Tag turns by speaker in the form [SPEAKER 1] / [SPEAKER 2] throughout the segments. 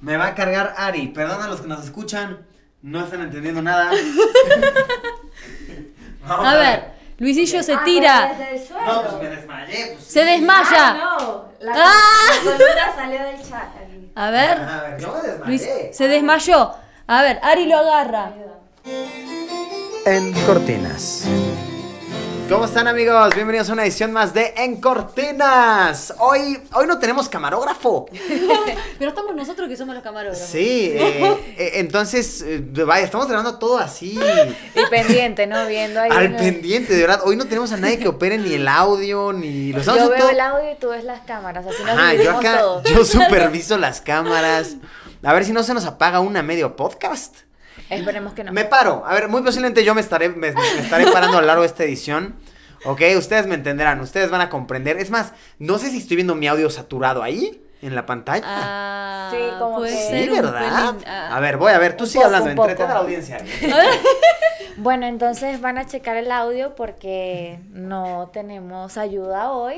[SPEAKER 1] Me va a cargar Ari. Perdón a los que nos escuchan. No están entendiendo nada. Vamos
[SPEAKER 2] A ver, Luisillo se
[SPEAKER 3] Ah, pero
[SPEAKER 2] tira.
[SPEAKER 3] desde el suelo.
[SPEAKER 1] No, pues me desmayé. Pues,
[SPEAKER 2] Se
[SPEAKER 1] sí.
[SPEAKER 2] desmaya.
[SPEAKER 3] Ah, no. La,
[SPEAKER 2] Ah.
[SPEAKER 3] la columna salió del chat. aquí.
[SPEAKER 2] A ver,
[SPEAKER 1] A ver, yo me
[SPEAKER 2] Luis
[SPEAKER 1] desmayé.
[SPEAKER 2] se desmayó. A ver, Ari lo agarra.
[SPEAKER 3] Ayuda.
[SPEAKER 1] En Cortinas. ¿Cómo están amigos? Bienvenidos a una edición más de En Cortinas. Hoy, hoy no tenemos camarógrafo.
[SPEAKER 2] Pero estamos nosotros que somos los camarógrafos.
[SPEAKER 1] Sí, eh, eh, entonces, eh, vaya, estamos grabando todo así,
[SPEAKER 4] Y pendiente, ¿no? Viendo ahí.
[SPEAKER 1] al
[SPEAKER 4] ¿no?
[SPEAKER 1] pendiente, de verdad. Hoy no tenemos a nadie que opere ni el audio, ni los
[SPEAKER 4] Yo veo el audio y tú ves las cámaras, así nos
[SPEAKER 1] Ajá, yo
[SPEAKER 4] dividimos
[SPEAKER 1] acá,
[SPEAKER 4] todo.
[SPEAKER 1] yo superviso las cámaras. A ver si no se nos apaga una medio podcast.
[SPEAKER 4] Esperemos que no.
[SPEAKER 1] Me paro. A ver, muy posiblemente yo me estaré, me, me estaré parando a lo largo de esta edición. Ok, ustedes me entenderán, ustedes van a comprender. Es más, no sé si estoy viendo mi audio saturado ahí, en la pantalla.
[SPEAKER 2] Ah,
[SPEAKER 4] Sí, como
[SPEAKER 2] puede
[SPEAKER 4] que-
[SPEAKER 2] ser
[SPEAKER 1] sí,
[SPEAKER 2] un
[SPEAKER 1] ¿verdad?
[SPEAKER 2] pelín- ah.
[SPEAKER 1] A ver, voy a ver, tú
[SPEAKER 4] Un
[SPEAKER 1] sigue
[SPEAKER 4] poco,
[SPEAKER 1] hablando,
[SPEAKER 4] un poco.
[SPEAKER 1] entretenga a la audiencia.
[SPEAKER 4] Bueno, entonces van a checar el audio porque no tenemos ayuda hoy.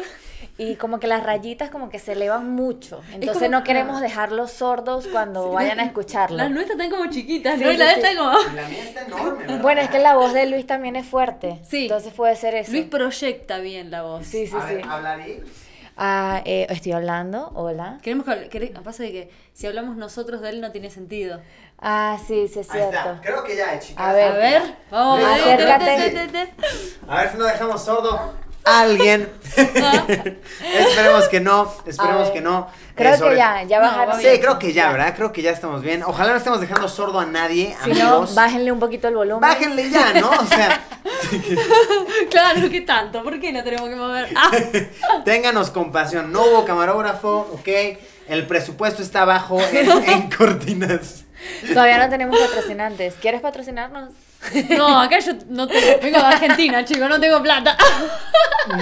[SPEAKER 4] Y como que las rayitas como que se elevan mucho. Entonces
[SPEAKER 2] como-
[SPEAKER 4] no queremos dejarlos sordos cuando
[SPEAKER 2] Sí,
[SPEAKER 4] vayan a
[SPEAKER 2] las-
[SPEAKER 4] escucharlo.
[SPEAKER 2] Las nuestras están como chiquitas,
[SPEAKER 4] Sí,
[SPEAKER 2] ¿no? Y
[SPEAKER 4] sí,
[SPEAKER 2] la de
[SPEAKER 4] sí.
[SPEAKER 2] esta como.
[SPEAKER 1] La mía está enorme. ¿verdad?
[SPEAKER 4] Bueno, es que la voz de Luis también es fuerte.
[SPEAKER 2] Sí.
[SPEAKER 4] Entonces puede ser eso.
[SPEAKER 2] Luis proyecta bien la voz.
[SPEAKER 4] Sí, sí,
[SPEAKER 1] A ver,
[SPEAKER 4] sí.
[SPEAKER 1] hablaré.
[SPEAKER 4] Ah, eh, estoy hablando, hola.
[SPEAKER 2] Queremos que, quere- pasa de que si hablamos nosotros de él no tiene sentido.
[SPEAKER 4] Ah, sí, sí es
[SPEAKER 1] Ahí está,
[SPEAKER 4] cierto.
[SPEAKER 1] creo que ya, chicas.
[SPEAKER 4] A
[SPEAKER 2] A ver, vamos,
[SPEAKER 1] Luis,
[SPEAKER 2] a ver, te-
[SPEAKER 4] acércate.
[SPEAKER 2] te- te- te-
[SPEAKER 1] A ver si no dejamos sordo. Alguien. esperemos que no, esperemos
[SPEAKER 4] ver.
[SPEAKER 1] que no. Eh,
[SPEAKER 4] Creo que
[SPEAKER 1] sobre-
[SPEAKER 4] ya, ya
[SPEAKER 2] No,
[SPEAKER 4] bajaron.
[SPEAKER 2] va
[SPEAKER 1] Sí,
[SPEAKER 2] bien.
[SPEAKER 1] creo que ya, ¿verdad? Creo que ya estamos bien. Ojalá no estemos dejando sordo a nadie,
[SPEAKER 4] Si no,
[SPEAKER 1] amigos.
[SPEAKER 4] bájenle un poquito el volumen.
[SPEAKER 1] Bájenle ya, ¿no? O sea,
[SPEAKER 2] te. Claro, ¿qué tanto? ¿Por qué no tenemos que mover? Ah,
[SPEAKER 1] ténganos compasión. No hubo camarógrafo, ¿ok? El presupuesto está bajo en, en cortinas.
[SPEAKER 4] Todavía no tenemos patrocinantes. ¿Quieres patrocinarnos?
[SPEAKER 2] no, acá yo no tengo. Vengo de Argentina, chicos, no tengo plata.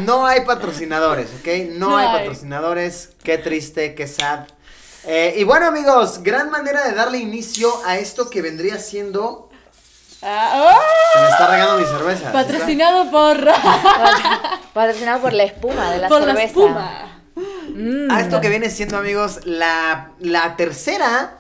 [SPEAKER 1] No hay patrocinadores, ¿ok? No,
[SPEAKER 2] No
[SPEAKER 1] hay
[SPEAKER 2] hay.
[SPEAKER 1] patrocinadores. Qué triste, qué sad. Eh, y bueno, amigos, gran manera de darle inicio a esto que vendría siendo.
[SPEAKER 2] Ah,
[SPEAKER 1] Se me está regando mi cerveza.
[SPEAKER 2] oh,
[SPEAKER 1] ¿sí está?
[SPEAKER 2] patrocinado por,
[SPEAKER 4] Patrocinado por la espuma de la
[SPEAKER 2] por la
[SPEAKER 4] cerveza.
[SPEAKER 2] espuma.
[SPEAKER 4] Mm.
[SPEAKER 1] A esto que viene siendo, amigos, la, la tercera.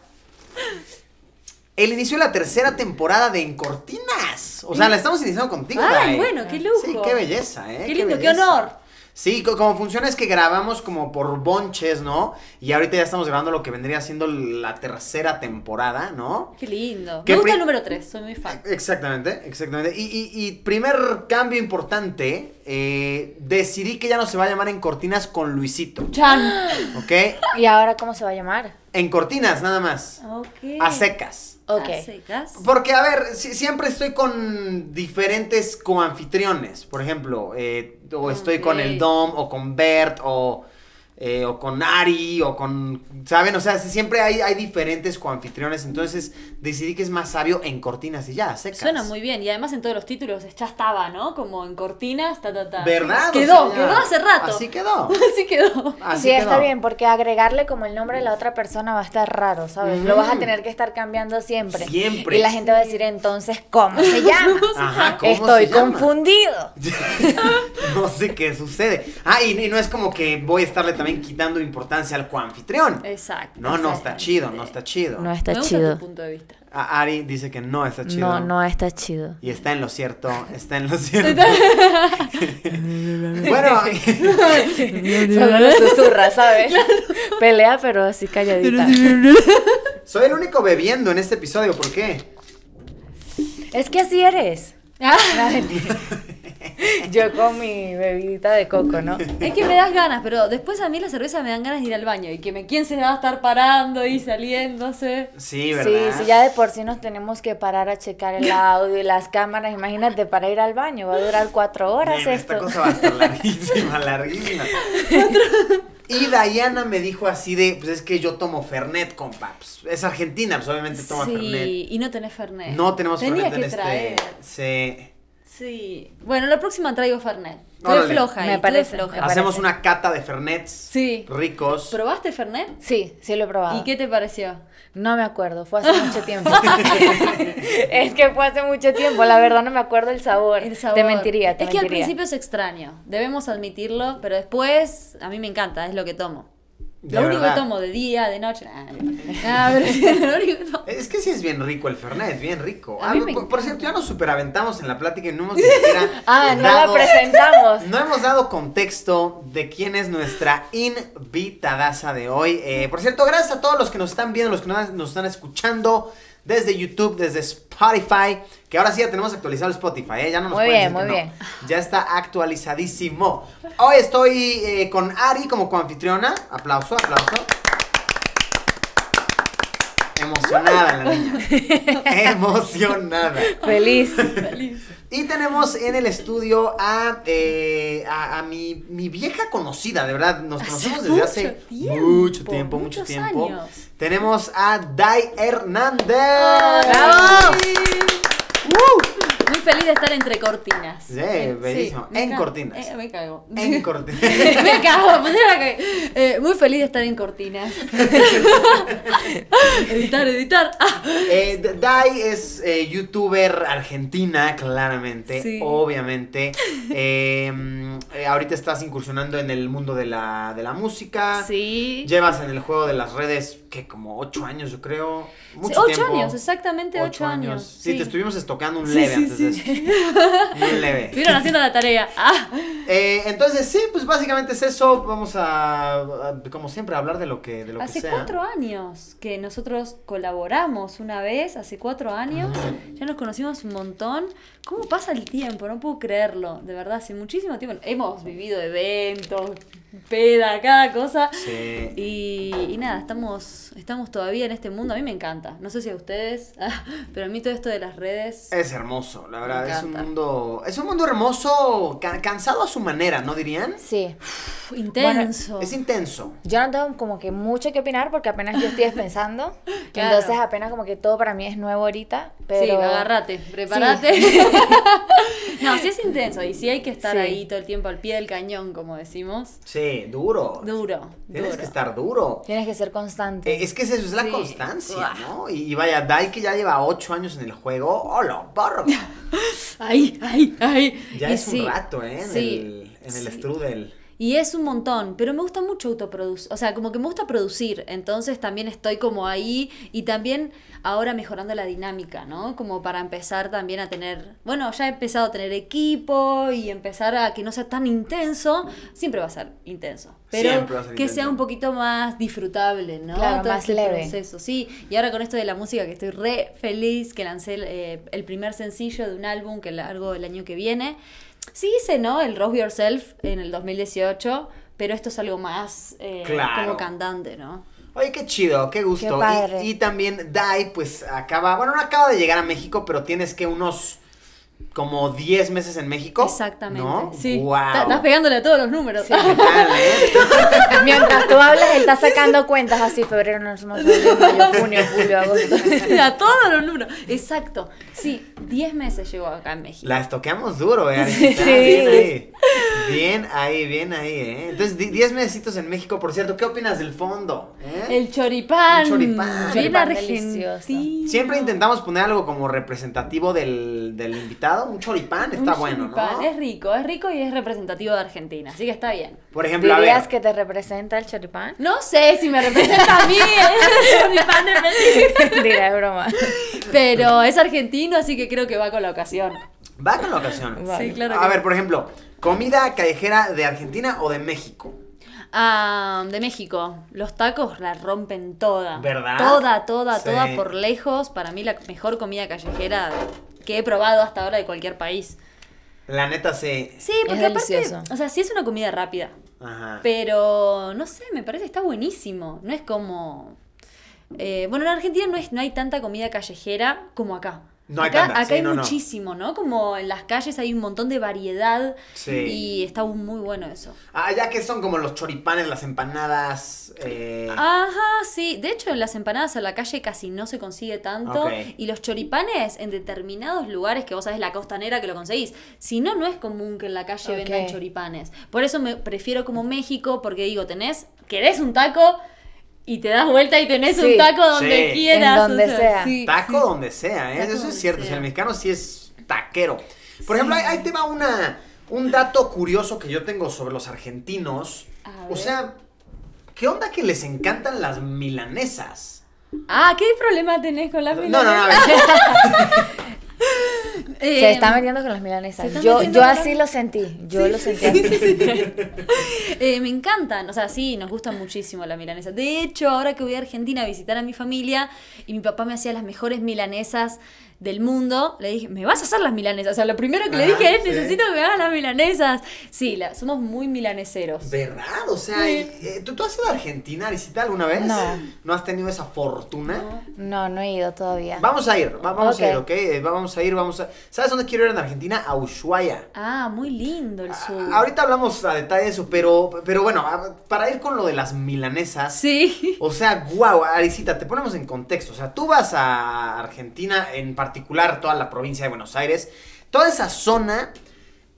[SPEAKER 1] El inicio de la tercera temporada de En Cortinas. O sea, la estamos iniciando contigo.
[SPEAKER 2] Ay,
[SPEAKER 1] Dai.
[SPEAKER 2] bueno, qué lujo.
[SPEAKER 1] Sí, qué belleza, ¿eh?
[SPEAKER 2] Qué lindo, qué
[SPEAKER 1] belleza.
[SPEAKER 2] honor.
[SPEAKER 1] Sí, co- como funciona es que grabamos como por bonches, ¿no? Y ahorita ya estamos grabando lo que vendría siendo la tercera temporada, ¿no?
[SPEAKER 2] Qué lindo.
[SPEAKER 1] Qué
[SPEAKER 2] Me gusta
[SPEAKER 1] pri-
[SPEAKER 2] el número 3, soy muy fan.
[SPEAKER 1] Exactamente, exactamente. Y, y- y primer cambio importante, eh, decidí que ya no se va a llamar En Cortinas con Luisito,
[SPEAKER 2] Chan.
[SPEAKER 1] ¿ok?
[SPEAKER 4] ¿Y ahora cómo se va a llamar?
[SPEAKER 1] En cortinas, nada más.
[SPEAKER 2] Ok.
[SPEAKER 1] Ah, A secas.
[SPEAKER 4] Ok.
[SPEAKER 2] A secas.
[SPEAKER 1] Porque, a ver, si- siempre estoy con diferentes coanfitriones. Por ejemplo, eh, o estoy con el
[SPEAKER 2] Ok.
[SPEAKER 1] Dom, o con Bert, o, eh, o con Ari, o con. ¿Saben? O sea, si- siempre hay, hay diferentes coanfitriones. Entonces decidí que es más sabio en cortinas y ya, a secas.
[SPEAKER 2] Suena muy bien y además en todos los títulos ya estaba, ¿no? Como en cortinas, ta, ta, ta.
[SPEAKER 1] ¿Verdad? O
[SPEAKER 2] Quedó,
[SPEAKER 1] sea, ya.
[SPEAKER 2] quedó hace rato.
[SPEAKER 1] Así quedó.
[SPEAKER 2] Así quedó.
[SPEAKER 1] Así
[SPEAKER 4] sí, está
[SPEAKER 1] quedó.
[SPEAKER 4] bien, porque agregarle como el nombre de la otra persona va a estar raro, ¿sabes? Lo vas a
[SPEAKER 1] Mm.
[SPEAKER 4] tener que estar cambiando siempre.
[SPEAKER 1] Siempre.
[SPEAKER 4] Y la gente va a decir, entonces, ¿cómo se llama?
[SPEAKER 1] Ajá, ¿cómo
[SPEAKER 4] Estoy
[SPEAKER 1] se llama?
[SPEAKER 4] confundido.
[SPEAKER 1] no sé qué sucede. Ah, y, y no es como que voy a estarle también quitando importancia al coanfitrión.
[SPEAKER 2] Exacto.
[SPEAKER 1] No, no está chido, no está chido.
[SPEAKER 4] Eh, No está
[SPEAKER 2] Me gusta
[SPEAKER 4] chido.
[SPEAKER 2] tu punto de vista.
[SPEAKER 1] A- Ari dice que no está chido.
[SPEAKER 4] No, no está chido.
[SPEAKER 1] Y está en lo cierto, está en lo cierto. bueno,
[SPEAKER 4] Solo lo susurra, ¿sabes? Pelea, pero así calladita.
[SPEAKER 1] soy el único bebiendo en este episodio, ¿por qué?
[SPEAKER 4] Es que así eres.
[SPEAKER 2] Ah,
[SPEAKER 4] No, mentira. Yo con mi bebidita de coco, ¿no?
[SPEAKER 2] es que me das ganas, pero después a mí la cerveza me dan ganas de ir al baño y que me quién se va a estar parando y saliéndose.
[SPEAKER 1] Sí,
[SPEAKER 4] Sí,
[SPEAKER 1] ¿verdad?
[SPEAKER 4] sí, ya de por sí nos tenemos que parar a checar el audio y las cámaras. Imagínate, para ir al baño va a durar cuatro horas
[SPEAKER 1] Nena,
[SPEAKER 4] esto.
[SPEAKER 1] Esta cosa va a estar larguísima, larguísima. Y Dayana me dijo así de, pues es que yo tomo Fernet, compa. Pues, es argentina, pues obviamente toma Fernet.
[SPEAKER 2] Sí, y no tenés Fernet.
[SPEAKER 1] No tenemos
[SPEAKER 2] Tenía
[SPEAKER 1] Fernet en
[SPEAKER 2] que
[SPEAKER 1] este.
[SPEAKER 2] traer.
[SPEAKER 1] Sí.
[SPEAKER 2] Sí. Bueno, la próxima traigo Fernet. Estoy
[SPEAKER 1] Órale.
[SPEAKER 2] floja ahí,
[SPEAKER 4] Me
[SPEAKER 2] estoy
[SPEAKER 4] parece,
[SPEAKER 2] floja.
[SPEAKER 4] me parece.
[SPEAKER 1] Hacemos una cata de Fernets
[SPEAKER 2] Sí.
[SPEAKER 1] ricos.
[SPEAKER 2] ¿Probaste Fernet?
[SPEAKER 4] Sí, sí lo he probado.
[SPEAKER 2] ¿Y qué te pareció?
[SPEAKER 4] No me acuerdo, fue hace mucho tiempo. es que fue hace mucho tiempo, la verdad no me acuerdo el sabor.
[SPEAKER 2] El sabor.
[SPEAKER 4] Te mentiría, te
[SPEAKER 2] Es que al
[SPEAKER 4] mentiría.
[SPEAKER 2] principio es extraño, debemos admitirlo, pero después a mí me encanta, es lo que tomo.
[SPEAKER 1] De
[SPEAKER 2] lo único
[SPEAKER 1] verdad.
[SPEAKER 2] que tomo de día, de noche. Nah, no. Nah, pero lo único que tomo-
[SPEAKER 1] Es que sí es bien rico el Fernet, bien rico.
[SPEAKER 2] A
[SPEAKER 1] Ah,
[SPEAKER 2] mí
[SPEAKER 1] por-
[SPEAKER 2] me
[SPEAKER 1] por,
[SPEAKER 2] encanta.
[SPEAKER 1] cierto, ya nos superaventamos en la plática y no hemos ni siquiera
[SPEAKER 4] Ah, no la
[SPEAKER 1] dado-
[SPEAKER 4] presentamos.
[SPEAKER 1] No hemos dado contexto de quién es nuestra invitadaza de hoy. Eh, por cierto, gracias a todos los que nos están viendo, los que nos, nos están escuchando desde YouTube, desde Spotify, que ahora sí ya tenemos actualizado el Spotify, ¿eh? ya no nos
[SPEAKER 4] Muy
[SPEAKER 1] pueden
[SPEAKER 4] bien,
[SPEAKER 1] decir
[SPEAKER 4] muy
[SPEAKER 1] que no. Ya está actualizadísimo. Hoy estoy eh, con Ari como coanfitriona. Aplauso, aplauso. Emocionada la niña. Emocionada.
[SPEAKER 4] Feliz.
[SPEAKER 1] Y tenemos en el estudio a, eh, a, a mi, mi vieja conocida, de verdad, nos conocemos desde
[SPEAKER 2] mucho
[SPEAKER 1] hace
[SPEAKER 2] tiempo,
[SPEAKER 1] mucho tiempo, mucho
[SPEAKER 2] muchos
[SPEAKER 1] tiempo.
[SPEAKER 2] años.
[SPEAKER 1] Tenemos a Dai Hernández.
[SPEAKER 4] ¡Bravo!
[SPEAKER 2] Sí. Muy feliz de estar entre cortinas.
[SPEAKER 1] Sí,
[SPEAKER 2] Eh,
[SPEAKER 1] bellísimo.
[SPEAKER 2] me
[SPEAKER 1] En
[SPEAKER 2] ca-
[SPEAKER 1] cortinas.
[SPEAKER 2] eh, me cago.
[SPEAKER 1] En corte.
[SPEAKER 2] me cago, pues era que- eh, muy feliz de estar en cortinas. editar, editar. Ah.
[SPEAKER 1] Eh, D- Dai es eh, youtuber argentina, claramente,
[SPEAKER 2] Sí.
[SPEAKER 1] obviamente. Eh, mm, eh, ahorita estás incursionando en el mundo de la, de la música.
[SPEAKER 2] Sí.
[SPEAKER 1] Llevas en el juego de las redes, que como ocho años, yo creo. Mucho
[SPEAKER 2] ocho
[SPEAKER 1] tiempo.
[SPEAKER 2] años, exactamente ocho, años.
[SPEAKER 1] Sí, te estuvimos estocando un
[SPEAKER 2] Sí,
[SPEAKER 1] leve
[SPEAKER 2] sí,
[SPEAKER 1] antes de
[SPEAKER 2] sí.
[SPEAKER 1] esto. Muy leve.
[SPEAKER 2] Estuvieron haciendo la tarea. Ah.
[SPEAKER 1] Eh, entonces, sí, pues básicamente es eso. Vamos a, a, como siempre, a hablar de lo que, de lo
[SPEAKER 2] Hace
[SPEAKER 1] que sea.
[SPEAKER 2] cuatro años que nosotros colaboramos una vez, hace cuatro años,
[SPEAKER 1] Ah.
[SPEAKER 2] ya nos conocimos un montón. ¿Cómo pasa el tiempo? No puedo creerlo, de verdad, hace muchísimo tiempo. Hemos vivido eventos, peda, cada cosa.
[SPEAKER 1] Sí.
[SPEAKER 2] Y, y nada, estamos, estamos todavía en este mundo, a mí me encanta. No sé si a ustedes, pero a mí todo esto de las redes...
[SPEAKER 1] Es hermoso, la verdad,
[SPEAKER 2] Me
[SPEAKER 1] es un
[SPEAKER 2] encanta.
[SPEAKER 1] mundo, es un mundo hermoso, ca- cansado a su manera, ¿no dirían?
[SPEAKER 4] Sí.
[SPEAKER 2] Uf, intenso.
[SPEAKER 1] Es intenso.
[SPEAKER 4] Yo no tengo como que mucho que opinar porque apenas yo estoy pensando.
[SPEAKER 2] Claro.
[SPEAKER 4] Entonces apenas como que todo para mí es nuevo ahorita. Pero...
[SPEAKER 2] Sí, agárrate, prepárate. no, sí es intenso y sí hay que estar
[SPEAKER 4] Sí.
[SPEAKER 2] ahí todo el tiempo al pie del cañón, como decimos.
[SPEAKER 1] Sí, duro.
[SPEAKER 2] Duro,
[SPEAKER 1] Tienes
[SPEAKER 2] duro.
[SPEAKER 1] que estar duro.
[SPEAKER 4] Tienes que ser constante.
[SPEAKER 1] Eh, es que es eso, es la
[SPEAKER 2] Sí.
[SPEAKER 1] constancia,
[SPEAKER 2] Uah.
[SPEAKER 1] ¿no? Y, y vaya, Dai que ya lleva ocho años en el juego, ¡hola, barba!
[SPEAKER 2] Ahí, ahí, ahí.
[SPEAKER 1] Ya
[SPEAKER 2] Y
[SPEAKER 1] es
[SPEAKER 2] sí,
[SPEAKER 1] un rato, ¿eh? En
[SPEAKER 2] sí,
[SPEAKER 1] el, en el
[SPEAKER 2] sí.
[SPEAKER 1] strudel.
[SPEAKER 2] Y es un montón, pero me gusta mucho autoproducir, o sea, como que me gusta producir, entonces también estoy como ahí y también ahora mejorando la dinámica, ¿no? Como para empezar también a tener, bueno, ya he empezado a tener equipo y empezar a que no sea tan intenso, siempre va a ser intenso, pero
[SPEAKER 1] Siempre va a ser
[SPEAKER 2] que sea
[SPEAKER 1] intenso.
[SPEAKER 2] un poquito más disfrutable, ¿no? este
[SPEAKER 4] Claro, más leve.
[SPEAKER 2] proceso, sí. Y ahora con esto de la música que estoy re feliz, que lancé eh, el primer sencillo de un álbum que largo el año que viene. Sí hice, ¿no? El Rose Yourself en el 2018, pero esto es algo más eh,
[SPEAKER 1] Claro.
[SPEAKER 2] como cantante, ¿no?
[SPEAKER 1] Oye, qué chido, qué gusto.
[SPEAKER 4] Qué padre.
[SPEAKER 1] Y, y también Dai, pues acaba, bueno, no acaba de llegar a México, pero tienes que unos como 10 meses en México.
[SPEAKER 2] Exactamente.
[SPEAKER 1] ¿No?
[SPEAKER 2] Sí.
[SPEAKER 1] Guau.
[SPEAKER 2] Ta- Estás pegándole a todos los números.
[SPEAKER 1] ¿Qué tal, eh?
[SPEAKER 4] Mientras tú hablas, él está sacando cuentas así, febrero, marzo, abril, mayo, junio, julio, agosto.
[SPEAKER 2] a todos los números. Exacto. Sí, 10 meses llegó acá en México.
[SPEAKER 1] La estoqueamos duro, ¿eh? Arenita?
[SPEAKER 4] Sí.
[SPEAKER 1] Bien ahí. Bien ahí, bien ahí, ¿eh? Entonces, di- 10 mesecitos en México, por cierto. ¿Qué opinas del fondo? eh?
[SPEAKER 2] El choripán.
[SPEAKER 1] El choripán.
[SPEAKER 2] Bien
[SPEAKER 4] Choripán
[SPEAKER 2] argentino.
[SPEAKER 4] delicioso.
[SPEAKER 1] Siempre intentamos poner algo como representativo del, del invitado. Un choripán está
[SPEAKER 2] Un
[SPEAKER 1] bueno,
[SPEAKER 2] choripán,
[SPEAKER 1] ¿no?
[SPEAKER 2] Es rico, es rico y es representativo de Argentina, así que está bien.
[SPEAKER 1] Por ejemplo, a ver.
[SPEAKER 4] ¿Dirías que te representa el choripán?
[SPEAKER 2] No sé si me representa a mí, ¿eh? El choripán de Medellín.
[SPEAKER 4] Dirá, es broma.
[SPEAKER 2] pero es argentino, así que creo que va con la ocasión.
[SPEAKER 1] Va con la ocasión.
[SPEAKER 4] Vale.
[SPEAKER 2] Sí, claro.
[SPEAKER 1] A
[SPEAKER 2] que-
[SPEAKER 1] ver, por ejemplo, comida callejera de Argentina o de México.
[SPEAKER 2] Ah, de México, los tacos la rompen toda.
[SPEAKER 1] ¿Verdad?
[SPEAKER 2] Toda, toda,
[SPEAKER 1] Sí.
[SPEAKER 2] toda por lejos. Para mí la mejor comida callejera que he probado hasta ahora de cualquier país.
[SPEAKER 1] La neta se.
[SPEAKER 2] Sí, porque aparte,
[SPEAKER 4] delicioso.
[SPEAKER 2] o sea, sí es una comida rápida,
[SPEAKER 1] Ajá.
[SPEAKER 2] Pero no sé, me parece que está buenísimo. No es como. eh, bueno, en Argentina no, es, no hay tanta comida callejera como acá.
[SPEAKER 1] No hay
[SPEAKER 2] acá
[SPEAKER 1] tanta,
[SPEAKER 2] acá
[SPEAKER 1] sí,
[SPEAKER 2] hay
[SPEAKER 1] no, no.
[SPEAKER 2] muchísimo, ¿no? Como en las calles hay un montón de variedad
[SPEAKER 1] Sí.
[SPEAKER 2] y está muy bueno eso.
[SPEAKER 1] Ah, ya que son como los choripanes, las empanadas. eh,
[SPEAKER 2] Ah, Ajá, sí. De hecho, en las empanadas a la calle casi no se consigue tanto.
[SPEAKER 1] Ok.
[SPEAKER 2] Y los choripanes en determinados lugares, que vos sabés la costanera que lo conseguís. Si no, no es común que en la calle
[SPEAKER 4] Ok.
[SPEAKER 2] vendan choripanes. Por eso me prefiero como México, porque digo, tenés, querés un taco y te das vuelta y tenés
[SPEAKER 4] Sí.
[SPEAKER 2] un taco donde
[SPEAKER 1] Sí.
[SPEAKER 2] quieras.
[SPEAKER 4] En donde sea.
[SPEAKER 2] sí,
[SPEAKER 1] Taco
[SPEAKER 2] sí.
[SPEAKER 1] donde sea, ¿eh?
[SPEAKER 2] Taco
[SPEAKER 1] Eso es
[SPEAKER 2] donde
[SPEAKER 1] cierto. o sea,
[SPEAKER 2] sea.
[SPEAKER 1] el mexicano sí es taquero. Por ejemplo, ahí, ahí te va una, un dato curioso que yo tengo sobre los argentinos.
[SPEAKER 2] A
[SPEAKER 1] O
[SPEAKER 2] ver.
[SPEAKER 1] sea, ¿Qué onda que les encantan las milanesas?
[SPEAKER 2] Ah, ¿qué problema tenés con las
[SPEAKER 1] No, no, no, a
[SPEAKER 2] milanesas?
[SPEAKER 1] ver.
[SPEAKER 2] Eh,
[SPEAKER 4] Se está metiendo con las milanesas.
[SPEAKER 2] se está
[SPEAKER 4] Yo,
[SPEAKER 2] metiendo
[SPEAKER 4] yo
[SPEAKER 2] con las-
[SPEAKER 4] así lo sentí. Yo
[SPEAKER 1] Sí,
[SPEAKER 4] lo
[SPEAKER 1] sí,
[SPEAKER 4] sentí.
[SPEAKER 1] sí,
[SPEAKER 4] así.
[SPEAKER 1] sí, sí.
[SPEAKER 2] Eh, me encantan, o sea, sí, nos gusta muchísimo la milanesa. De hecho, ahora que voy a Argentina a visitar a mi familia y mi papá me hacía las mejores milanesas del mundo, le dije, ¿me vas a hacer las milanesas? O sea, lo primero que le
[SPEAKER 1] Ajá,
[SPEAKER 2] dije es,
[SPEAKER 1] sí.
[SPEAKER 2] necesito que me hagas las milanesas. Sí, la- somos muy milaneseros.
[SPEAKER 1] ¿Verdad? O sea, y- eh, ¿tú, tú has ido a Argentina a visitar alguna vez?
[SPEAKER 4] No.
[SPEAKER 1] ¿No has tenido esa fortuna?
[SPEAKER 4] No, no he ido todavía.
[SPEAKER 1] Vamos a ir, va- vamos a ir,
[SPEAKER 4] Ok.
[SPEAKER 1] ¿ok? Eh, Vamos a ir, vamos a... ¿Sabes dónde quiero ir en Argentina? A Ushuaia.
[SPEAKER 2] Ah, muy lindo el sur.
[SPEAKER 1] A- Ahorita hablamos a detalle de eso, pero, pero bueno, a- para ir con lo de las milanesas.
[SPEAKER 2] Sí.
[SPEAKER 1] O sea, guau, Arisita, te ponemos en contexto. O sea, tú vas a Argentina, en particular toda la provincia de Buenos Aires, toda esa zona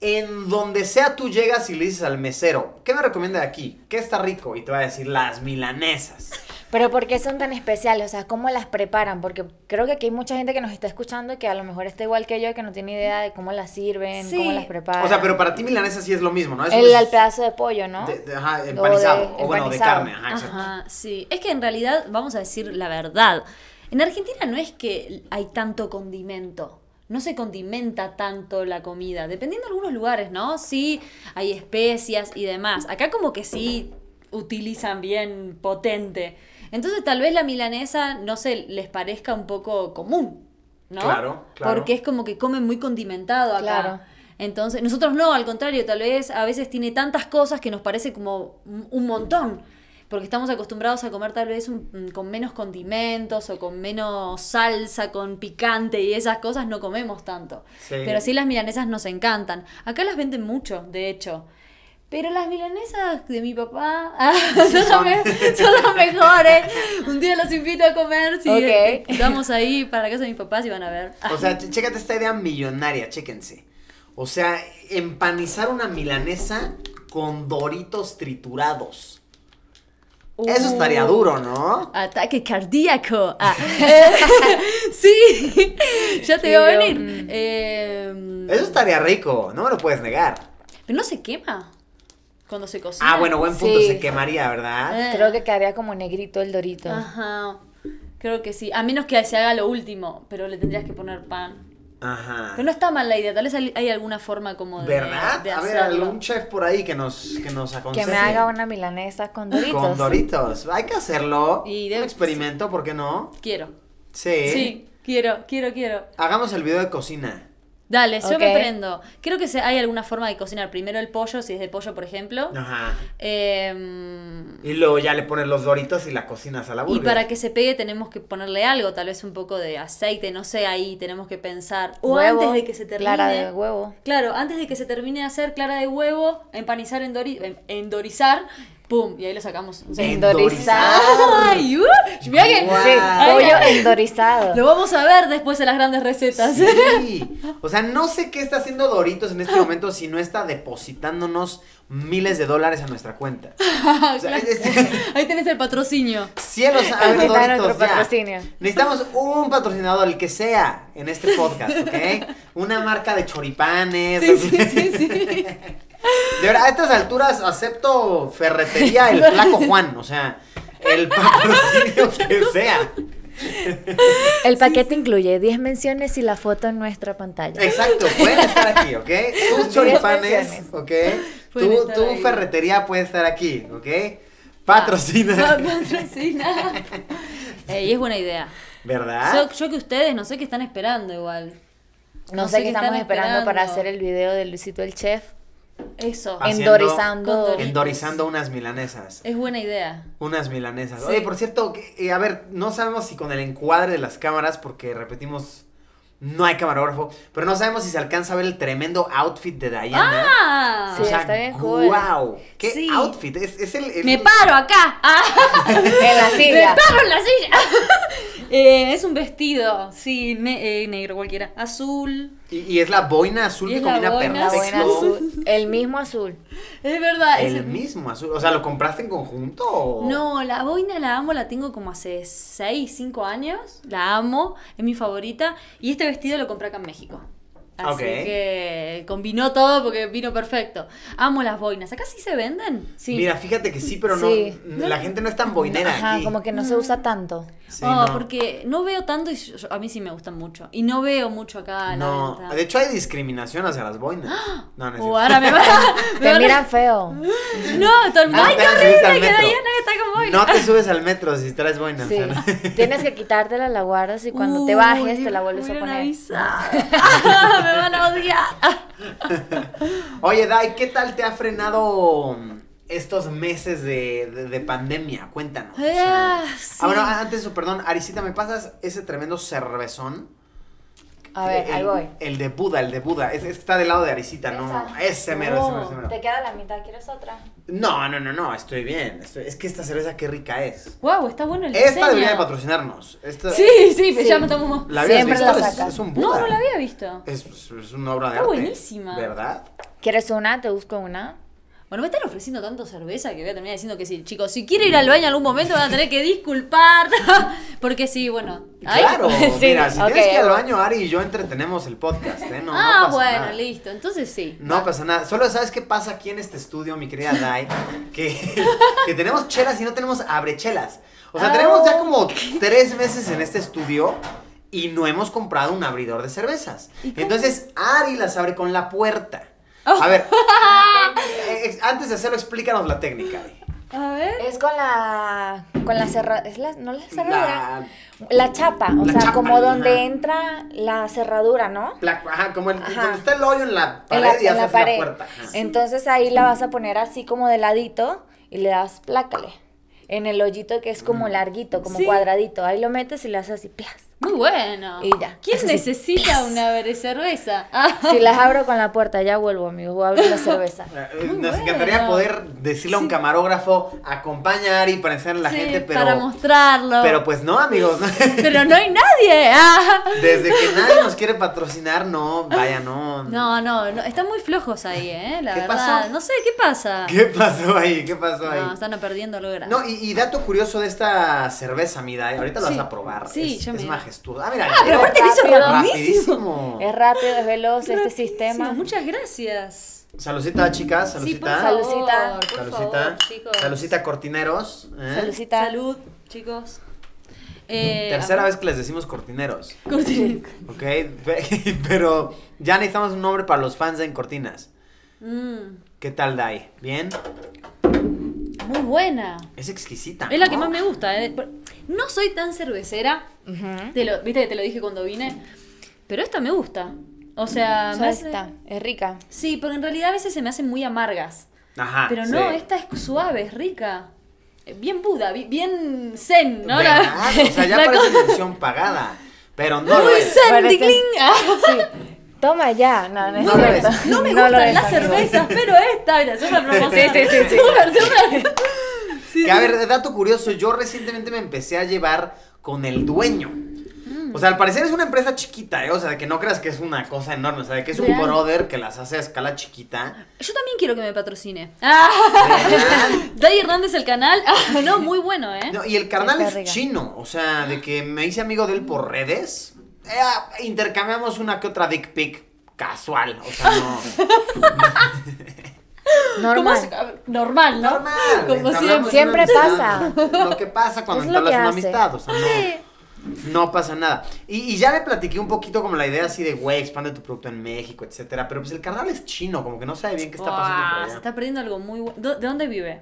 [SPEAKER 1] en donde sea tú llegas y le dices al mesero, ¿qué me recomienda de aquí? ¿Qué está rico? Y te va a decir las milanesas.
[SPEAKER 4] Pero ¿por qué son tan especiales? O sea, ¿cómo las preparan? Porque creo que aquí hay mucha gente que nos está escuchando y que a lo mejor está igual que yo, que no tiene idea de cómo las sirven,
[SPEAKER 2] Sí.
[SPEAKER 4] cómo las preparan.
[SPEAKER 1] O sea, pero para ti milanesa sí es lo mismo, ¿no? Eso
[SPEAKER 4] el,
[SPEAKER 1] es pues
[SPEAKER 4] el pedazo de pollo, ¿no?
[SPEAKER 1] de- de- ajá, empanizado. o bueno, de
[SPEAKER 4] empanizado.
[SPEAKER 1] carne, ajá, exacto.
[SPEAKER 2] Ajá, sí. Es que en realidad, vamos a decir la verdad, en Argentina no es que hay tanto condimento. No se condimenta tanto la comida, dependiendo de algunos lugares, ¿no? Sí, hay especias y demás. Acá como que sí utilizan bien potente. Entonces tal vez la milanesa no se les parezca un poco común, ¿no?
[SPEAKER 1] Claro, claro.
[SPEAKER 2] Porque es como que comen muy condimentado acá.
[SPEAKER 4] Claro.
[SPEAKER 2] Entonces, nosotros no, al contrario, tal vez a veces tiene tantas cosas que nos parece como un un montón. Porque estamos acostumbrados a comer tal vez un- mm, con menos condimentos o con menos salsa, con picante y esas cosas no comemos tanto.
[SPEAKER 1] Sí.
[SPEAKER 2] Pero sí las milanesas nos encantan. Acá las venden mucho, de hecho. Pero las milanesas de mi papá ah, son, las me- son las mejores. Un día los invito a comer. Si
[SPEAKER 4] Ok.
[SPEAKER 2] eh, vamos ahí para casa de mis papás y van a ver. Ah,
[SPEAKER 1] O sea, ch- chécate esta idea millonaria, chéquense. O sea, empanizar una milanesa con doritos triturados. Eso
[SPEAKER 2] uh.
[SPEAKER 1] estaría duro, ¿no?
[SPEAKER 2] Ataque cardíaco. Ah, eh, sí, ya te
[SPEAKER 4] Sí,
[SPEAKER 2] veo
[SPEAKER 4] yo,
[SPEAKER 2] venir.
[SPEAKER 4] mm.
[SPEAKER 2] Eh,
[SPEAKER 1] Eso estaría rico, no me lo puedes negar.
[SPEAKER 2] pero no se quema cuando se cocina.
[SPEAKER 1] Ah, bueno, buen punto,
[SPEAKER 4] Sí.
[SPEAKER 1] se quemaría, ¿verdad?
[SPEAKER 2] Eh,
[SPEAKER 4] Creo que quedaría como negrito el dorito.
[SPEAKER 2] Ajá. Creo que sí. A menos que se haga lo último, pero le tendrías que poner pan.
[SPEAKER 1] Ajá.
[SPEAKER 2] Pero no está mal la idea. Tal vez hay hay alguna forma como de.
[SPEAKER 1] ¿Verdad?
[SPEAKER 2] de
[SPEAKER 1] A ver,
[SPEAKER 2] hacerlo.
[SPEAKER 1] algún chef por ahí que nos, que nos aconseje.
[SPEAKER 4] que me haga una milanesa con doritos.
[SPEAKER 1] Con doritos. Hay que hacerlo.
[SPEAKER 2] Y de-
[SPEAKER 1] Un experimento, ¿por qué no?
[SPEAKER 2] Quiero.
[SPEAKER 1] Sí.
[SPEAKER 2] Sí, quiero, quiero, quiero.
[SPEAKER 1] Hagamos el video de cocina.
[SPEAKER 2] Dale, yo me
[SPEAKER 4] Ok.
[SPEAKER 2] prendo. Creo que se- hay alguna forma de cocinar. Primero el pollo, si es de pollo, por ejemplo.
[SPEAKER 1] Ajá.
[SPEAKER 2] Em,
[SPEAKER 1] Y luego ya le pones los doritos y la cocinas a la
[SPEAKER 2] Y
[SPEAKER 1] burger.
[SPEAKER 2] para que se pegue tenemos que ponerle algo, tal vez un poco de aceite, no sé, ahí tenemos que pensar. O
[SPEAKER 4] Huevo,
[SPEAKER 2] antes de que se termine.
[SPEAKER 4] Clara de huevo.
[SPEAKER 2] Claro, antes de que se termine de hacer clara de huevo, empanizar, endori- em- endorizar, pum, y ahí lo sacamos. O sea,
[SPEAKER 1] Endorizar.
[SPEAKER 2] ¡Ay! uh, mira que-
[SPEAKER 1] Guau.
[SPEAKER 4] Sí,
[SPEAKER 1] Ay,
[SPEAKER 4] pollo
[SPEAKER 2] ay.
[SPEAKER 4] endorizado.
[SPEAKER 2] Lo vamos a ver después en las grandes recetas.
[SPEAKER 1] Sí. O sea, no sé qué está haciendo Doritos en este momento si no está depositándonos miles de dólares a nuestra cuenta. O sea, es- es-
[SPEAKER 2] ahí tenés el patrocinio.
[SPEAKER 1] cielos, a
[SPEAKER 4] Ahí
[SPEAKER 1] ver,
[SPEAKER 4] está
[SPEAKER 1] Doritos,
[SPEAKER 4] nuestro
[SPEAKER 1] ya.
[SPEAKER 4] patrocinio.
[SPEAKER 1] Necesitamos un patrocinador, el que sea, en este podcast, ¿ok? Una marca de choripanes.
[SPEAKER 2] Sí, sí, sí, sí.
[SPEAKER 1] De verdad, a estas alturas acepto ferretería el flaco Juan, o sea, el patrocinio que sea.
[SPEAKER 4] El paquete incluye 10 menciones y la foto en nuestra pantalla.
[SPEAKER 1] Exacto, pueden estar aquí, ¿ok? Tus
[SPEAKER 4] Sí,
[SPEAKER 1] choripanes,
[SPEAKER 4] expresiones.
[SPEAKER 1] ¿ok?
[SPEAKER 2] Pueden
[SPEAKER 1] Tu,
[SPEAKER 2] estar
[SPEAKER 1] tu
[SPEAKER 2] ahí. Ah.
[SPEAKER 1] ferretería puede estar aquí, ¿ok? Patrocina,
[SPEAKER 2] Patrocina. Eh, y es buena idea. Yo,
[SPEAKER 1] ¿verdad?
[SPEAKER 2] yo que ustedes, no sé qué están esperando igual.
[SPEAKER 4] No, sé qué estamos
[SPEAKER 2] están
[SPEAKER 4] esperando para
[SPEAKER 2] esperando.
[SPEAKER 4] hacer el video de Luisito el Chef.
[SPEAKER 2] Eso.
[SPEAKER 1] Ah, Haciendo-
[SPEAKER 4] Endorizando.
[SPEAKER 2] Con Doritos.
[SPEAKER 1] Endorizando unas milanesas.
[SPEAKER 2] Es buena idea.
[SPEAKER 1] Unas milanesas.
[SPEAKER 2] Sí.
[SPEAKER 1] Oye, por cierto, que- eh, a ver, no sabemos si con el encuadre de las cámaras, porque repetimos, no hay camarógrafo, pero no sabemos si se alcanza a ver el tremendo outfit de Diana.
[SPEAKER 2] ¡Ah!
[SPEAKER 4] Sí, está bien cool.
[SPEAKER 1] ¡Wow! ¡Qué
[SPEAKER 2] Sí.
[SPEAKER 1] outfit! Es, es el, el-
[SPEAKER 2] ¡Me paro acá! ¡Ah!
[SPEAKER 4] En la silla.
[SPEAKER 2] ¡Me paro en la silla! Eh, es un vestido, sí, ne- eh, negro cualquiera. Azul.
[SPEAKER 1] y, y es la boina azul
[SPEAKER 2] Y
[SPEAKER 1] que
[SPEAKER 2] es
[SPEAKER 1] combina
[SPEAKER 2] la boina
[SPEAKER 4] La
[SPEAKER 1] perfecto.
[SPEAKER 4] buena azul. El mismo azul.
[SPEAKER 2] Es verdad. es
[SPEAKER 1] El mismo azul. O sea, ¿lo compraste en conjunto? o-
[SPEAKER 2] No, la boina la amo, la tengo como hace 6, 5 años. La amo, es mi favorita. Y este vestido lo compré acá en México. Así
[SPEAKER 1] Ok.
[SPEAKER 2] que combinó todo porque vino perfecto. Amo las boinas. ¿Acá sí se venden? Sí.
[SPEAKER 1] Mira, fíjate que sí, pero no.
[SPEAKER 4] Sí.
[SPEAKER 1] La gente no es tan boinera
[SPEAKER 4] Ajá,
[SPEAKER 1] aquí.
[SPEAKER 4] como que no se usa tanto.
[SPEAKER 1] Sí,
[SPEAKER 2] Oh,
[SPEAKER 1] no.
[SPEAKER 2] porque no veo tanto y yo- yo- a mí sí me gustan mucho. Y no veo mucho
[SPEAKER 4] Ah,
[SPEAKER 2] acá a la
[SPEAKER 1] No,
[SPEAKER 2] venta.
[SPEAKER 1] de hecho hay discriminación hacia las boinas. No, no es
[SPEAKER 2] O
[SPEAKER 1] cierto.
[SPEAKER 2] ahora me va, me
[SPEAKER 4] Te
[SPEAKER 2] van a-
[SPEAKER 4] miran feo.
[SPEAKER 2] No, todo el
[SPEAKER 1] No
[SPEAKER 2] ¡Ay,
[SPEAKER 1] Ah, te
[SPEAKER 2] qué
[SPEAKER 1] subiste al
[SPEAKER 2] horrible! Que
[SPEAKER 1] metro.
[SPEAKER 2] Dayana está con boina.
[SPEAKER 1] No te subes al metro si traes boina. o
[SPEAKER 4] Sí.
[SPEAKER 1] sea, no.
[SPEAKER 4] Tienes que quitártela, la guardas y cuando te
[SPEAKER 2] Uy,
[SPEAKER 4] bajes te la vuelves a
[SPEAKER 2] hubieran
[SPEAKER 4] poner.
[SPEAKER 2] avisado. me van a odiar.
[SPEAKER 1] Oye, Dai, ¿qué tal te ha frenado mm, estos meses de, de- de pandemia? Cuéntanos. o sea.
[SPEAKER 2] Ah,
[SPEAKER 1] Ah, bueno,
[SPEAKER 2] sí.
[SPEAKER 1] antes, oh, perdón, Arisita, ¿me pasas ese tremendo cervezón?
[SPEAKER 4] A ver,
[SPEAKER 1] el,
[SPEAKER 4] ahí voy.
[SPEAKER 1] El de Buda, el de Buda. Es, es que está del lado de Arisita, ¿no?
[SPEAKER 4] Esa.
[SPEAKER 1] Ese mero, ese mero, ese
[SPEAKER 4] No,
[SPEAKER 1] mero.
[SPEAKER 4] Te queda la mitad, ¿quieres otra?
[SPEAKER 1] No, no, no, no, estoy bien. estoy- Es que esta cerveza qué rica es.
[SPEAKER 2] Wow, está bueno el
[SPEAKER 1] Esta
[SPEAKER 2] diseño.
[SPEAKER 1] debería de patrocinarnos. Esta,
[SPEAKER 2] Sí, sí,
[SPEAKER 4] Sí.
[SPEAKER 2] ya me tomo
[SPEAKER 1] ¿La habías
[SPEAKER 4] Siempre
[SPEAKER 1] visto?
[SPEAKER 4] la
[SPEAKER 1] Es-
[SPEAKER 4] sacan.
[SPEAKER 1] Es, un Buda.
[SPEAKER 2] No, no la había visto.
[SPEAKER 1] Es, es una obra de
[SPEAKER 2] Está
[SPEAKER 1] arte.
[SPEAKER 2] buenísima.
[SPEAKER 1] ¿Verdad?
[SPEAKER 4] ¿Quieres una? ¿Te busco una?
[SPEAKER 2] Bueno, me están ofreciendo tanto cerveza que voy a terminar diciendo que sí. Chicos, si quiere ir al baño en algún momento van a tener que disculpar. Porque sí, bueno. ¿Ay?
[SPEAKER 1] Claro,
[SPEAKER 4] Sí,
[SPEAKER 1] mira, si
[SPEAKER 4] ok,
[SPEAKER 1] tienes que ir al
[SPEAKER 4] ahí va.
[SPEAKER 1] baño, Ari y yo entretenemos el podcast, ¿eh? No, no
[SPEAKER 2] ah,
[SPEAKER 1] pasa
[SPEAKER 2] bueno,
[SPEAKER 1] nada.
[SPEAKER 2] listo. Entonces sí.
[SPEAKER 4] Ah.
[SPEAKER 1] No pasa nada. Solo sabes qué pasa aquí en este estudio, mi querida Dai, que, que tenemos chelas y no tenemos abrechelas. O sea,
[SPEAKER 2] Ah.
[SPEAKER 1] tenemos ya como tres meses en este estudio y no hemos comprado un abridor de cervezas. Entonces, Ari las abre con la puerta.
[SPEAKER 4] Oh.
[SPEAKER 1] A ver, eh, ex- antes de hacerlo, explícanos la técnica. Ari.
[SPEAKER 2] A ver.
[SPEAKER 4] Es con la. Con la cerradura. ¿Es la, no la cerradura?
[SPEAKER 1] La,
[SPEAKER 4] La, chapa, o
[SPEAKER 1] La
[SPEAKER 4] sea,
[SPEAKER 1] chapa,
[SPEAKER 4] como donde
[SPEAKER 1] ajá.
[SPEAKER 4] entra la cerradura, ¿no?
[SPEAKER 1] la- ajá, como el,
[SPEAKER 4] Ajá.
[SPEAKER 1] donde está el hoyo en la pared
[SPEAKER 4] en la,
[SPEAKER 1] y
[SPEAKER 4] en la
[SPEAKER 1] haces la,
[SPEAKER 4] pared.
[SPEAKER 1] puerta. Ajá.
[SPEAKER 4] Entonces ahí la vas a poner así como de ladito y le das plácale. En el hoyito que es
[SPEAKER 1] Mm.
[SPEAKER 4] como larguito, como
[SPEAKER 2] Sí.
[SPEAKER 4] cuadradito. Ahí lo metes y le haces así, plas.
[SPEAKER 2] Muy bueno.
[SPEAKER 4] Y ya.
[SPEAKER 2] ¿Quién
[SPEAKER 4] Eso sí.
[SPEAKER 2] necesita una ver- cerveza? Ah.
[SPEAKER 4] Si las abro con la puerta, ya vuelvo, amigo. Voy a abrir la cerveza.
[SPEAKER 1] Eh,
[SPEAKER 2] Muy
[SPEAKER 1] Nos
[SPEAKER 2] bueno.
[SPEAKER 1] encantaría poder decirle a un camarógrafo, acompaña a Ari para enseñarle a la
[SPEAKER 2] Sí,
[SPEAKER 1] gente, pero,
[SPEAKER 2] Para mostrarlo.
[SPEAKER 1] pero pues no, amigos.
[SPEAKER 2] Pero no hay nadie. Ah.
[SPEAKER 1] Desde que nadie nos quiere patrocinar, no, vaya, no.
[SPEAKER 2] No, no, no, están muy flojos ahí, ¿eh? La
[SPEAKER 1] ¿Qué
[SPEAKER 2] verdad.
[SPEAKER 1] pasó?
[SPEAKER 2] No sé, ¿qué pasa?
[SPEAKER 1] ¿Qué pasó ahí? ¿Qué pasó ahí?
[SPEAKER 2] No, están perdiendo lo grande.
[SPEAKER 1] No, y, y dato curioso de esta cerveza, mira, ahorita la
[SPEAKER 2] Sí.
[SPEAKER 1] vas a probar.
[SPEAKER 2] Sí,
[SPEAKER 1] es,
[SPEAKER 2] ya me
[SPEAKER 1] es
[SPEAKER 2] dio.
[SPEAKER 1] majestuosa. Ah, mira,
[SPEAKER 2] pero
[SPEAKER 1] llegó
[SPEAKER 2] aparte lo hizo
[SPEAKER 4] rápido.
[SPEAKER 2] rapidísimo.
[SPEAKER 1] rapidísimo.
[SPEAKER 4] Es rápido, es veloz este
[SPEAKER 2] Rapidísimo,
[SPEAKER 4] sistema.
[SPEAKER 2] Muchas gracias.
[SPEAKER 1] Salucita, chicas,
[SPEAKER 2] por
[SPEAKER 1] salucita.
[SPEAKER 2] favor,
[SPEAKER 4] Salucita.
[SPEAKER 2] por
[SPEAKER 1] salucita.
[SPEAKER 2] favor, chicos.
[SPEAKER 1] Salucita, cortineros. ¿eh?
[SPEAKER 4] Salucita.
[SPEAKER 2] Salud, chicos. Eh,
[SPEAKER 1] Tercera
[SPEAKER 2] a-
[SPEAKER 1] vez que les decimos cortineros.
[SPEAKER 2] Corti-
[SPEAKER 1] Ok, pe- pero ya necesitamos un nombre para los fans de En Cortinas.
[SPEAKER 2] Mm,
[SPEAKER 1] ¿Qué tal, Dai? ¿Bien?
[SPEAKER 2] muy buena.
[SPEAKER 1] Es exquisita.
[SPEAKER 2] Es la que
[SPEAKER 1] ¿no?
[SPEAKER 2] más me gusta. eh. No soy tan cervecera.
[SPEAKER 4] Ujú.
[SPEAKER 2] Te lo, Viste que te lo dije cuando vine. Pero esta me gusta. O sea, me hace-
[SPEAKER 4] Suelta, es rica.
[SPEAKER 2] Sí, porque en realidad a veces se me hacen muy amargas.
[SPEAKER 1] Ajá.
[SPEAKER 2] Pero no,
[SPEAKER 1] Ah,
[SPEAKER 2] este,
[SPEAKER 1] sí.
[SPEAKER 2] esta es suave, es rica. Eh, Bien Buda, bi- bien Zen, ¿no? La-
[SPEAKER 1] ¿Verdad? ah, O sea, ya
[SPEAKER 2] la
[SPEAKER 1] parece
[SPEAKER 2] cosa-
[SPEAKER 1] mención pagada. Pero no lo
[SPEAKER 2] Muy
[SPEAKER 1] es.
[SPEAKER 2] Zen,
[SPEAKER 4] Parece-
[SPEAKER 2] ticlín. Ah.
[SPEAKER 4] Sí. Toma ya. No, no, es
[SPEAKER 1] No lo
[SPEAKER 4] cierto.
[SPEAKER 1] es.
[SPEAKER 2] No me
[SPEAKER 4] No lo
[SPEAKER 2] gustan
[SPEAKER 4] es,
[SPEAKER 2] las
[SPEAKER 4] amigo.
[SPEAKER 2] cervezas, pero esta, mira, es una promoción.
[SPEAKER 4] Sí, sí, sí, sí.
[SPEAKER 2] Súper, súper. Sí,
[SPEAKER 1] Que, a
[SPEAKER 2] sí.
[SPEAKER 1] ver, dato curioso, yo recientemente me empecé a llevar con el dueño.
[SPEAKER 2] Mm.
[SPEAKER 1] O sea, al parecer es una empresa chiquita, ¿eh? O sea, de que no creas que es una cosa enorme. O sea, de que es un
[SPEAKER 2] Real.
[SPEAKER 1] brother que las hace a escala chiquita.
[SPEAKER 2] Yo también quiero que me patrocine. Ah, Day Hernández el canal. Ah, no, muy bueno, ¿eh?
[SPEAKER 1] No, y el carnal
[SPEAKER 4] Está
[SPEAKER 1] es
[SPEAKER 4] rica.
[SPEAKER 1] chino, o sea, de que me hice amigo de él por redes, eh, intercambiamos una que otra dick pic casual, o sea, no.
[SPEAKER 2] ¿Cómo
[SPEAKER 4] Normal.
[SPEAKER 2] es? A ver, Normal, ¿no?
[SPEAKER 1] Normal.
[SPEAKER 2] Como
[SPEAKER 1] entablamos
[SPEAKER 2] siempre.
[SPEAKER 1] una
[SPEAKER 4] Siempre
[SPEAKER 1] amistad, Lo que pasa cuando
[SPEAKER 4] Es lo
[SPEAKER 1] entablas
[SPEAKER 4] que
[SPEAKER 1] una
[SPEAKER 4] hace.
[SPEAKER 1] amistad, o sea, no. No pasa nada. Y, y ya le platiqué un poquito como la idea así de, güey, expande tu producto en México, etcétera. Pero pues el carnal es chino, como que no sabe bien qué está pasando
[SPEAKER 2] Ah,
[SPEAKER 1] por
[SPEAKER 2] se
[SPEAKER 1] allá.
[SPEAKER 2] está perdiendo algo muy bueno. ¿De dónde vive?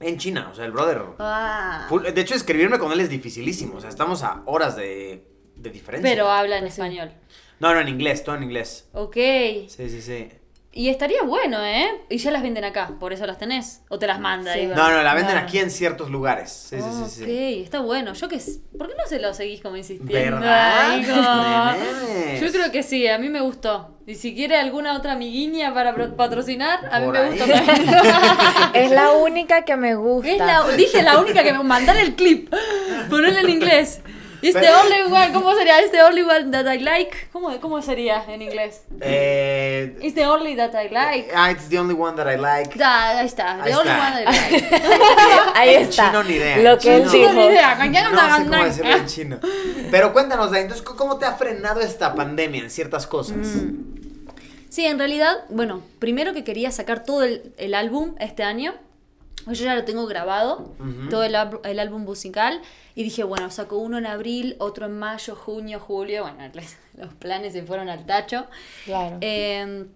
[SPEAKER 1] En China, o sea, el brother.
[SPEAKER 2] Ah.
[SPEAKER 1] Full- De hecho, escribirme con él es dificilísimo. O sea, estamos a horas de, de diferencia.
[SPEAKER 2] Pero habla en
[SPEAKER 4] Pues sí.
[SPEAKER 2] español.
[SPEAKER 1] No, no, en inglés, todo en inglés.
[SPEAKER 2] Ok.
[SPEAKER 1] Sí, sí, sí.
[SPEAKER 2] Y estaría bueno, ¿eh? Y ya las venden acá, por eso las tenés. O te las manda
[SPEAKER 4] Sí.
[SPEAKER 2] ahí.
[SPEAKER 1] No, no, la venden
[SPEAKER 4] No.
[SPEAKER 1] aquí en ciertos lugares. Sí, sí, sí, sí.
[SPEAKER 2] Ah, Ok, está bueno. Yo que s- ¿Por qué no se lo seguís como insistiendo?
[SPEAKER 1] ¿Verdad?
[SPEAKER 2] ahí, como-
[SPEAKER 1] Nenes.
[SPEAKER 2] Yo creo que sí, a mí me gustó. Y si quiere alguna otra amiguinha para pro- patrocinar, a mí
[SPEAKER 1] Por
[SPEAKER 2] me
[SPEAKER 1] ahí.
[SPEAKER 2] gusta también.
[SPEAKER 4] Es la única que me gusta.
[SPEAKER 2] Ah. Es la, dije la única que me mandar el clip. Ponerlo en inglés. Este
[SPEAKER 1] Pero-
[SPEAKER 2] only one, ¿cómo sería? Este only one that I like. ¿Cómo, cómo sería en inglés?
[SPEAKER 1] Eh,
[SPEAKER 2] It's the only that I like.
[SPEAKER 1] ah, it's the only one that I like.
[SPEAKER 2] Da, ahí está.
[SPEAKER 1] Ahí
[SPEAKER 2] The only
[SPEAKER 1] está.
[SPEAKER 2] one that I like.
[SPEAKER 4] Ahí
[SPEAKER 1] En
[SPEAKER 4] está.
[SPEAKER 1] chino ni idea, en
[SPEAKER 4] Lo que
[SPEAKER 1] chino.
[SPEAKER 4] él
[SPEAKER 2] Tengo ni
[SPEAKER 4] dijo.
[SPEAKER 2] idea, ¿con quién
[SPEAKER 1] No sé
[SPEAKER 2] andaban?
[SPEAKER 1] cómo decirlo en chino. Pero cuéntanos, Dai, entonces, ¿cómo te ha frenado esta pandemia en ciertas cosas?
[SPEAKER 2] Mm. Sí, en realidad, bueno, primero que quería sacar todo el, el álbum este año. Yo ya lo tengo grabado,
[SPEAKER 1] Ujú.
[SPEAKER 2] todo el, ab- el álbum musical. Y dije, bueno, saco uno en abril, otro en mayo, junio, julio. Bueno, los planes se fueron al tacho.
[SPEAKER 4] Claro.
[SPEAKER 2] Eh,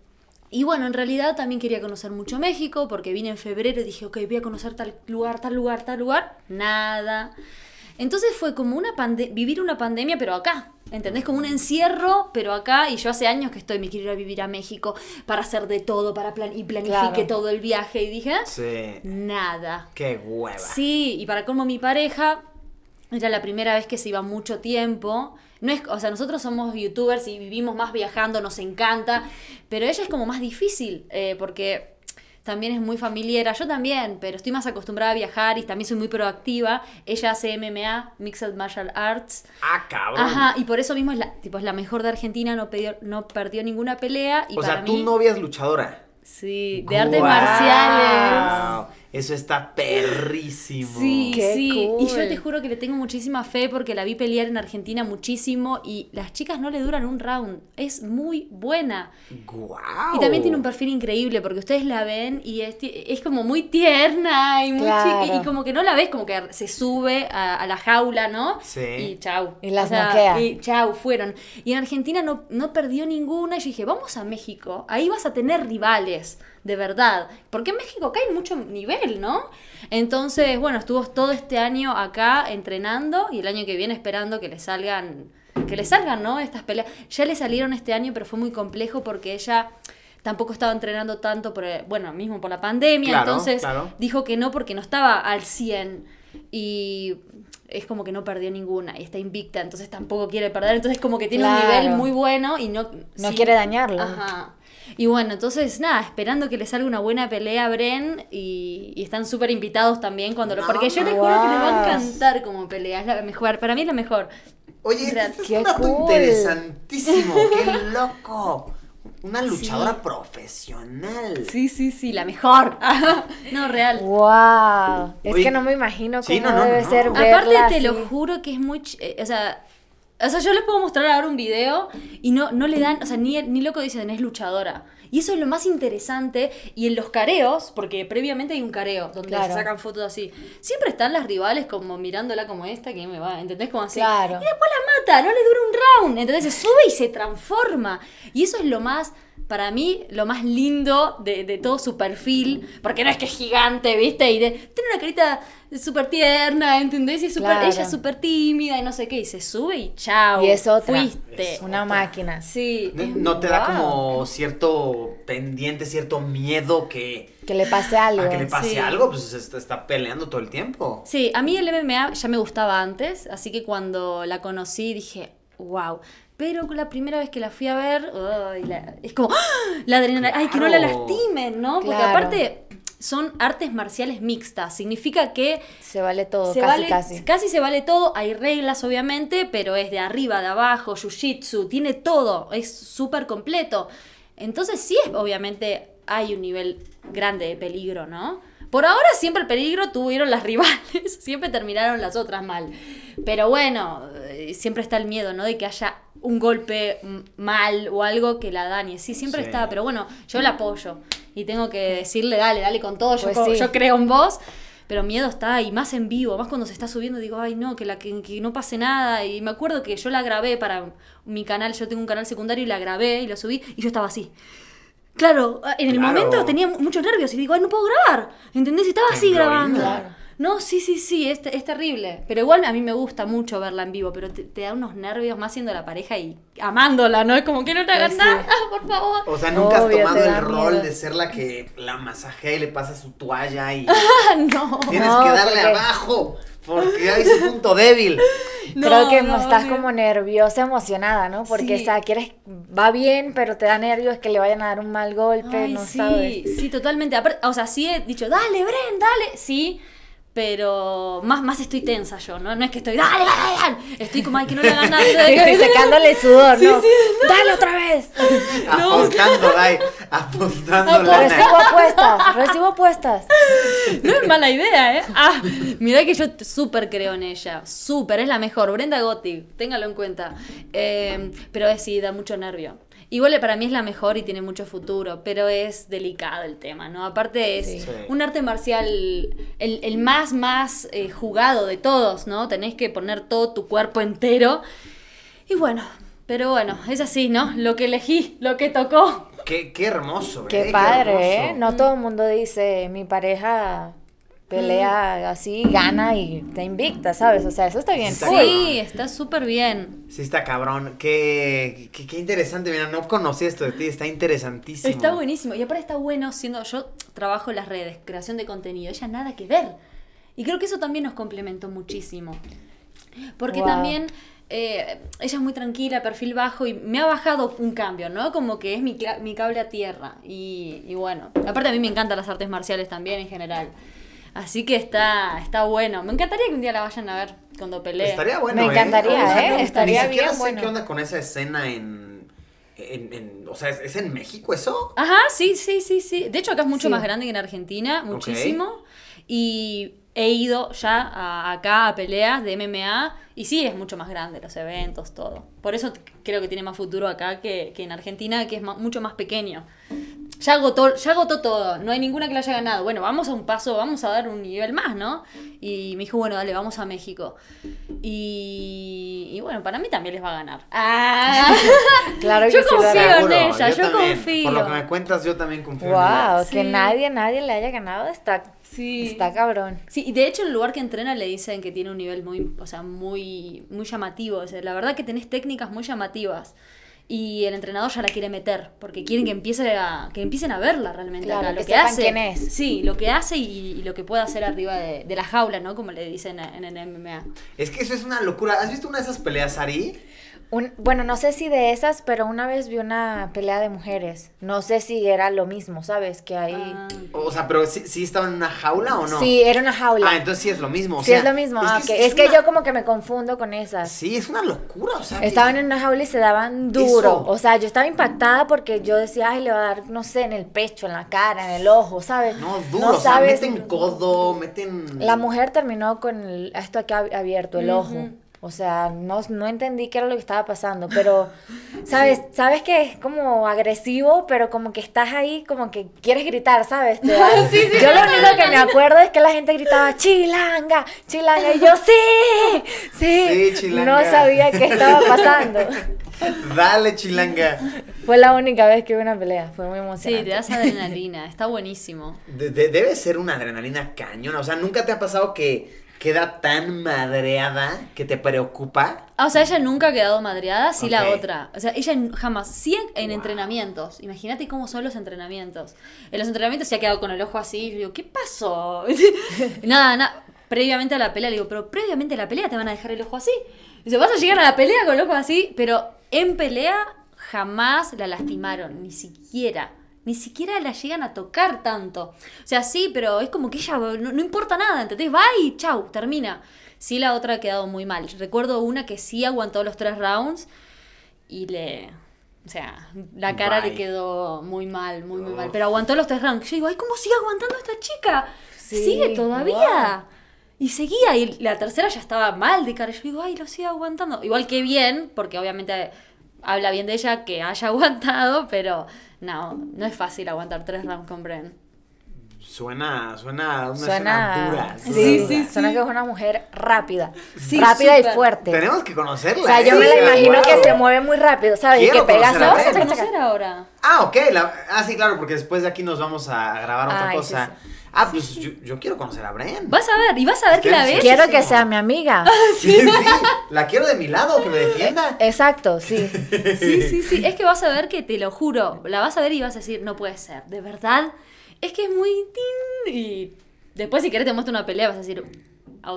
[SPEAKER 2] y bueno, en realidad también quería conocer mucho México, porque vine en febrero y dije, ok, voy a conocer tal lugar, tal lugar, tal lugar. Nada. Entonces fue como una pande- vivir una pandemia, pero acá. ¿Entendés? Como un encierro, pero acá. Y yo hace años que estoy, me quiero ir a vivir a México para hacer de todo, para plan y planifique
[SPEAKER 4] Claro.
[SPEAKER 2] todo el viaje. Y dije, "Ah,
[SPEAKER 1] Sí.
[SPEAKER 2] nada.
[SPEAKER 1] Qué hueva.
[SPEAKER 2] Sí, y para colmo mi pareja era la primera vez que se iba mucho tiempo. No es, o sea, nosotros somos youtubers y vivimos más viajando, nos encanta, pero ella es como más difícil eh, porque también es muy familiera, yo también, pero estoy más acostumbrada a viajar y también soy muy proactiva. Ella hace MMA, Mixed Martial Arts.
[SPEAKER 1] Ah, cabrón.
[SPEAKER 2] Ajá, y por eso mismo es la, tipo, es la mejor de Argentina, no, perdió- no perdió ninguna pelea. Y
[SPEAKER 1] o sea,
[SPEAKER 2] para
[SPEAKER 1] tu
[SPEAKER 2] mí-
[SPEAKER 1] novia es luchadora.
[SPEAKER 2] Sí, de artes
[SPEAKER 1] Guau.
[SPEAKER 2] marciales.
[SPEAKER 1] Eso está perrísimo.
[SPEAKER 2] Sí,
[SPEAKER 4] Qué
[SPEAKER 2] sí. Y yo
[SPEAKER 4] cool.
[SPEAKER 2] te juro que le tengo muchísima fe porque la vi pelear en Argentina muchísimo y las chicas no le duran un round. Es muy buena.
[SPEAKER 1] Guau.
[SPEAKER 2] Y también tiene un perfil increíble porque ustedes la ven y es, ti- es como muy tierna y muy
[SPEAKER 4] Claro.
[SPEAKER 2] chiqui- Y como que no la ves, como que se sube a, a la jaula, ¿no?
[SPEAKER 1] Sí.
[SPEAKER 2] Y chau.
[SPEAKER 4] Y las noquea.
[SPEAKER 2] Y chau, fueron. Y en Argentina no, no perdió ninguna. Y yo dije, vamos a México. Ahí vas a tener rivales, de verdad. Porque en México acá hay mucho nivel, ¿no? Entonces, bueno, estuvo todo este año acá entrenando y el año que viene esperando que le salgan. Que le salgan, ¿no? Estas peleas. Ya le salieron este año, pero fue muy complejo porque ella tampoco estaba entrenando tanto, por, eh, bueno, mismo por la pandemia.
[SPEAKER 1] Claro,
[SPEAKER 2] entonces,
[SPEAKER 1] claro.
[SPEAKER 2] dijo que no porque no estaba al 100 y es como que no perdió ninguna y está invicta, entonces tampoco quiere perder, entonces como que tiene un
[SPEAKER 4] Claro.
[SPEAKER 2] nivel muy bueno y no...
[SPEAKER 4] No quiere dañarlo.
[SPEAKER 2] Ajá. Y bueno, entonces nada, esperando que le salga una buena pelea a Bren y, y están súper invitados también cuando lo... Porque yo les juro que les va a
[SPEAKER 4] Guau.
[SPEAKER 2] encantar como pelea, es la mejor, para mí es la mejor.
[SPEAKER 1] Oye, este es
[SPEAKER 4] Qué
[SPEAKER 1] un dato
[SPEAKER 4] cool.
[SPEAKER 1] interesantísimo. Qué loco. Una luchadora profesional.
[SPEAKER 2] Sí, sí, sí, la mejor. no, real.
[SPEAKER 4] Wow. Es
[SPEAKER 1] Oye.
[SPEAKER 4] que no me imagino cómo
[SPEAKER 1] Sí, no, no,
[SPEAKER 4] debe
[SPEAKER 1] no.
[SPEAKER 4] ser verla
[SPEAKER 2] Aparte, te lo
[SPEAKER 4] así.
[SPEAKER 2] juro que es muy. ch- eh, o sea. O sea, yo les puedo mostrar ahora un video y no, no le dan, o sea, ni, ni loco dicen, es luchadora. Y eso es lo más interesante. Y en los careos, porque previamente hay un careo donde
[SPEAKER 4] Claro.
[SPEAKER 2] se sacan fotos así, siempre están las rivales como mirándola como esta, que me va, ¿entendés? Como así.
[SPEAKER 4] Claro.
[SPEAKER 2] Y después la mata, no le dura un round. Entonces se sube y se transforma. Y eso es lo más, para mí, lo más lindo de, de todo su perfil. Porque no es que es gigante, ¿viste? Y de- tiene una carita súper tierna, ¿entendés? Y es súper-
[SPEAKER 4] Claro.
[SPEAKER 2] ella es súper tímida y no sé qué. Y se sube y chao.
[SPEAKER 4] Y es otra.
[SPEAKER 2] Fuiste.
[SPEAKER 4] Una máquina.
[SPEAKER 2] Sí.
[SPEAKER 1] No,
[SPEAKER 2] es-
[SPEAKER 1] no te da
[SPEAKER 2] wow.
[SPEAKER 1] como cierto pendiente, cierto miedo que
[SPEAKER 4] Que le pase algo.
[SPEAKER 1] a Ah, que le pase
[SPEAKER 2] sí.
[SPEAKER 1] algo, pues se está, está peleando todo el tiempo.
[SPEAKER 2] Sí, a mí el MMA ya me gustaba antes, así que cuando la conocí dije, wow. Pero la primera vez que la fui a ver, ay, la- es como, ¡ah! la adrenalina, ay, que no la
[SPEAKER 1] Claro.
[SPEAKER 2] lastimen, ¿no? Porque
[SPEAKER 4] Claro.
[SPEAKER 2] aparte son artes marciales mixtas, significa que
[SPEAKER 4] Se vale todo,
[SPEAKER 2] se
[SPEAKER 4] casi,
[SPEAKER 2] vale-
[SPEAKER 4] casi.
[SPEAKER 2] se vale todo, hay reglas obviamente, pero es de arriba, de abajo, jiu-jitsu, tiene todo, es súper completo. Entonces sí, es- obviamente hay un nivel grande de peligro, ¿no? Por ahora siempre el peligro tuvieron las rivales, siempre terminaron las otras mal. Pero bueno, eh, siempre está el miedo, ¿no? De que haya un golpe m- mal o algo que la dañe. Sí, siempre
[SPEAKER 1] Sí.
[SPEAKER 2] está, pero bueno, yo la apoyo. Y tengo que decirle, dale, dale con todo, yo,
[SPEAKER 4] Pues
[SPEAKER 2] co-
[SPEAKER 4] sí.
[SPEAKER 2] yo creo en vos, pero miedo está, y más en vivo, más cuando se está subiendo, digo, ay no, que, la, que, que no pase nada, y me acuerdo que yo la grabé para mi canal, yo tengo un canal secundario y la grabé y lo subí, y yo estaba así. Claro, en el
[SPEAKER 1] Claro.
[SPEAKER 2] momento tenía mu- muchos nervios y digo, ay, no puedo grabar, ¿entendés? Y estaba así
[SPEAKER 1] Temblorina.
[SPEAKER 2] grabando.
[SPEAKER 1] Claro.
[SPEAKER 2] No, sí, sí, sí, es, es terrible. Pero igual a mí me gusta mucho verla en vivo, pero te, te da unos nervios más siendo la pareja y amándola, ¿no? Es como que no te hagas
[SPEAKER 4] Pues sí.
[SPEAKER 2] nada, por favor.
[SPEAKER 1] O sea, nunca
[SPEAKER 4] Obvio,
[SPEAKER 1] has tomado
[SPEAKER 4] te
[SPEAKER 1] el
[SPEAKER 4] da
[SPEAKER 1] rol
[SPEAKER 4] miedo.
[SPEAKER 1] de ser la que la masajea y le pasa su toalla y
[SPEAKER 2] Ah, no.
[SPEAKER 1] tienes
[SPEAKER 4] No,
[SPEAKER 1] que darle
[SPEAKER 4] porque-
[SPEAKER 1] abajo porque hay su punto débil.
[SPEAKER 4] Creo que
[SPEAKER 2] no,
[SPEAKER 4] estás
[SPEAKER 2] no.
[SPEAKER 4] como nerviosa, emocionada, ¿no? Porque,
[SPEAKER 2] Sí.
[SPEAKER 4] o sea, quieres, va bien, pero te da nervios que le vayan a dar un mal golpe,
[SPEAKER 2] Ay,
[SPEAKER 4] no
[SPEAKER 2] sí,
[SPEAKER 4] sabes.
[SPEAKER 2] sí, totalmente. Apar- O sea, sí he dicho, dale, Bren, dale. Sí, pero más, más estoy tensa yo, ¿no? No es que estoy, dale, dale, dale. Estoy como, ay, que no le hagan nada.
[SPEAKER 4] Sí, sí, secándole el sudor,
[SPEAKER 2] Sí,
[SPEAKER 4] ¿no?
[SPEAKER 2] sí,
[SPEAKER 4] ¡Dale otra vez!
[SPEAKER 2] No.
[SPEAKER 1] Apostando, Dai, apostando
[SPEAKER 2] Aposta.
[SPEAKER 1] lana.
[SPEAKER 4] Recibo apuestas, recibo apuestas.
[SPEAKER 2] No es mala idea, ¿eh? Ah, mirá que yo t- súper creo en ella. Em, Súper, es la mejor. Brenda Gotti, téngalo en cuenta. Eh, pero eh, sí, da mucho nervio. Igual para mí es la mejor y tiene mucho futuro, pero es delicado el tema, ¿no? Aparte es
[SPEAKER 1] Sí.
[SPEAKER 2] un arte marcial, el, el más, más eh, jugado de todos, ¿no? Tenés que poner todo tu cuerpo entero. Y bueno, pero bueno, es así, ¿no? Lo que elegí, lo que tocó.
[SPEAKER 1] Qué, qué hermoso,
[SPEAKER 4] Qué
[SPEAKER 1] ¿eh?
[SPEAKER 4] padre, ¿eh?
[SPEAKER 1] hermoso.
[SPEAKER 4] No todo el mundo dice, mi pareja
[SPEAKER 2] Mm.
[SPEAKER 4] pelea así, gana y te invicta, ¿sabes? O sea, eso está bien.
[SPEAKER 1] Está
[SPEAKER 4] cool.
[SPEAKER 1] bien.
[SPEAKER 2] Sí, está súper bien.
[SPEAKER 1] Sí, está cabrón. Qué, qué, qué interesante. Mira, no conocí esto de ti. Está interesantísimo.
[SPEAKER 2] Está buenísimo. Y aparte está bueno siendo. Yo trabajo en las redes, creación de contenido. Ella nada que ver. Y creo que eso también nos complementó muchísimo. Porque
[SPEAKER 4] Guau.
[SPEAKER 2] también. eh, ella es muy tranquila, perfil bajo y me ha bajado un cambio, ¿no? Como que es mi, cla- mi cable a tierra y, y bueno, aparte a mí me encantan las artes marciales también en general, así que está está bueno. Me encantaría que un día la vayan a ver cuando pelee.
[SPEAKER 1] Estaría bueno.
[SPEAKER 4] Me
[SPEAKER 1] ¿eh?
[SPEAKER 4] encantaría,
[SPEAKER 1] O sea,
[SPEAKER 4] ¿eh?
[SPEAKER 1] no-
[SPEAKER 4] Estaría
[SPEAKER 1] Ni siquiera
[SPEAKER 4] bien
[SPEAKER 1] sé
[SPEAKER 4] bueno.
[SPEAKER 1] qué onda con esa escena en. en, en- o sea, ¿es, es en México eso?
[SPEAKER 2] Ajá, sí, sí, sí, sí. De hecho, acá es mucho
[SPEAKER 4] Sí.
[SPEAKER 2] más grande que en Argentina, muchísimo. Y he ido ya a- acá a peleas de MMA y sí, es mucho más grande los eventos, todo. Por eso t- creo que tiene más futuro acá que, que en Argentina, que es ma- mucho más pequeño. Ya agotó, ya agotó todo, no hay ninguna que la haya ganado. Bueno, vamos a un paso, vamos a dar un nivel más, ¿no? Y me dijo, bueno, dale, vamos a México. Y, y bueno, para mí también les va a ganar. Ah.
[SPEAKER 4] Claro que
[SPEAKER 2] Yo
[SPEAKER 4] sí lo hará.
[SPEAKER 2] confío en
[SPEAKER 1] Seguro,
[SPEAKER 2] ella, yo
[SPEAKER 1] también.
[SPEAKER 2] confío.
[SPEAKER 1] Por lo que me cuentas, yo también confío en
[SPEAKER 4] Wow,
[SPEAKER 1] ella.
[SPEAKER 4] que
[SPEAKER 2] Sí.
[SPEAKER 4] nadie, nadie le haya ganado está,
[SPEAKER 2] Sí.
[SPEAKER 4] está cabrón.
[SPEAKER 2] Sí, y de hecho el lugar que entrena le dicen que tiene un nivel muy, o sea, muy, muy llamativo. O sea, la verdad que tenés técnicas muy llamativas. Y el entrenador ya la quiere meter, porque quieren que empiece a, que empiecen a verla realmente
[SPEAKER 4] Claro,
[SPEAKER 2] acá, Lo
[SPEAKER 4] que
[SPEAKER 2] que,
[SPEAKER 4] sepan
[SPEAKER 2] hace.
[SPEAKER 4] quién es.
[SPEAKER 2] Sí, lo que hace y, y lo que puede hacer arriba de, de la jaula, ¿no? Como le dicen en, en el MMA.
[SPEAKER 1] Es que eso es una locura. ¿Has visto una de esas peleas, Ari?
[SPEAKER 4] Un- bueno, no sé si de esas, pero una vez vi una pelea de mujeres. No sé si era lo mismo, ¿sabes? Que ahí...
[SPEAKER 2] Ah.
[SPEAKER 1] O sea, pero sí, sí estaban en una jaula o no?
[SPEAKER 4] Sí, era una jaula.
[SPEAKER 1] Ah, entonces sí es lo mismo. o
[SPEAKER 4] sí,
[SPEAKER 1] sea,
[SPEAKER 4] es lo mismo. ah, ok. Es,
[SPEAKER 1] es
[SPEAKER 4] que
[SPEAKER 1] una-
[SPEAKER 4] yo como que me confundo con esas.
[SPEAKER 1] Sí, es una locura. O sea, que-
[SPEAKER 4] Estaban en una jaula y se daban duro.
[SPEAKER 1] Eso.
[SPEAKER 4] O sea, yo estaba impactada porque yo decía, ay, le va a dar, no sé, en el pecho, en la cara, en el ojo, ¿sabes?
[SPEAKER 1] No, duro. o sea, meten codo, meten.
[SPEAKER 4] La mujer terminó con el- esto aquí ab- abierto, el ojo.
[SPEAKER 2] Ujú.
[SPEAKER 4] O sea, no, no entendí qué era lo que estaba pasando, pero, ¿sabes? ¿Sabes que es como agresivo, pero como que estás ahí, como que quieres gritar, ¿sabes? Te da- yo lo único que me acuerdo es que la gente gritaba, chilanga, chilanga, y yo, sí, sí.
[SPEAKER 1] Sí, chilanga.
[SPEAKER 4] No sabía qué estaba pasando.
[SPEAKER 1] Dale, chilanga.
[SPEAKER 4] Fue la única vez que vi una pelea, fue muy
[SPEAKER 2] Sí, te
[SPEAKER 4] emocionante.
[SPEAKER 2] das adrenalina, está buenísimo.
[SPEAKER 1] De- de- debe ser una adrenalina cañona. O sea, ¿nunca te ha pasado que queda tan madreada que te preocupa?
[SPEAKER 2] Ah, o sea, ella nunca ha quedado madreada, sí la
[SPEAKER 1] Ok.
[SPEAKER 2] otra. O sea, ella n- jamás. Sí en, en
[SPEAKER 1] Wow.
[SPEAKER 2] entrenamientos. Imagínate cómo son los entrenamientos. En los entrenamientos se ha quedado con el ojo así. Yo digo, ¿qué pasó? nada, nada. Previamente a la pelea, le digo, pero previamente a la pelea te van a dejar el ojo así. Dice, vas a llegar a la pelea con el ojo así. Pero en pelea jamás la lastimaron, ni siquiera. Ni siquiera la llegan a tocar tanto. O sea, sí, pero es como que ella no, no importa nada, ¿entendés? Va y chau, termina. Sí, la otra ha quedado muy mal. Recuerdo una que sí aguantó los tres rounds y le. O sea, la cara
[SPEAKER 1] Bye.
[SPEAKER 2] le quedó muy mal, muy, muy mal.
[SPEAKER 1] Uf.
[SPEAKER 2] Pero aguantó los tres rounds. Yo digo, ay, ¿cómo sigue aguantando esta chica?
[SPEAKER 4] Sí,
[SPEAKER 2] sigue todavía. Y seguía, y la tercera ya estaba mal de cara. Yo digo, ay, lo sigue aguantando. Igual que bien, porque obviamente habla bien de ella que haya aguantado, pero no, no es fácil aguantar tres rounds con Bren.
[SPEAKER 1] Suena, suena una escena
[SPEAKER 4] Suena,
[SPEAKER 1] dura.
[SPEAKER 4] sí,
[SPEAKER 1] suena dura.
[SPEAKER 2] sí.
[SPEAKER 4] suena que es una mujer rápida,
[SPEAKER 2] Sí,
[SPEAKER 4] rápida y
[SPEAKER 2] súper.
[SPEAKER 4] fuerte.
[SPEAKER 1] Tenemos que conocerla.
[SPEAKER 4] O sea, yo
[SPEAKER 1] ¿eh?
[SPEAKER 4] me la imagino
[SPEAKER 1] Wow.
[SPEAKER 4] que se mueve muy rápido, ¿sabes? Y
[SPEAKER 1] Quiero
[SPEAKER 4] que pegas.
[SPEAKER 1] conocer a
[SPEAKER 2] ¿La vas a
[SPEAKER 1] ver.
[SPEAKER 2] conocer ahora?
[SPEAKER 1] Ah, ok. la- Ah, sí, claro, porque después de aquí nos vamos a grabar otra
[SPEAKER 4] Ay, sí,
[SPEAKER 1] cosa. Ah, pues yo, yo quiero conocer a Bren.
[SPEAKER 2] Vas a ver, y vas a ver que la ves.
[SPEAKER 4] Quiero que
[SPEAKER 1] Muchísimo.
[SPEAKER 4] sea mi amiga.
[SPEAKER 1] Sí, sí. La quiero de mi lado, que me defienda.
[SPEAKER 4] Exacto, sí.
[SPEAKER 2] Sí, sí, sí. Es que vas a ver que te lo juro. La vas a ver y vas a decir, no puede ser. De verdad. Es que es muy tin. Y después, si querés, te muestro una pelea. Vas a decir,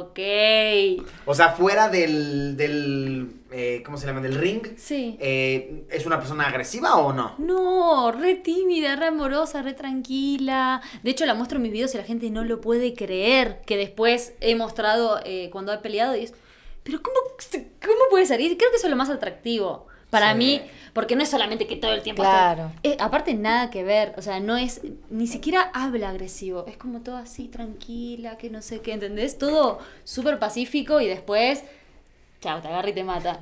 [SPEAKER 2] ok.
[SPEAKER 1] O sea, fuera del. del eh, ¿Cómo se llama? Del ring.
[SPEAKER 2] Sí.
[SPEAKER 1] eh, ¿Es una persona agresiva o no?
[SPEAKER 2] No, re tímida, re amorosa, re tranquila. De hecho, la muestro en mis videos y la gente no lo puede creer. Que después he mostrado eh, cuando he peleado y es. Pero, ¿cómo, se- ¿cómo puede ser? Y creo que eso es lo más atractivo para
[SPEAKER 1] Sí.
[SPEAKER 2] mí, porque no es solamente que todo el tiempo.
[SPEAKER 4] Claro.
[SPEAKER 2] esté- eh, aparte, nada que ver. O sea, no es. Ni siquiera habla agresivo. Es como todo así, tranquila, que no sé qué, ¿entendés? Todo súper pacífico y después. Chao, te agarra y te mata.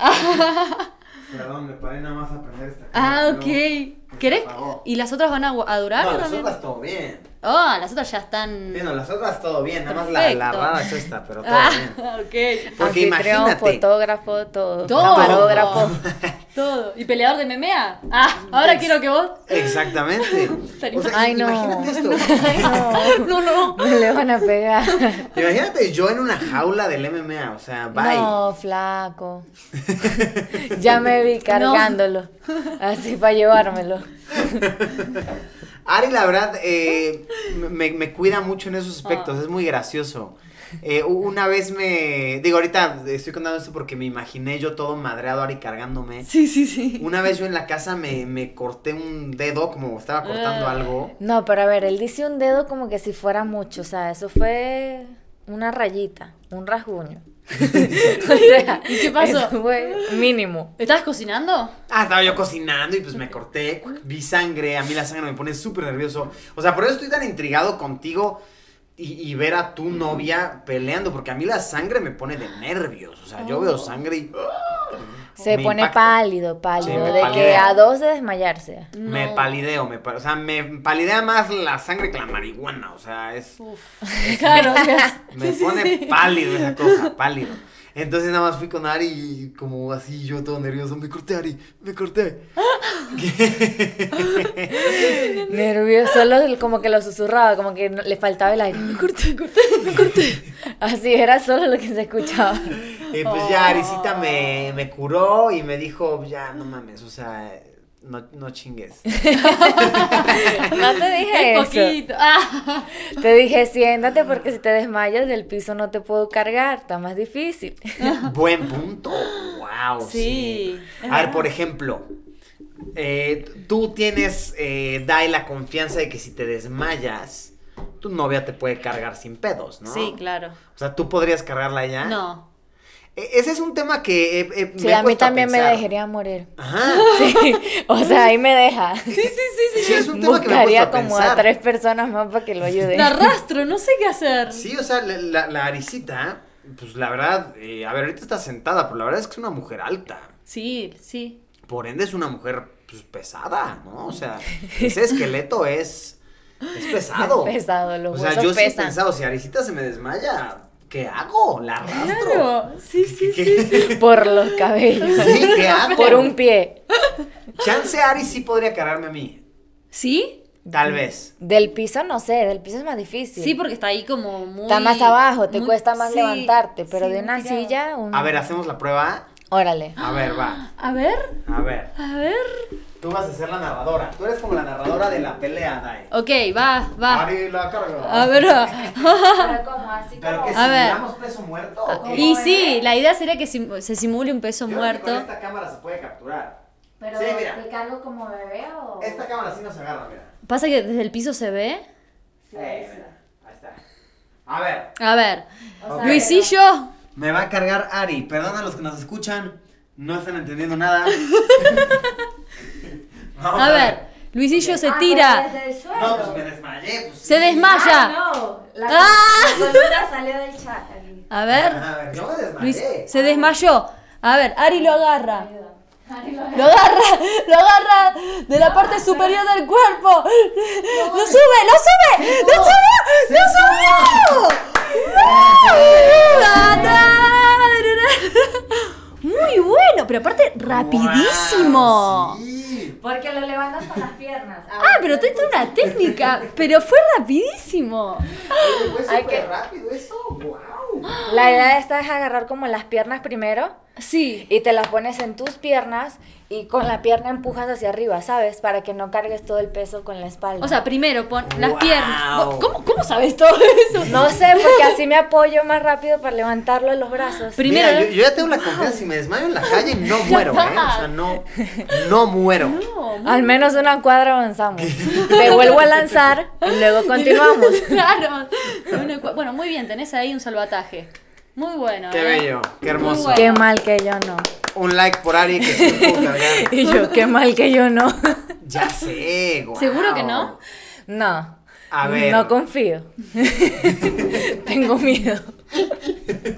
[SPEAKER 1] Perdón, me paré nada más a aprender esta
[SPEAKER 2] Ah,
[SPEAKER 1] cámara, luego,
[SPEAKER 2] ok.
[SPEAKER 1] pues,
[SPEAKER 2] ¿Querés?
[SPEAKER 1] se apagó.
[SPEAKER 2] ¿Y las otras van a, gu- a durar
[SPEAKER 1] No,
[SPEAKER 2] o
[SPEAKER 1] las
[SPEAKER 2] también?
[SPEAKER 1] otras todo bien.
[SPEAKER 2] Oh, las otras ya están.
[SPEAKER 1] Sí, no, las otras todo bien. Nada más la, la
[SPEAKER 2] Perfecto.
[SPEAKER 1] rara es esta, pero todo
[SPEAKER 2] Ah,
[SPEAKER 1] bien.
[SPEAKER 2] ok.
[SPEAKER 1] Porque
[SPEAKER 4] Anfitrión,
[SPEAKER 1] imagínate.
[SPEAKER 4] fotógrafo, todo.
[SPEAKER 2] Todo.
[SPEAKER 4] Camarógrafo.
[SPEAKER 2] Todo. ¿Y peleador de memea? Ah, ahora quiero que vos.
[SPEAKER 1] Exactamente. O sea,
[SPEAKER 4] Ay, no.
[SPEAKER 1] Imagínate esto.
[SPEAKER 4] Ay, no.
[SPEAKER 2] No, no.
[SPEAKER 4] Me le van a pegar.
[SPEAKER 1] Imagínate yo en una jaula del MMA. O sea, bye.
[SPEAKER 4] No, flaco. Ya me vi cargándolo. Así para llevármelo.
[SPEAKER 1] Ari, la verdad, eh, me, me cuida mucho en esos aspectos,
[SPEAKER 2] Ah.
[SPEAKER 1] es muy gracioso. Eh, u- una vez me. Digo, ahorita estoy contando esto porque me imaginé yo todo madreado, Ari, cargándome.
[SPEAKER 2] Sí, sí, sí.
[SPEAKER 1] Una vez yo en la casa me, me corté un dedo, como estaba cortando
[SPEAKER 2] Ah.
[SPEAKER 1] algo.
[SPEAKER 4] No, pero a ver, él dice un dedo como que si fuera mucho. O sea, eso fue una rayita, un rasguño. O sea,
[SPEAKER 2] ¿Y qué pasó?
[SPEAKER 4] eso fue mínimo.
[SPEAKER 2] ¿Estabas cocinando?
[SPEAKER 1] Ah, estaba yo cocinando y pues me corté, cuac, vi sangre, a mí la sangre me pone súper nervioso. O sea, por eso estoy tan intrigado contigo y, y ver a tu novia peleando, porque a mí la sangre me pone de nervios. O sea, yo
[SPEAKER 2] Oh.
[SPEAKER 1] veo sangre y
[SPEAKER 4] Se
[SPEAKER 1] Me
[SPEAKER 4] pone
[SPEAKER 1] impacta.
[SPEAKER 4] pálido, pálido.
[SPEAKER 1] Sí, me
[SPEAKER 4] de que
[SPEAKER 1] palidea.
[SPEAKER 4] a dos de desmayarse.
[SPEAKER 1] Me
[SPEAKER 2] No.
[SPEAKER 1] palideo, me, pa- o sea, me palidea más la sangre que la marihuana, o sea, es
[SPEAKER 2] Uf. Claro, ya.
[SPEAKER 1] me pone pálido esa cosa, pálido. Entonces nada más fui con Ari y como así yo todo nervioso, me corté Ari, me corté.
[SPEAKER 4] Nervioso, lo- como que lo susurraba, como que no- le faltaba el aire. Me corté, me corté, me corté. Así era solo lo que se escuchaba.
[SPEAKER 1] Y pues
[SPEAKER 2] Oh.
[SPEAKER 1] ya Arisita me, me curó y me dijo, ya no mames, o sea, no, no chingues.
[SPEAKER 4] No te dije
[SPEAKER 2] Un
[SPEAKER 4] eso.
[SPEAKER 2] poquito. Ah.
[SPEAKER 4] Te dije, siéntate porque si te desmayas del piso no te puedo cargar, está más difícil.
[SPEAKER 1] Buen punto, wow. Sí.
[SPEAKER 2] Sí.
[SPEAKER 1] A ver, por ejemplo, eh, tú tienes, eh, Dai, la confianza de que si te desmayas, tu novia te puede cargar sin pedos, ¿no? ¿Eh?
[SPEAKER 2] Sí, claro.
[SPEAKER 1] O sea, tú podrías cargarla ya.
[SPEAKER 2] No.
[SPEAKER 1] E- ese es un tema que eh, eh,
[SPEAKER 4] Sí,
[SPEAKER 1] me he
[SPEAKER 4] a mí
[SPEAKER 1] puesto
[SPEAKER 4] también me
[SPEAKER 1] pensar.
[SPEAKER 4] dejaría morir.
[SPEAKER 1] Ajá.
[SPEAKER 4] Sí, o sea, ahí me deja.
[SPEAKER 2] Sí, sí, sí,
[SPEAKER 1] Sí, es un tema que me he puesto
[SPEAKER 4] Buscaría
[SPEAKER 1] a
[SPEAKER 4] como
[SPEAKER 1] pensar.
[SPEAKER 4] a tres personas más para que lo ayuden.
[SPEAKER 2] La arrastro, no sé qué hacer.
[SPEAKER 1] Sí, o sea, la, la- la Arisita, pues la verdad, eh, a ver, ahorita está sentada, pero la verdad es que es una mujer alta.
[SPEAKER 2] Sí, sí.
[SPEAKER 1] Por ende es una mujer pues, pesada, ¿no? O sea, ese esqueleto es, es pesado.
[SPEAKER 4] Pesado, los
[SPEAKER 1] O sea,
[SPEAKER 4] huesos
[SPEAKER 1] yo sí he
[SPEAKER 4] pesan.
[SPEAKER 1] pensado, si Arisita se me desmaya, ¿qué hago? ¿La arrastro?
[SPEAKER 2] Claro. Sí, sí,
[SPEAKER 1] ¿Qué-
[SPEAKER 2] sí.
[SPEAKER 1] qué-
[SPEAKER 4] Por los cabellos.
[SPEAKER 1] Sí, ¿qué hago?
[SPEAKER 4] Por un pie.
[SPEAKER 1] Chance Ari sí podría cargarme a mí.
[SPEAKER 2] ¿Sí?
[SPEAKER 1] Tal vez.
[SPEAKER 4] Del piso no sé, del piso es más difícil.
[SPEAKER 2] Sí, porque está ahí como muy.
[SPEAKER 4] Está más abajo, te
[SPEAKER 2] muy-
[SPEAKER 4] cuesta más
[SPEAKER 2] sí,
[SPEAKER 4] levantarte, pero
[SPEAKER 2] sí,
[SPEAKER 4] de
[SPEAKER 2] muy
[SPEAKER 4] una
[SPEAKER 2] tirado.
[SPEAKER 4] silla, un...
[SPEAKER 1] A ver, hacemos la prueba.
[SPEAKER 4] Órale.
[SPEAKER 1] A ver, va.
[SPEAKER 2] A ver,
[SPEAKER 1] A ver.
[SPEAKER 2] a ver.
[SPEAKER 1] Tú vas a ser la narradora. Tú eres como la narradora de la pelea, Dai.
[SPEAKER 2] Ok, va, va.
[SPEAKER 1] Ari la carga.
[SPEAKER 2] A ver. ah.
[SPEAKER 3] Pero como así
[SPEAKER 1] Pero
[SPEAKER 3] como...
[SPEAKER 1] que
[SPEAKER 2] A ver. Ah,
[SPEAKER 1] simulamos peso muerto. ¿o qué?
[SPEAKER 2] Y sí, la idea sería que sim- se simule un peso
[SPEAKER 1] Yo creo que Con
[SPEAKER 2] muerto.
[SPEAKER 1] esta cámara se puede capturar.
[SPEAKER 3] Pero
[SPEAKER 1] Sí, mira.
[SPEAKER 3] te cargo como bebé o...
[SPEAKER 1] Esta cámara sí nos agarra, mira.
[SPEAKER 2] Pasa que desde el piso se ve.
[SPEAKER 3] Sí,
[SPEAKER 1] Eh,
[SPEAKER 3] sí.
[SPEAKER 1] mira, Ahí está. A ver.
[SPEAKER 2] A ver.
[SPEAKER 3] O sea,
[SPEAKER 2] Luisillo.
[SPEAKER 1] Me va a cargar Ari. Perdón a los que nos escuchan. No están entendiendo nada. Vamos
[SPEAKER 2] A ver. Luisillo se
[SPEAKER 3] Ah, pero
[SPEAKER 2] tira.
[SPEAKER 3] desde el suelo.
[SPEAKER 1] No, pues me desmayé. Pues,
[SPEAKER 2] Se desmaya.
[SPEAKER 3] Ah, no. La
[SPEAKER 2] Ah.
[SPEAKER 3] la columna salió del chat. Ari.
[SPEAKER 2] A ver.
[SPEAKER 1] A ver, yo me
[SPEAKER 2] Luis
[SPEAKER 1] desmayé.
[SPEAKER 2] se desmayó. A ver, Ari lo agarra.
[SPEAKER 3] Ayuda. Ari, lo-
[SPEAKER 2] Lo agarra, lo agarra de la parte superior del cuerpo. ¡Lo sube, lo sube! ¡Lo sube! ¡Lo subió! ¡No! ¡Ganaron! Muy bueno, pero aparte rapidísimo.
[SPEAKER 1] Guau, sí.
[SPEAKER 3] Porque lo levantas con las piernas. A
[SPEAKER 2] Ah,
[SPEAKER 3] ver,
[SPEAKER 2] pero tenés toda una técnica, pero fue rapidísimo.
[SPEAKER 1] Oye, Fue
[SPEAKER 4] Hay
[SPEAKER 1] súper
[SPEAKER 4] que-
[SPEAKER 1] rápido eso. ¡Wow!
[SPEAKER 4] La idea esta es agarrar como las piernas primero
[SPEAKER 2] Sí.
[SPEAKER 4] y te las pones en tus piernas y con la pierna empujas hacia arriba, ¿sabes? Para que no cargues todo el peso con la espalda.
[SPEAKER 2] O sea, primero pon las
[SPEAKER 1] Wow.
[SPEAKER 2] piernas. ¿Cómo, ¿Cómo sabes todo eso?
[SPEAKER 4] no sé, porque así me apoyo más rápido para levantarlo en los brazos.
[SPEAKER 2] Pri- Primero-
[SPEAKER 1] Mira, yo, yo ya tengo la confianza. Si me desmayo en la calle, no muero, ¿eh? O sea, no, no muero.
[SPEAKER 2] No, muy-
[SPEAKER 4] Al menos una cuadra avanzamos. Te vuelvo a lanzar y luego continuamos.
[SPEAKER 2] claro. Bueno, cu- Bueno, muy bien, tenés ahí un salvataje. Muy bueno.
[SPEAKER 1] Qué
[SPEAKER 2] ¿eh?
[SPEAKER 1] bello, qué hermoso.
[SPEAKER 2] bueno.
[SPEAKER 4] Qué mal que yo no.
[SPEAKER 1] Un like por Ari que se lo puedo cargar.
[SPEAKER 4] Y yo, qué mal que yo no.
[SPEAKER 1] Ya sé, guau.
[SPEAKER 2] ¿Seguro que no?
[SPEAKER 4] No.
[SPEAKER 1] A ver.
[SPEAKER 4] No confío. Tengo miedo.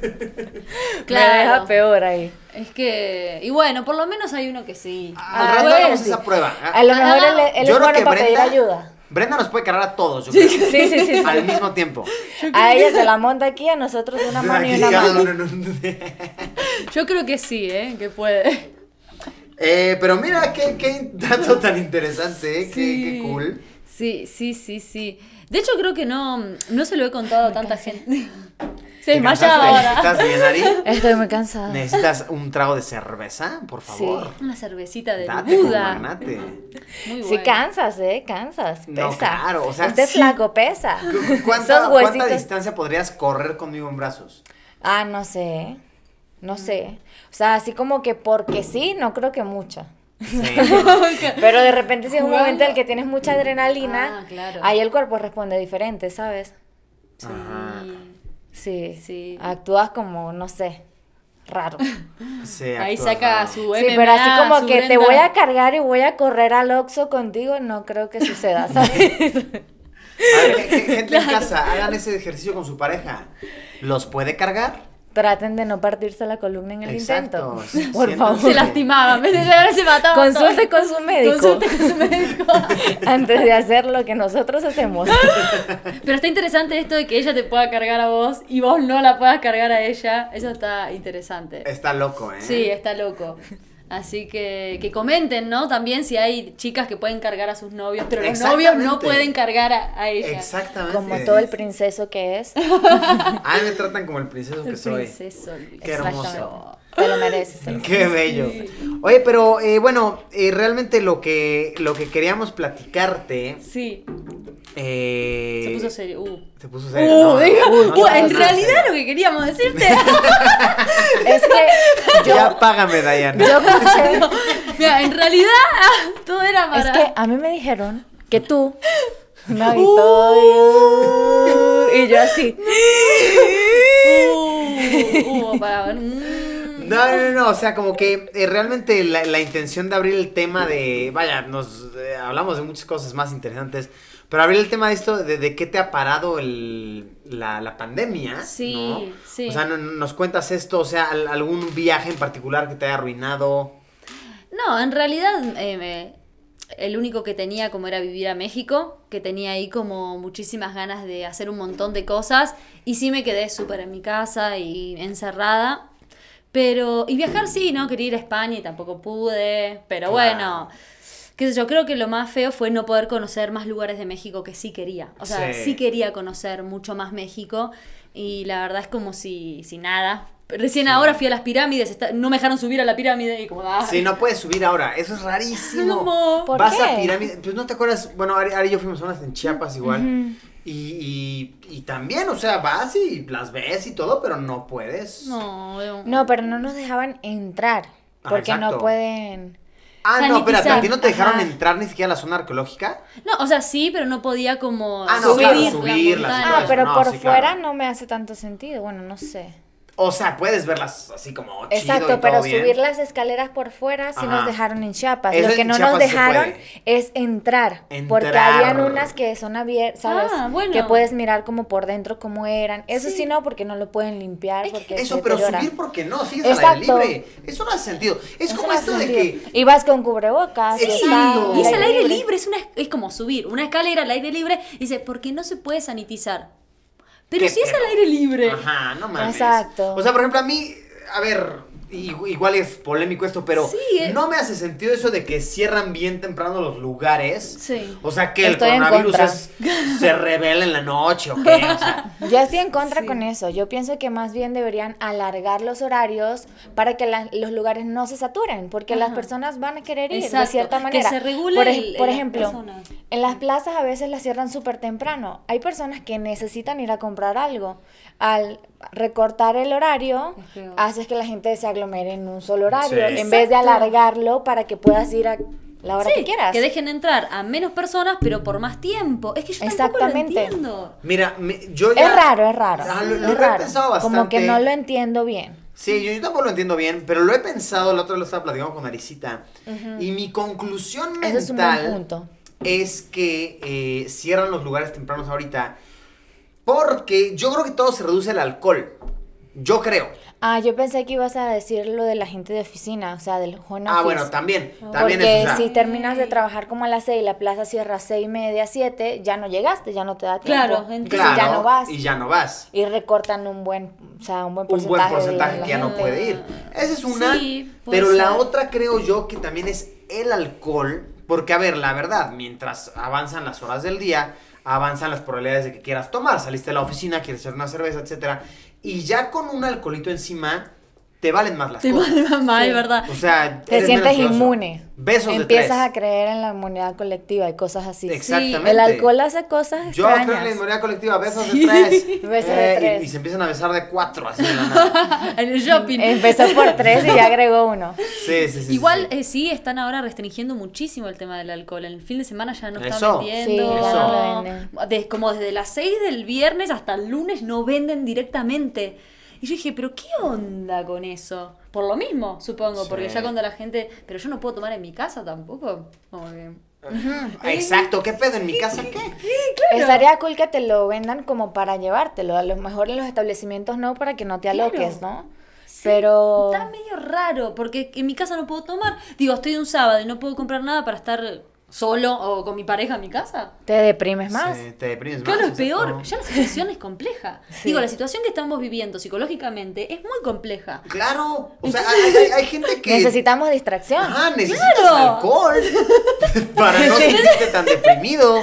[SPEAKER 4] Me deja
[SPEAKER 2] Claro.
[SPEAKER 4] peor ahí.
[SPEAKER 2] Es que. Y bueno, por lo menos hay uno que sí.
[SPEAKER 1] Al
[SPEAKER 4] Ah,
[SPEAKER 1] rato
[SPEAKER 4] bueno,
[SPEAKER 1] hagamos
[SPEAKER 4] sí.
[SPEAKER 1] esa prueba. ¿ah?
[SPEAKER 4] A lo mejor él, él es
[SPEAKER 1] Yo creo
[SPEAKER 4] bueno
[SPEAKER 1] que
[SPEAKER 4] para pedir
[SPEAKER 1] Brenda-
[SPEAKER 4] ayuda.
[SPEAKER 1] Brenda nos puede cargar a todos, yo creo.
[SPEAKER 4] Sí, sí, sí. sí.
[SPEAKER 1] Al mismo tiempo.
[SPEAKER 4] A ella se la monta aquí, a nosotros una mano y
[SPEAKER 1] Aquí,
[SPEAKER 4] una
[SPEAKER 1] cada
[SPEAKER 4] mano.
[SPEAKER 1] uno en un-
[SPEAKER 2] Yo creo que sí, ¿eh? Que puede.
[SPEAKER 1] Eh, pero mira, qué, qué dato tan interesante, ¿eh? Qué, qué cool.
[SPEAKER 2] Sí, sí, sí, sí. De hecho, creo que no, no se lo he contado a tanta gente. Se
[SPEAKER 1] ¿Te
[SPEAKER 2] desmayaba
[SPEAKER 1] cansaste?
[SPEAKER 2] ahora.
[SPEAKER 1] ¿Estás bien, Ari?
[SPEAKER 4] Estoy muy cansada.
[SPEAKER 1] ¿Necesitas un trago de cerveza, por favor?
[SPEAKER 2] Una cervecita de
[SPEAKER 1] Date como
[SPEAKER 2] Buda.
[SPEAKER 1] magnate.
[SPEAKER 2] Muy
[SPEAKER 4] Sí,
[SPEAKER 2] buena.
[SPEAKER 4] cansas, ¿eh? Cansas. Pesa.
[SPEAKER 1] No, claro, o sea,
[SPEAKER 4] Usted es
[SPEAKER 1] sí.
[SPEAKER 4] flaco, pesa.
[SPEAKER 1] ¿Cu-
[SPEAKER 4] Esos
[SPEAKER 1] ¿Cuánta,
[SPEAKER 4] huesitos-
[SPEAKER 1] cuánta distancia podrías correr conmigo en brazos?
[SPEAKER 4] Ah, no sé. No sé. O sea, así como que porque sí, no creo que mucha.
[SPEAKER 1] Sí,
[SPEAKER 4] Pero de repente si es un
[SPEAKER 2] Jugando.
[SPEAKER 4] momento en el que tienes mucha adrenalina,
[SPEAKER 2] Ah, claro.
[SPEAKER 4] ahí el cuerpo responde diferente, ¿sabes?
[SPEAKER 2] Sí.
[SPEAKER 1] Ajá.
[SPEAKER 4] Sí.
[SPEAKER 2] Sí.
[SPEAKER 4] Actúas como, no sé, raro.
[SPEAKER 1] sí,
[SPEAKER 2] Ahí
[SPEAKER 1] actúas
[SPEAKER 2] saca
[SPEAKER 1] raro.
[SPEAKER 2] su
[SPEAKER 4] Sí,
[SPEAKER 2] MMA,
[SPEAKER 4] pero así como
[SPEAKER 2] su
[SPEAKER 4] que te
[SPEAKER 2] Brenda.
[SPEAKER 4] voy a cargar y voy a correr al Oxxo contigo, no creo que suceda, ¿sabes?
[SPEAKER 1] A ver, je- je- gente en casa, hagan ese ejercicio con su pareja. ¿Los puede cargar?
[SPEAKER 4] Traten de no partirse la columna en el
[SPEAKER 1] Exacto.
[SPEAKER 4] intento. Por
[SPEAKER 1] Siéntanse.
[SPEAKER 4] favor.
[SPEAKER 2] Se lastimaba. En vez de llegar, se mataba.
[SPEAKER 4] Consulte con su médico.
[SPEAKER 2] Consulte con su médico.
[SPEAKER 4] Antes de hacer lo que nosotros hacemos.
[SPEAKER 2] Pero está interesante esto de que ella te pueda cargar a vos y vos no la puedas cargar a ella. Eso está interesante.
[SPEAKER 1] Está loco, ¿eh?
[SPEAKER 2] Sí, está loco. Así que, que comenten, ¿no? También si hay chicas que pueden cargar a sus novios, pero los novios no
[SPEAKER 1] Exactamente.
[SPEAKER 2] pueden cargar a, a ella.
[SPEAKER 1] Exactamente.
[SPEAKER 4] Como todo el princeso que es,
[SPEAKER 1] Ah, me tratan como el princeso que
[SPEAKER 2] El
[SPEAKER 1] soy.
[SPEAKER 2] princeso Luis.
[SPEAKER 1] Qué hermoso.
[SPEAKER 4] te lo mereces. te lo
[SPEAKER 1] Qué bello. Oye, pero eh, bueno, eh, realmente lo que, lo que queríamos platicarte.
[SPEAKER 2] Sí,
[SPEAKER 1] eh,
[SPEAKER 2] se puso serio. Uh.
[SPEAKER 1] Se puso serio. no, no,
[SPEAKER 2] Uh, digo,
[SPEAKER 1] no, no
[SPEAKER 2] uh,
[SPEAKER 1] te
[SPEAKER 2] en
[SPEAKER 1] pongas
[SPEAKER 2] realidad
[SPEAKER 1] serio.
[SPEAKER 2] lo que queríamos decirte.
[SPEAKER 4] Es que
[SPEAKER 1] Ya págame, Dayana.
[SPEAKER 4] yo escuché,
[SPEAKER 2] Mira, en realidad ah, todo era para.
[SPEAKER 4] es que a mí me dijeron que tú, una victoria, y yo así,
[SPEAKER 2] Uh, uh, para. mm.
[SPEAKER 1] No, no, no, no, o sea, como que eh, realmente la, la intención de abrir el tema de, vaya, nos eh, hablamos de muchas cosas más interesantes, pero abrir el tema de esto, de, de qué te ha parado el, la, la pandemia.
[SPEAKER 2] Sí,
[SPEAKER 1] ¿no?
[SPEAKER 2] sí.
[SPEAKER 1] O sea, no- no- nos cuentas esto, o sea, al- algún viaje en particular que te haya arruinado.
[SPEAKER 2] No, en realidad eh, me- el único que tenía como era vivir a México, que tenía ahí como muchísimas ganas de hacer un montón de cosas y sí me quedé súper en mi casa y encerrada. Pero, y viajar sí, ¿no? Quería ir a España y tampoco pude,
[SPEAKER 1] Claro.
[SPEAKER 2] pero bueno, qué sé yo, creo que lo más feo fue no poder conocer más lugares de México que sí quería. O sea,
[SPEAKER 1] Sí.
[SPEAKER 2] sí, quería conocer mucho más México y la verdad es como si, si nada. Recién ahora fui a las pirámides, está- no me dejaron subir a la pirámide y como... ah.
[SPEAKER 1] Sí, no puedes subir ahora, eso es rarísimo.
[SPEAKER 2] No.
[SPEAKER 4] ¿Por
[SPEAKER 1] Vas a
[SPEAKER 4] qué?
[SPEAKER 1] pirámide, pues no te acuerdas, bueno, Ari, Ari y yo fuimos a unas en Chiapas igual. Y, y, y también, o sea, vas y las ves y todo, pero no puedes.
[SPEAKER 2] No, veo-
[SPEAKER 4] no, pero no nos dejaban entrar,
[SPEAKER 1] Ah,
[SPEAKER 4] porque
[SPEAKER 1] exacto.
[SPEAKER 4] no pueden,
[SPEAKER 1] Ah, no, espérate, ¿a ti no te
[SPEAKER 2] Sanitizar,
[SPEAKER 1] dejaron
[SPEAKER 2] ajá.
[SPEAKER 1] entrar ni siquiera a la zona arqueológica?
[SPEAKER 2] No, o sea, sí, pero no podía como
[SPEAKER 1] Ah, no,
[SPEAKER 2] subir,
[SPEAKER 4] claro,
[SPEAKER 2] la
[SPEAKER 1] subirlas y
[SPEAKER 2] montaña.
[SPEAKER 1] todo
[SPEAKER 4] ah,
[SPEAKER 1] eso,
[SPEAKER 4] pero
[SPEAKER 1] no,
[SPEAKER 4] por
[SPEAKER 1] sí, claro.
[SPEAKER 4] fuera no me hace tanto sentido, bueno, no sé.
[SPEAKER 1] O sea, puedes verlas así como chido y todo
[SPEAKER 4] Exacto, pero
[SPEAKER 1] bien.
[SPEAKER 4] subir las escaleras por fuera sí
[SPEAKER 1] Ajá.
[SPEAKER 4] nos dejaron en Chiapas.
[SPEAKER 1] Eso
[SPEAKER 4] Lo que
[SPEAKER 1] en
[SPEAKER 4] no
[SPEAKER 1] Chiapas
[SPEAKER 4] nos
[SPEAKER 1] se
[SPEAKER 4] dejaron
[SPEAKER 1] puede.
[SPEAKER 4] es entrar, porque
[SPEAKER 1] Entrar.
[SPEAKER 4] habían unas que son abiertas, ¿sabes?
[SPEAKER 2] Ah, bueno.
[SPEAKER 4] Que puedes mirar como por dentro cómo eran. Eso
[SPEAKER 2] Sí.
[SPEAKER 4] sí, no, porque no lo pueden limpiar, porque
[SPEAKER 1] Eso,
[SPEAKER 4] se
[SPEAKER 1] pero
[SPEAKER 4] deteriora.
[SPEAKER 1] subir porque no, sigues al aire
[SPEAKER 4] Exacto.
[SPEAKER 1] libre. Eso no hace sentido. Es
[SPEAKER 4] No
[SPEAKER 1] como
[SPEAKER 4] se
[SPEAKER 1] esto
[SPEAKER 4] hace
[SPEAKER 1] de
[SPEAKER 4] sentido.
[SPEAKER 1] que...
[SPEAKER 4] Y vas con cubrebocas. y
[SPEAKER 1] Exacto.
[SPEAKER 4] está
[SPEAKER 2] Y es al aire libre, es, una, es como subir una escalera al aire libre. y Dice, ¿por qué no se puede sanitizar? Pero
[SPEAKER 1] Qué
[SPEAKER 2] si es al
[SPEAKER 1] pedo.
[SPEAKER 2] aire libre.
[SPEAKER 1] Ajá, no mames.
[SPEAKER 4] Exacto.
[SPEAKER 1] O sea, por ejemplo, a mí, a ver, i- igual es polémico esto, pero
[SPEAKER 2] Sí, eh.
[SPEAKER 1] no me hace sentido eso de que cierran bien temprano los lugares.
[SPEAKER 2] Sí.
[SPEAKER 1] O sea, que
[SPEAKER 4] Estoy
[SPEAKER 1] el
[SPEAKER 4] en
[SPEAKER 1] coronavirus
[SPEAKER 4] contra.
[SPEAKER 1] es- se revela en la noche o qué, o sea...
[SPEAKER 4] Yo estoy en contra con eso. Yo pienso que más bien deberían alargar los horarios para que la- los lugares no se saturen, porque las
[SPEAKER 2] Ajá.
[SPEAKER 4] personas van a querer ir de
[SPEAKER 2] Exacto,
[SPEAKER 4] cierta
[SPEAKER 2] que
[SPEAKER 4] manera.
[SPEAKER 2] se regule
[SPEAKER 4] por, ej-
[SPEAKER 2] el-
[SPEAKER 4] por
[SPEAKER 2] las
[SPEAKER 4] ejemplo,
[SPEAKER 2] personas.
[SPEAKER 4] en las plazas a veces las cierran súper temprano. Hay personas que necesitan ir a comprar algo. Al recortar el horario,
[SPEAKER 2] Es peor.
[SPEAKER 4] haces que la gente se aglomere en un solo horario,
[SPEAKER 1] Sí.
[SPEAKER 4] en vez de
[SPEAKER 2] Exacto.
[SPEAKER 4] alargarlo para que puedas ir a la hora
[SPEAKER 2] Sí,
[SPEAKER 4] que quieras.
[SPEAKER 2] que dejen entrar a menos personas, pero por más tiempo. Es que yo tampoco lo
[SPEAKER 4] Exactamente.
[SPEAKER 2] entiendo.
[SPEAKER 1] Mira, me- yo ya...
[SPEAKER 4] Es raro, es raro.
[SPEAKER 1] Ah, lo,
[SPEAKER 4] es
[SPEAKER 1] lo he
[SPEAKER 4] raro.
[SPEAKER 1] pensado bastante.
[SPEAKER 4] Como que no lo entiendo bien.
[SPEAKER 1] Sí, yo, yo tampoco lo entiendo bien, pero lo he pensado, la otra vez lo estaba platicando con Arisita. Y mi conclusión mental
[SPEAKER 4] Ese es un buen punto.
[SPEAKER 1] es que eh, cierran los lugares tempranos ahorita Porque yo creo que todo se reduce al alcohol. Yo creo.
[SPEAKER 4] Ah, yo pensé que ibas a decir lo de la gente de oficina, o sea, del Juan
[SPEAKER 1] Ah, bueno, también. También
[SPEAKER 4] Porque
[SPEAKER 1] es. o sea,
[SPEAKER 4] si terminas de trabajar como a las 6 y la plaza cierra a 6 y media, 7, ya no llegaste, ya no te da tiempo.
[SPEAKER 2] Claro, entonces
[SPEAKER 4] Entonces ya no vas.
[SPEAKER 1] Y
[SPEAKER 4] Y,
[SPEAKER 1] ya no vas.
[SPEAKER 4] recortan un buen, o sea, un buen
[SPEAKER 1] Un
[SPEAKER 4] porcentaje.
[SPEAKER 1] buen
[SPEAKER 4] de
[SPEAKER 1] porcentaje
[SPEAKER 4] la
[SPEAKER 1] que ya no
[SPEAKER 4] gente.
[SPEAKER 1] puede ir. Esa es una.
[SPEAKER 2] Sí, puede
[SPEAKER 1] pero la
[SPEAKER 2] ser.
[SPEAKER 1] otra creo yo que también es el alcohol. Porque, a ver, la verdad, mientras avanzan las horas del día, avanzan las probabilidades de que quieras tomar. Saliste de la oficina, quieres hacer una cerveza, etcétera. Y ya con un alcoholito encima, te valen más las
[SPEAKER 2] Te
[SPEAKER 1] cosas.
[SPEAKER 2] mal, mamá, es verdad.
[SPEAKER 1] O sea,
[SPEAKER 4] Te
[SPEAKER 1] eres
[SPEAKER 4] sientes
[SPEAKER 1] menos celoso.
[SPEAKER 4] inmune.
[SPEAKER 1] Besos
[SPEAKER 4] Empiezas
[SPEAKER 1] de
[SPEAKER 4] a creer en la inmunidad colectiva y cosas así.
[SPEAKER 1] tres. Exactamente.
[SPEAKER 4] El alcohol hace cosas
[SPEAKER 1] Yo
[SPEAKER 4] extrañas.
[SPEAKER 1] creo en la inmunidad colectiva, besos
[SPEAKER 2] Sí.
[SPEAKER 1] de tres. Eh,
[SPEAKER 4] Besos de
[SPEAKER 1] y-
[SPEAKER 4] tres.
[SPEAKER 1] Y, se empiezan a besar de cuatro, así de la nada.
[SPEAKER 2] en el shopping.
[SPEAKER 4] Empezó por tres y ya agregó uno.
[SPEAKER 1] Sí, sí, sí.
[SPEAKER 2] Igual
[SPEAKER 1] sí, sí.
[SPEAKER 2] eh, sí están ahora restringiendo muchísimo el tema del alcohol. En el fin de semana ya no
[SPEAKER 1] Eso.
[SPEAKER 2] están
[SPEAKER 4] Sí,
[SPEAKER 2] vendiendo.
[SPEAKER 1] ya no
[SPEAKER 4] lo venden.
[SPEAKER 2] De- como desde las 6 del viernes hasta el lunes no venden directamente. Y yo dije, pero ¿qué onda con eso? Por lo mismo, supongo,
[SPEAKER 1] Sí.
[SPEAKER 2] porque ya cuando la gente... Pero yo no puedo tomar en mi casa tampoco. Como que-
[SPEAKER 1] Exacto, ¿qué pedo? ¿En mi casa qué?
[SPEAKER 4] Estaría cool que te lo vendan como para llevártelo. A lo mejor en los establecimientos no, para que no te
[SPEAKER 2] Claro.
[SPEAKER 4] aloques, ¿no? Pero.
[SPEAKER 2] Está medio raro, porque en mi casa no puedo tomar. Digo, estoy un sábado y no puedo comprar nada para estar solo o con mi pareja en mi casa.
[SPEAKER 4] Te deprimes más.
[SPEAKER 1] Sí, te deprimes más, "Oh".
[SPEAKER 2] Claro, es
[SPEAKER 1] exacto.
[SPEAKER 2] peor. Ya la situación es compleja. Digo, la situación que estamos viviendo psicológicamente es muy compleja.
[SPEAKER 1] Claro, o sea, hay, hay- hay gente que...
[SPEAKER 4] Necesitamos distracción.
[SPEAKER 1] Ajá, necesitas
[SPEAKER 2] Claro.
[SPEAKER 1] alcohol para no
[SPEAKER 4] Sí.
[SPEAKER 1] sentirte tan deprimido.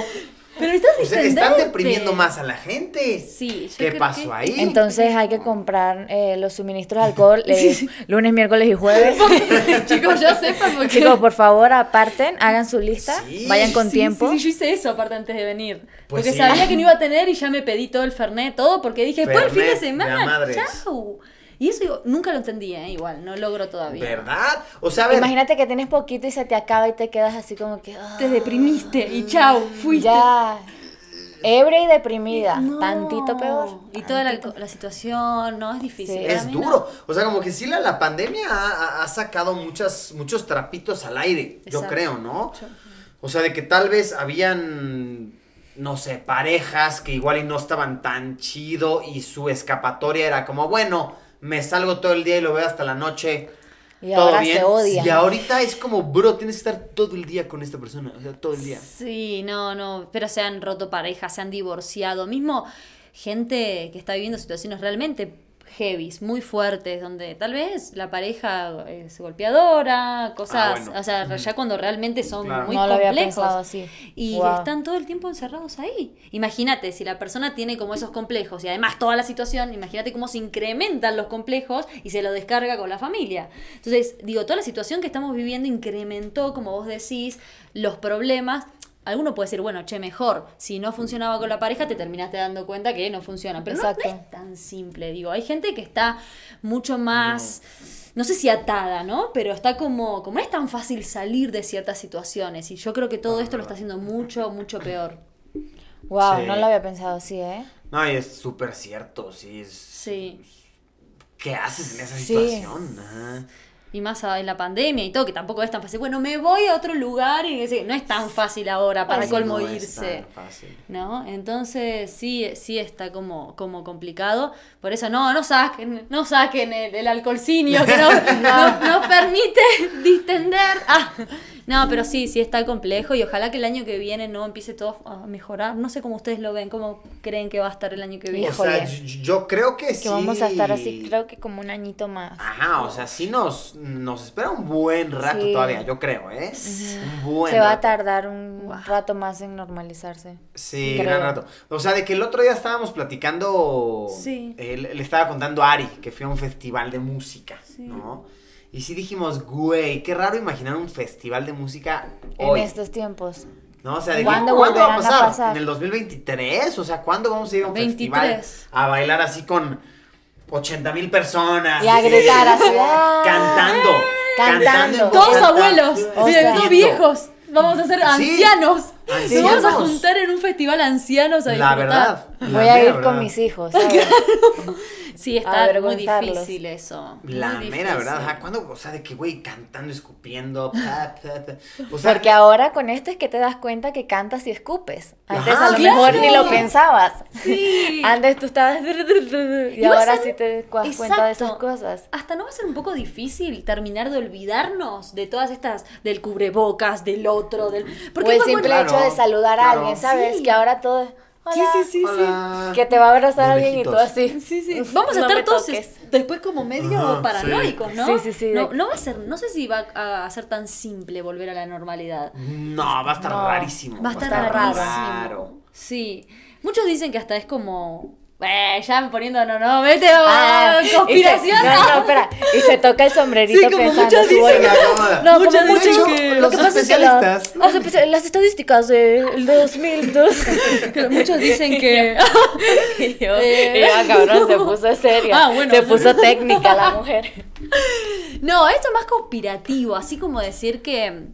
[SPEAKER 2] Pero estás
[SPEAKER 1] O sea, están deprimiendo más a la gente.
[SPEAKER 2] Sí, yo
[SPEAKER 1] ¿Qué
[SPEAKER 2] creo
[SPEAKER 1] pasó
[SPEAKER 2] que-
[SPEAKER 1] ahí?
[SPEAKER 4] Entonces hay que comprar eh, los suministros de alcohol eh, lunes, miércoles y jueves.
[SPEAKER 2] Chicos, yo sepan porque...
[SPEAKER 4] Chicos, por favor, aparten, hagan su lista,
[SPEAKER 1] Sí.
[SPEAKER 4] vayan con
[SPEAKER 2] Sí,
[SPEAKER 4] tiempo.
[SPEAKER 2] Sí, sí, yo hice eso aparte antes de venir.
[SPEAKER 1] Pues
[SPEAKER 2] porque
[SPEAKER 1] sí.
[SPEAKER 2] sabía que no iba a tener y ya me pedí todo el Fernet, todo, porque dije, después el fin de
[SPEAKER 1] Fernet de a
[SPEAKER 2] semana,
[SPEAKER 1] madres.
[SPEAKER 2] chau. Y eso digo, nunca lo entendí, ¿eh? igual, no logro todavía.
[SPEAKER 1] ¿Verdad? O sea, a ver,
[SPEAKER 4] Imagínate que tienes poquito y se te acaba y te quedas así como que. ah,
[SPEAKER 2] Te deprimiste y chau, fuiste.
[SPEAKER 4] ya. Ebria y deprimida.
[SPEAKER 2] No.
[SPEAKER 4] Tantito peor.
[SPEAKER 2] Y toda la, la situación, no, es difícil.
[SPEAKER 4] Sí.
[SPEAKER 2] Para
[SPEAKER 1] es
[SPEAKER 2] mí no.
[SPEAKER 1] duro. O sea, como que sí la, la pandemia ha, ha- ha sacado muchas, muchos trapitos al aire, yo
[SPEAKER 2] Exacto.
[SPEAKER 1] creo, ¿no? O sea, de que tal vez habían, no sé, parejas que igual y no estaban tan chido y su escapatoria era como, bueno, me salgo todo el día y lo veo hasta la noche.
[SPEAKER 4] Y
[SPEAKER 1] todo
[SPEAKER 4] ahora
[SPEAKER 1] bien.
[SPEAKER 4] se odian.
[SPEAKER 1] Y ahorita es como, bro, tienes que estar todo el día con esta persona, o sea, todo el día.
[SPEAKER 2] Sí, no, no, pero se han roto parejas, se han divorciado, mismo gente que está viviendo situaciones realmente heavies, muy fuertes, donde tal vez la pareja eh, es golpeadora, cosas,
[SPEAKER 1] Ah, bueno.
[SPEAKER 2] o sea, ya cuando realmente son
[SPEAKER 1] Claro.
[SPEAKER 2] muy
[SPEAKER 4] no lo había
[SPEAKER 2] complejos.
[SPEAKER 4] pensado así.
[SPEAKER 2] Y
[SPEAKER 4] Guau.
[SPEAKER 2] están todo el tiempo encerrados ahí. Imagínate, si la persona tiene como esos complejos y además toda la situación, imagínate cómo se incrementan los complejos y se lo descarga con la familia. Entonces, digo, toda la situación que estamos viviendo incrementó, como vos decís, los problemas. Alguno puede decir, bueno, che, mejor, si no funcionaba con la pareja, te terminaste dando cuenta que no funciona. Pero no-
[SPEAKER 4] Exacto.
[SPEAKER 2] no es tan simple, digo. Hay gente que está mucho más no sé si atada, ¿no? Pero está como, como no es tan fácil salir de ciertas situaciones y yo creo que
[SPEAKER 1] Ah,
[SPEAKER 2] todo esto lo está haciendo mucho, mucho peor.
[SPEAKER 4] Wow,
[SPEAKER 1] Sí.
[SPEAKER 4] no lo había pensado así, ¿eh?
[SPEAKER 1] No, y es súper cierto, sí. es-
[SPEAKER 2] Sí.
[SPEAKER 1] ¿Qué haces en esa
[SPEAKER 4] Sí.
[SPEAKER 1] situación? Ah. Ajá.
[SPEAKER 2] Y más ahora en la pandemia y todo, que tampoco es tan fácil. Bueno, me voy a otro lugar y sí, no es tan fácil ahora para
[SPEAKER 1] Ay,
[SPEAKER 2] colmo
[SPEAKER 1] no es
[SPEAKER 2] irse.
[SPEAKER 1] tan fácil.
[SPEAKER 2] ¿No? Entonces sí, sí está como, como complicado. Por eso no, no saquen, no saquen el, el alcoholcinio que no, no, no permite distender. Ah, no, pero sí, sí está complejo y ojalá que el año que viene no empiece todo a mejorar. No sé cómo ustedes lo ven, cómo creen que va a estar el año que viene.
[SPEAKER 1] O sea,
[SPEAKER 4] Híjole.
[SPEAKER 1] yo, yo creo que, sí. Ah,
[SPEAKER 4] Que vamos a estar así, creo que como un añito más.
[SPEAKER 1] Ajá, o sea, sí nos, nos espera un buen rato
[SPEAKER 4] Sí.
[SPEAKER 1] todavía, yo creo, ¿eh? Un buen
[SPEAKER 4] se va a
[SPEAKER 1] rato.
[SPEAKER 4] tardar un
[SPEAKER 2] Guau.
[SPEAKER 4] rato más en normalizarse.
[SPEAKER 1] Sí,
[SPEAKER 4] creo.
[SPEAKER 1] gran rato. O sea, de que el otro día estábamos platicando.
[SPEAKER 2] Sí.
[SPEAKER 1] eh, le le estaba contando a Ari que fui a un festival de música, ¿no? Y sí dijimos, güey, qué raro imaginar un festival de música hoy.
[SPEAKER 4] En estos tiempos.
[SPEAKER 1] ¿No? O sea, de que,
[SPEAKER 4] ¿Cuándo
[SPEAKER 1] ¿cuándo, va a
[SPEAKER 4] volverán a
[SPEAKER 1] pasar?
[SPEAKER 4] pasar?
[SPEAKER 1] ¿En el 2023? O sea, ¿cuándo vamos a ir a un festival
[SPEAKER 2] 23.
[SPEAKER 1] a bailar así con 80 mil personas?
[SPEAKER 4] Y a
[SPEAKER 1] Sí.
[SPEAKER 4] gritar así, ¡ah!
[SPEAKER 1] Cantando.
[SPEAKER 4] Cantando.
[SPEAKER 1] en voz
[SPEAKER 2] Todos
[SPEAKER 1] alta.
[SPEAKER 2] abuelos,
[SPEAKER 1] O
[SPEAKER 2] miren,
[SPEAKER 1] sea,
[SPEAKER 2] todos viejos. Vamos a ser
[SPEAKER 1] Sí.
[SPEAKER 2] ancianos.
[SPEAKER 1] Ay,
[SPEAKER 2] Nos vamos a
[SPEAKER 1] vamos.
[SPEAKER 2] juntar en un festival ancianos a
[SPEAKER 1] La
[SPEAKER 2] disfrutar.
[SPEAKER 1] verdad. la
[SPEAKER 4] Voy a
[SPEAKER 1] mera
[SPEAKER 4] ir con
[SPEAKER 1] verdad.
[SPEAKER 4] mis hijos. ¿sabes?
[SPEAKER 2] Sí, está muy
[SPEAKER 4] Avergonzarlos.
[SPEAKER 2] difícil eso. muy
[SPEAKER 1] La mera
[SPEAKER 2] difícil.
[SPEAKER 1] verdad. Ajá, ¿cuándo? O sea, de que, güey, cantando, escupiendo. pa, pa, pa. O sea,
[SPEAKER 4] Porque ahora con esto es que te das cuenta que cantas y escupes. Antes
[SPEAKER 1] Ajá,
[SPEAKER 4] a lo
[SPEAKER 1] claro.
[SPEAKER 4] mejor ni lo pensabas.
[SPEAKER 2] Sí.
[SPEAKER 4] Antes tú estabas... Y
[SPEAKER 2] va a
[SPEAKER 4] ahora
[SPEAKER 2] ser-
[SPEAKER 4] sí te das cuenta de esas
[SPEAKER 2] Exacto.
[SPEAKER 4] cosas.
[SPEAKER 2] Hasta no va a ser un poco difícil terminar de olvidarnos de todas estas, del cubrebocas, del otro, del...
[SPEAKER 4] o el
[SPEAKER 2] pues,
[SPEAKER 4] simple
[SPEAKER 2] bueno,
[SPEAKER 4] hecho de
[SPEAKER 1] Claro,
[SPEAKER 4] saludar a
[SPEAKER 1] claro.
[SPEAKER 4] alguien, ¿sabes?
[SPEAKER 2] Sí.
[SPEAKER 4] Que ahora todo es... "Hola",
[SPEAKER 2] Sí, sí, sí, sí.
[SPEAKER 1] hola.
[SPEAKER 4] Que te va a abrazar
[SPEAKER 1] De
[SPEAKER 4] alguien y tú
[SPEAKER 1] lejitos.
[SPEAKER 4] así.
[SPEAKER 2] Sí, sí. Vamos a
[SPEAKER 4] No
[SPEAKER 2] estar
[SPEAKER 4] me
[SPEAKER 2] todos
[SPEAKER 4] toques.
[SPEAKER 2] es- después como medio
[SPEAKER 1] Ajá,
[SPEAKER 2] paranoicos,
[SPEAKER 1] sí.
[SPEAKER 2] ¿no?
[SPEAKER 4] Sí, sí, sí, de-
[SPEAKER 2] No, no va a ser, no sé si va a ser tan simple volver a la normalidad.
[SPEAKER 1] No, va a estar
[SPEAKER 4] No,
[SPEAKER 1] rarísimo.
[SPEAKER 2] Va a estar
[SPEAKER 4] Está raro.
[SPEAKER 2] rarísimo. Sí. Muchos dicen que hasta es como. "Eh, ya me poniendo no, no, vete,
[SPEAKER 4] Ah,
[SPEAKER 2] ah,
[SPEAKER 4] y se-
[SPEAKER 2] conspiración.
[SPEAKER 4] no, no, espera. Y se toca el sombrerito
[SPEAKER 2] Sí, como
[SPEAKER 4] pensando.
[SPEAKER 2] muchos
[SPEAKER 4] "Uy,
[SPEAKER 1] Oye,
[SPEAKER 2] dicen-
[SPEAKER 1] la
[SPEAKER 4] No,
[SPEAKER 2] Muchas
[SPEAKER 4] como
[SPEAKER 2] veces
[SPEAKER 4] mucho.
[SPEAKER 2] que
[SPEAKER 4] lo
[SPEAKER 1] los
[SPEAKER 4] que pasa es que la-
[SPEAKER 1] especialistas-
[SPEAKER 4] los espe- las estadísticas del 2002.
[SPEAKER 2] Pero muchos dicen que.
[SPEAKER 4] Y yo,
[SPEAKER 2] Eh.
[SPEAKER 4] y yo, ah, cabrón, se puso seria.
[SPEAKER 2] Ah, bueno.
[SPEAKER 4] se puso técnica la mujer.
[SPEAKER 2] No, esto es más conspirativo, así como decir que.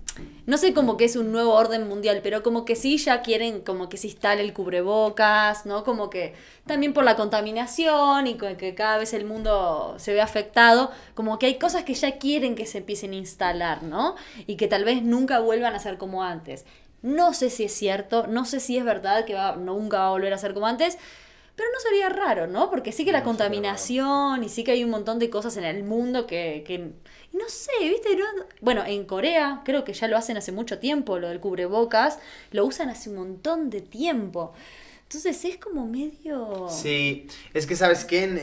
[SPEAKER 2] No sé como que es un nuevo orden mundial, pero como que sí ya quieren como que se instale el cubrebocas, ¿no? Como que también por la contaminación y con que cada vez el mundo se ve afectado, como que hay cosas que ya quieren que se empiecen a instalar, ¿no? Y que tal vez nunca vuelvan a ser como antes. No sé si es cierto, no sé si es verdad que va- nunca va a volver a ser como antes, pero no sería raro, ¿no? Porque sí que la
[SPEAKER 1] No, sería
[SPEAKER 2] contaminación y sí que hay un montón de cosas en el mundo que... que y no sé, ¿viste? No- bueno, en Corea creo que ya lo hacen hace mucho tiempo, lo del cubrebocas, lo usan hace un montón de tiempo. Entonces es como medio...
[SPEAKER 1] Sí, es que sabes que en,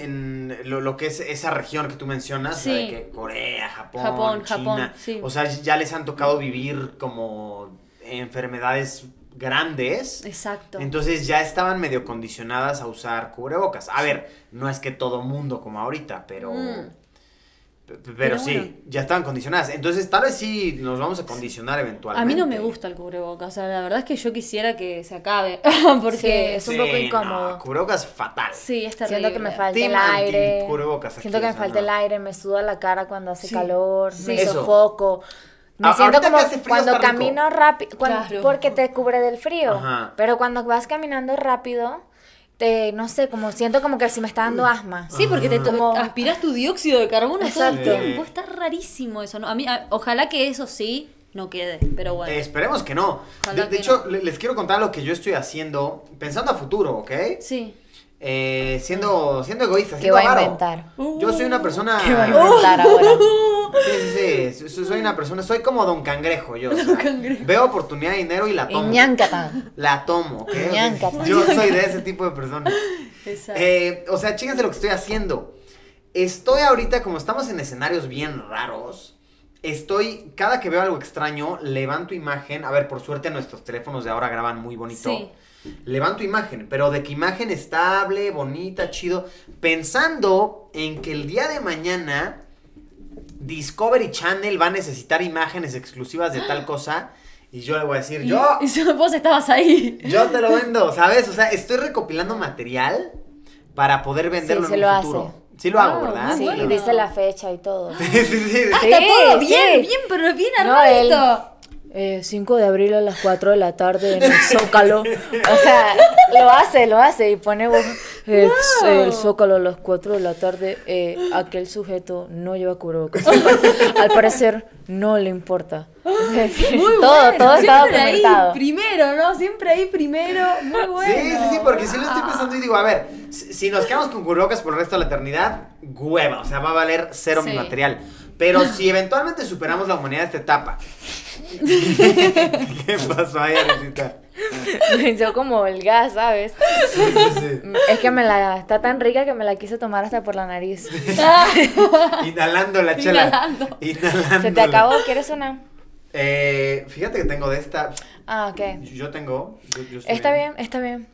[SPEAKER 1] en lo, lo que es esa región que tú mencionas,
[SPEAKER 2] Sí.
[SPEAKER 1] o sea, de que Corea, Japón,
[SPEAKER 2] Japón,
[SPEAKER 1] China,
[SPEAKER 2] Japón, sí.
[SPEAKER 1] o sea, ya les han tocado vivir como enfermedades grandes.
[SPEAKER 2] Exacto.
[SPEAKER 1] Entonces ya estaban medio condicionadas a usar cubrebocas. A ver, no es que todo mundo como ahorita, pero.
[SPEAKER 2] Mm.
[SPEAKER 1] p- Pero,
[SPEAKER 2] Pero
[SPEAKER 1] sí,
[SPEAKER 2] bueno.
[SPEAKER 1] ya estaban condicionadas. Entonces tal vez sí nos vamos a condicionar eventualmente.
[SPEAKER 2] A mí no me gusta el cubrebocas, o sea, la verdad es que yo quisiera que se acabe,
[SPEAKER 4] Sí,
[SPEAKER 2] porque...
[SPEAKER 4] es un poco
[SPEAKER 1] no,
[SPEAKER 4] incómodo.
[SPEAKER 1] cubrebocas fatal.
[SPEAKER 2] Sí, es terrible.
[SPEAKER 4] Siento que me falta
[SPEAKER 1] Team
[SPEAKER 4] el aire.
[SPEAKER 1] anti-cubrebocas aquí,
[SPEAKER 4] Siento que
[SPEAKER 1] o
[SPEAKER 4] me
[SPEAKER 1] sea,
[SPEAKER 4] falta el
[SPEAKER 1] no.
[SPEAKER 4] aire, me suda la cara cuando hace
[SPEAKER 2] Sí,
[SPEAKER 4] calor,
[SPEAKER 2] sí.
[SPEAKER 4] me
[SPEAKER 1] Eso.
[SPEAKER 4] sofoco. Me
[SPEAKER 1] A-
[SPEAKER 4] siento
[SPEAKER 1] ahorita que
[SPEAKER 4] como
[SPEAKER 1] hace frío
[SPEAKER 4] cuando
[SPEAKER 1] está rico.
[SPEAKER 4] camino rápido,
[SPEAKER 2] Claro.
[SPEAKER 4] porque te cubre del frío.
[SPEAKER 1] Ajá.
[SPEAKER 4] Pero cuando vas caminando rápido, te, no sé, como siento como que si me está dando asma.
[SPEAKER 1] Ah,
[SPEAKER 2] Sí, porque te to- ah,
[SPEAKER 4] Como-
[SPEAKER 2] aspirás tu dióxido de carbono todo
[SPEAKER 4] Exacto.
[SPEAKER 2] el tiempo. Está rarísimo eso, ¿no? A mí, a- ojalá que eso sí no quede, pero bueno.
[SPEAKER 1] Eh, esperemos que no.
[SPEAKER 2] Ojalá
[SPEAKER 1] De, de
[SPEAKER 2] que
[SPEAKER 1] hecho,
[SPEAKER 2] no.
[SPEAKER 1] le- les quiero contar lo que yo estoy haciendo, pensando a futuro, ¿ok?
[SPEAKER 2] Sí.
[SPEAKER 1] Eh, siendo, siendo egoísta,
[SPEAKER 4] ¿Qué
[SPEAKER 1] siendo
[SPEAKER 4] va a
[SPEAKER 1] avaro.
[SPEAKER 4] inventar?
[SPEAKER 1] Yo soy una persona. Uh.
[SPEAKER 4] ¿Qué va a inventar ahora?
[SPEAKER 2] Uh.
[SPEAKER 1] Sí, sí, sí, so- Soy una persona, soy como Don Cangrejo, yo. o sea, Veo oportunidad de dinero y la tomo.
[SPEAKER 4] Iñancatán.
[SPEAKER 1] La tomo, ¿ok?
[SPEAKER 4] Ñancata.
[SPEAKER 1] Yo soy de ese tipo de personas.
[SPEAKER 2] Exacto.
[SPEAKER 1] Eh, o sea, chéquense lo que estoy haciendo. Estoy ahorita, como estamos en escenarios bien raros, estoy, cada que veo algo extraño, levanto imagen. A ver, por suerte nuestros teléfonos de ahora graban muy bonito.
[SPEAKER 2] Sí.
[SPEAKER 1] Levanto imagen, pero de que imagen estable, bonita, chido. Pensando en que el día de mañana Discovery Channel va a necesitar imágenes exclusivas de tal cosa. Y yo le voy a decir,
[SPEAKER 2] Y-
[SPEAKER 1] yo,
[SPEAKER 2] y yo- vos estabas ahí.
[SPEAKER 1] yo te lo vendo, ¿sabes? O sea, estoy recopilando material para poder venderlo
[SPEAKER 4] Sí,
[SPEAKER 1] en
[SPEAKER 4] sí
[SPEAKER 1] un
[SPEAKER 4] lo
[SPEAKER 1] futuro.
[SPEAKER 4] hace.
[SPEAKER 1] Sí lo hago,
[SPEAKER 2] Ah,
[SPEAKER 1] ¿verdad?
[SPEAKER 4] Sí,
[SPEAKER 2] bueno.
[SPEAKER 1] lo-
[SPEAKER 4] y dice la fecha y todo.
[SPEAKER 1] sí, sí, sí.
[SPEAKER 4] Sí,
[SPEAKER 2] Ah, Está todo bien,
[SPEAKER 4] sí.
[SPEAKER 2] bien, pero bien
[SPEAKER 4] No, él-
[SPEAKER 2] armadito.
[SPEAKER 4] Eh, 5 de abril a las 4 de la tarde en el Zócalo. O sea, lo hace, lo hace y pone voz, eh,
[SPEAKER 2] Wow.
[SPEAKER 4] eh, el Zócalo a las 4 de la tarde. eh, aquel sujeto no lleva cubrebocas. Al parecer no le importa.
[SPEAKER 2] Muy
[SPEAKER 4] todo,
[SPEAKER 2] bueno.
[SPEAKER 4] todo estaba
[SPEAKER 2] Siempre ahí,
[SPEAKER 4] documentado.
[SPEAKER 2] primero, ¿no? Siempre ahí primero. Muy bueno.
[SPEAKER 1] Sí, sí, sí, porque sí lo estoy pensando y digo, a ver, si, si nos quedamos con cubrebocas por el resto de la eternidad, hueva, o sea, va a valer cero mi
[SPEAKER 2] Sí.
[SPEAKER 1] material. Pero si eventualmente superamos la humanidad de esta etapa. ¿Qué pasó ahí, Alicita?
[SPEAKER 4] Yo como el gas, ¿sabes?
[SPEAKER 1] Sí, sí,
[SPEAKER 4] Es que me la está tan rica que me la quise tomar hasta por la nariz.
[SPEAKER 2] Ah,
[SPEAKER 1] sí. Inhalando la chela.
[SPEAKER 2] Inhalando.
[SPEAKER 1] Inhalando.
[SPEAKER 4] ¿Se te acabó? ¿Quieres una?
[SPEAKER 1] Eh, fíjate que tengo de esta.
[SPEAKER 4] Ah, ok.
[SPEAKER 1] Yo tengo. yo- yo estoy
[SPEAKER 4] Está bien, está bien.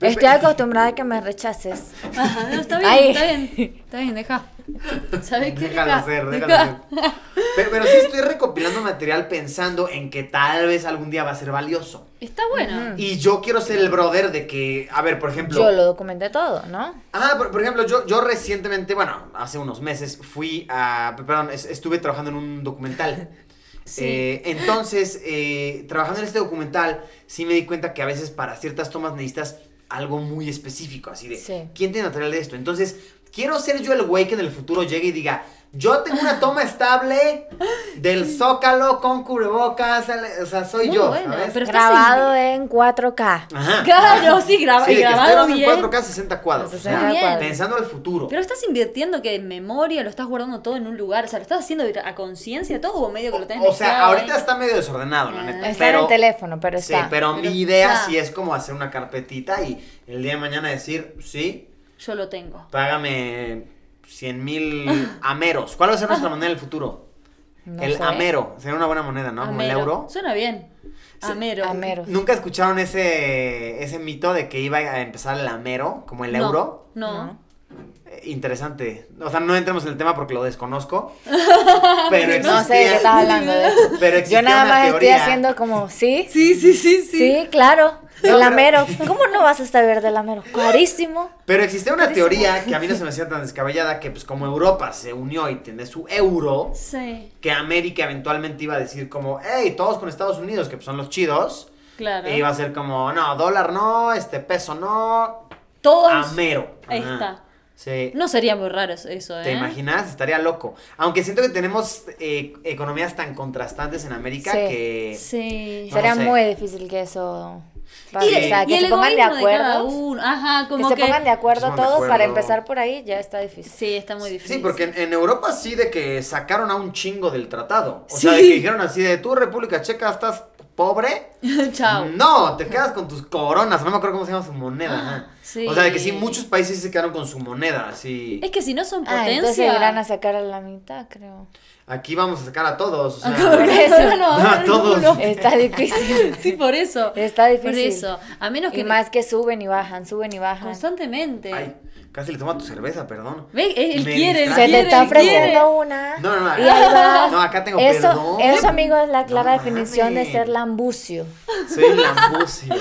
[SPEAKER 4] Estoy acostumbrada a que me rechaces.
[SPEAKER 2] ajá, no, está bien,
[SPEAKER 4] Ahí.
[SPEAKER 2] está bien. Está bien, deja. ¿Sabes qué?
[SPEAKER 1] Déjalo
[SPEAKER 2] Deja,
[SPEAKER 1] ser, déjalo
[SPEAKER 2] deja.
[SPEAKER 1] ser. Pero, pero sí estoy recopilando material pensando en que tal vez algún día va a ser valioso.
[SPEAKER 2] Está bueno.
[SPEAKER 1] Y yo quiero ser el brother de que, a ver, por ejemplo...
[SPEAKER 4] Yo lo documenté todo, ¿no?
[SPEAKER 1] Ah, por, por ejemplo, yo, yo recientemente, bueno, hace unos meses fui a... Perdón, es- estuve trabajando en un documental.
[SPEAKER 4] Sí.
[SPEAKER 1] Eh, entonces, eh, trabajando en este documental, sí me di cuenta que a veces para ciertas tomas necesitas algo muy específico, así de,
[SPEAKER 4] Sí.
[SPEAKER 1] ¿quién tiene material de esto? Entonces, quiero ser yo el güey que en el futuro llegue y diga, yo tengo una toma estable del zócalo con cubrebocas, o sea, soy
[SPEAKER 2] Muy
[SPEAKER 1] yo,
[SPEAKER 2] bueno,
[SPEAKER 1] ¿sabes?
[SPEAKER 2] pero estás
[SPEAKER 4] Grabado en 4K.
[SPEAKER 1] Ajá.
[SPEAKER 2] Claro, sí, graba-
[SPEAKER 1] Sí, de que
[SPEAKER 2] grabado
[SPEAKER 1] estoy
[SPEAKER 2] bien.
[SPEAKER 1] hablando en 4K 60 cuadros. o sea,
[SPEAKER 2] Muy bien.
[SPEAKER 1] pensando al futuro.
[SPEAKER 2] Pero estás invirtiendo que en memoria lo estás guardando todo en un lugar, o sea, lo estás haciendo a conciencia todo o medio que lo tenés
[SPEAKER 1] o sea,
[SPEAKER 2] mezclado
[SPEAKER 1] ahorita
[SPEAKER 2] ahí?
[SPEAKER 1] está medio desordenado, la neta.
[SPEAKER 4] Ah, Está en
[SPEAKER 1] pero-
[SPEAKER 4] el teléfono, pero
[SPEAKER 1] Sí,
[SPEAKER 4] está.
[SPEAKER 1] pero
[SPEAKER 2] Pero
[SPEAKER 1] mi idea
[SPEAKER 2] está.
[SPEAKER 1] sí es como hacer una carpetita y el día de mañana decir, sí,
[SPEAKER 2] yo lo tengo.
[SPEAKER 1] págame 100 mil ameros. ¿Cuál va a ser nuestra moneda del futuro?
[SPEAKER 4] No
[SPEAKER 1] el
[SPEAKER 4] sé.
[SPEAKER 1] amero. Sería una buena moneda, ¿no? Como el
[SPEAKER 2] Amero.
[SPEAKER 1] euro.
[SPEAKER 2] Suena bien.
[SPEAKER 1] Sí,
[SPEAKER 2] Amero.
[SPEAKER 4] Amero.
[SPEAKER 1] ¿Nunca escucharon ese, ese mito de que iba a empezar el amero, como el
[SPEAKER 2] No,
[SPEAKER 1] euro?
[SPEAKER 2] No.
[SPEAKER 4] No.
[SPEAKER 1] Eh, Interesante. O sea, no entremos en el tema porque lo desconozco. Pero existía,
[SPEAKER 4] No sé de qué estás hablando. de eso.
[SPEAKER 1] Pero existía
[SPEAKER 4] Yo nada
[SPEAKER 1] una
[SPEAKER 4] más
[SPEAKER 1] teoría.
[SPEAKER 4] estoy haciendo como, ¿sí? Sí,
[SPEAKER 2] sí, sí,
[SPEAKER 4] claro.
[SPEAKER 1] pero-
[SPEAKER 4] El lamero. ¿Cómo no vas a saber del lamero? Carísimo.
[SPEAKER 1] Pero existe una teoría que a mí no se me hacía tan descabellada que pues como Europa se unió y tiene su euro,
[SPEAKER 2] Sí,
[SPEAKER 1] que América eventualmente iba a decir como, hey, todos con Estados Unidos, que pues, son los chidos,
[SPEAKER 2] claro.
[SPEAKER 1] e iba a ser como, no, dólar no, este peso no,
[SPEAKER 2] Todos.
[SPEAKER 1] amero.
[SPEAKER 2] Ahí
[SPEAKER 1] Ajá.
[SPEAKER 2] está.
[SPEAKER 1] Sí.
[SPEAKER 2] No sería muy raro eso, ¿eh?
[SPEAKER 1] ¿Te imaginas? Estaría loco. Aunque siento que tenemos eh, economías tan contrastantes en América
[SPEAKER 4] Sí.
[SPEAKER 1] que...
[SPEAKER 2] Sí.
[SPEAKER 1] No
[SPEAKER 4] Sería
[SPEAKER 1] sé.
[SPEAKER 4] muy difícil que eso pase.
[SPEAKER 1] Y-
[SPEAKER 4] o sea, que
[SPEAKER 2] el
[SPEAKER 4] se pongan de
[SPEAKER 2] egoísmo cada
[SPEAKER 4] acuerdo.
[SPEAKER 2] uno. Ajá,
[SPEAKER 4] Que
[SPEAKER 2] como
[SPEAKER 4] se
[SPEAKER 2] que.
[SPEAKER 4] pongan de acuerdo
[SPEAKER 1] Yo me
[SPEAKER 4] todos
[SPEAKER 1] acuerdo.
[SPEAKER 4] para empezar por ahí ya está difícil.
[SPEAKER 2] Sí, está muy difícil.
[SPEAKER 1] Sí, porque en, en Europa sí de que sacaron a un chingo del tratado. O sea, de que dijeron así de, tú República Checa estás pobre,
[SPEAKER 2] Chao.
[SPEAKER 1] No, te quedas con tus coronas. No me acuerdo cómo se llama su moneda.
[SPEAKER 4] Ah,
[SPEAKER 1] ajá.
[SPEAKER 2] sí.
[SPEAKER 1] O sea, de que sí, muchos países sí se quedaron con su moneda. Así.
[SPEAKER 2] Es que si no son
[SPEAKER 4] Ah, entonces
[SPEAKER 2] potencia.
[SPEAKER 4] irán a sacar a la mitad, creo.
[SPEAKER 1] Aquí vamos a sacar a todos. O sea,
[SPEAKER 4] Por eso.
[SPEAKER 2] Ah, No,
[SPEAKER 1] a Ah, todos.
[SPEAKER 4] Está difícil.
[SPEAKER 2] Sí, por eso.
[SPEAKER 4] Está difícil.
[SPEAKER 2] Por eso. A menos que.
[SPEAKER 4] Y más que suben y bajan, suben y bajan.
[SPEAKER 2] Constantemente.
[SPEAKER 1] Ay, casi le toma tu cerveza, perdón.
[SPEAKER 2] Ve, él
[SPEAKER 1] Me
[SPEAKER 2] quiere, él
[SPEAKER 1] distrae.
[SPEAKER 4] Se
[SPEAKER 2] quiere,
[SPEAKER 4] te está
[SPEAKER 2] él quiere.
[SPEAKER 4] ofreciendo una.
[SPEAKER 1] No, no, no.
[SPEAKER 4] Y ahí vas.
[SPEAKER 1] No, acá tengo
[SPEAKER 4] eso,
[SPEAKER 1] perdón.
[SPEAKER 4] Eso, amigo, es la clara
[SPEAKER 1] No
[SPEAKER 4] definición de
[SPEAKER 1] mames.
[SPEAKER 4] ser lambucio.
[SPEAKER 1] Soy un lambucio.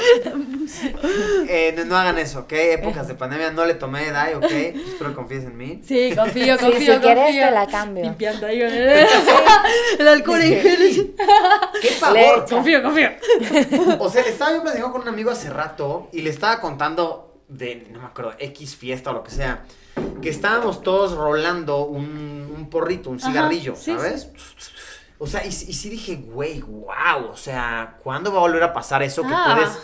[SPEAKER 1] Eh, no, no hagan eso, ¿ok? Épocas de pandemia no le tomé edad, ¿ok? Espero confíes en mí.
[SPEAKER 2] Sí, confío,
[SPEAKER 4] Sí,
[SPEAKER 2] confío.
[SPEAKER 4] si quieres,
[SPEAKER 2] confío.
[SPEAKER 4] te la cambio.
[SPEAKER 2] Limpiando ahí con el, el alcohol en gel.
[SPEAKER 1] ¡Qué favor!
[SPEAKER 4] Leche.
[SPEAKER 2] Confío, confío.
[SPEAKER 1] O sea, estaba yo platicando con un amigo hace rato y le estaba contando de, no me acuerdo, X fiesta o lo que sea, que estábamos todos rolando un, un porrito, un
[SPEAKER 2] Ajá,
[SPEAKER 1] cigarrillo,
[SPEAKER 2] sí,
[SPEAKER 1] ¿sabes? O sea, y, y sí dije, güey, wow, o sea, ¿cuándo va a volver a pasar eso que
[SPEAKER 2] Ah.
[SPEAKER 1] puedes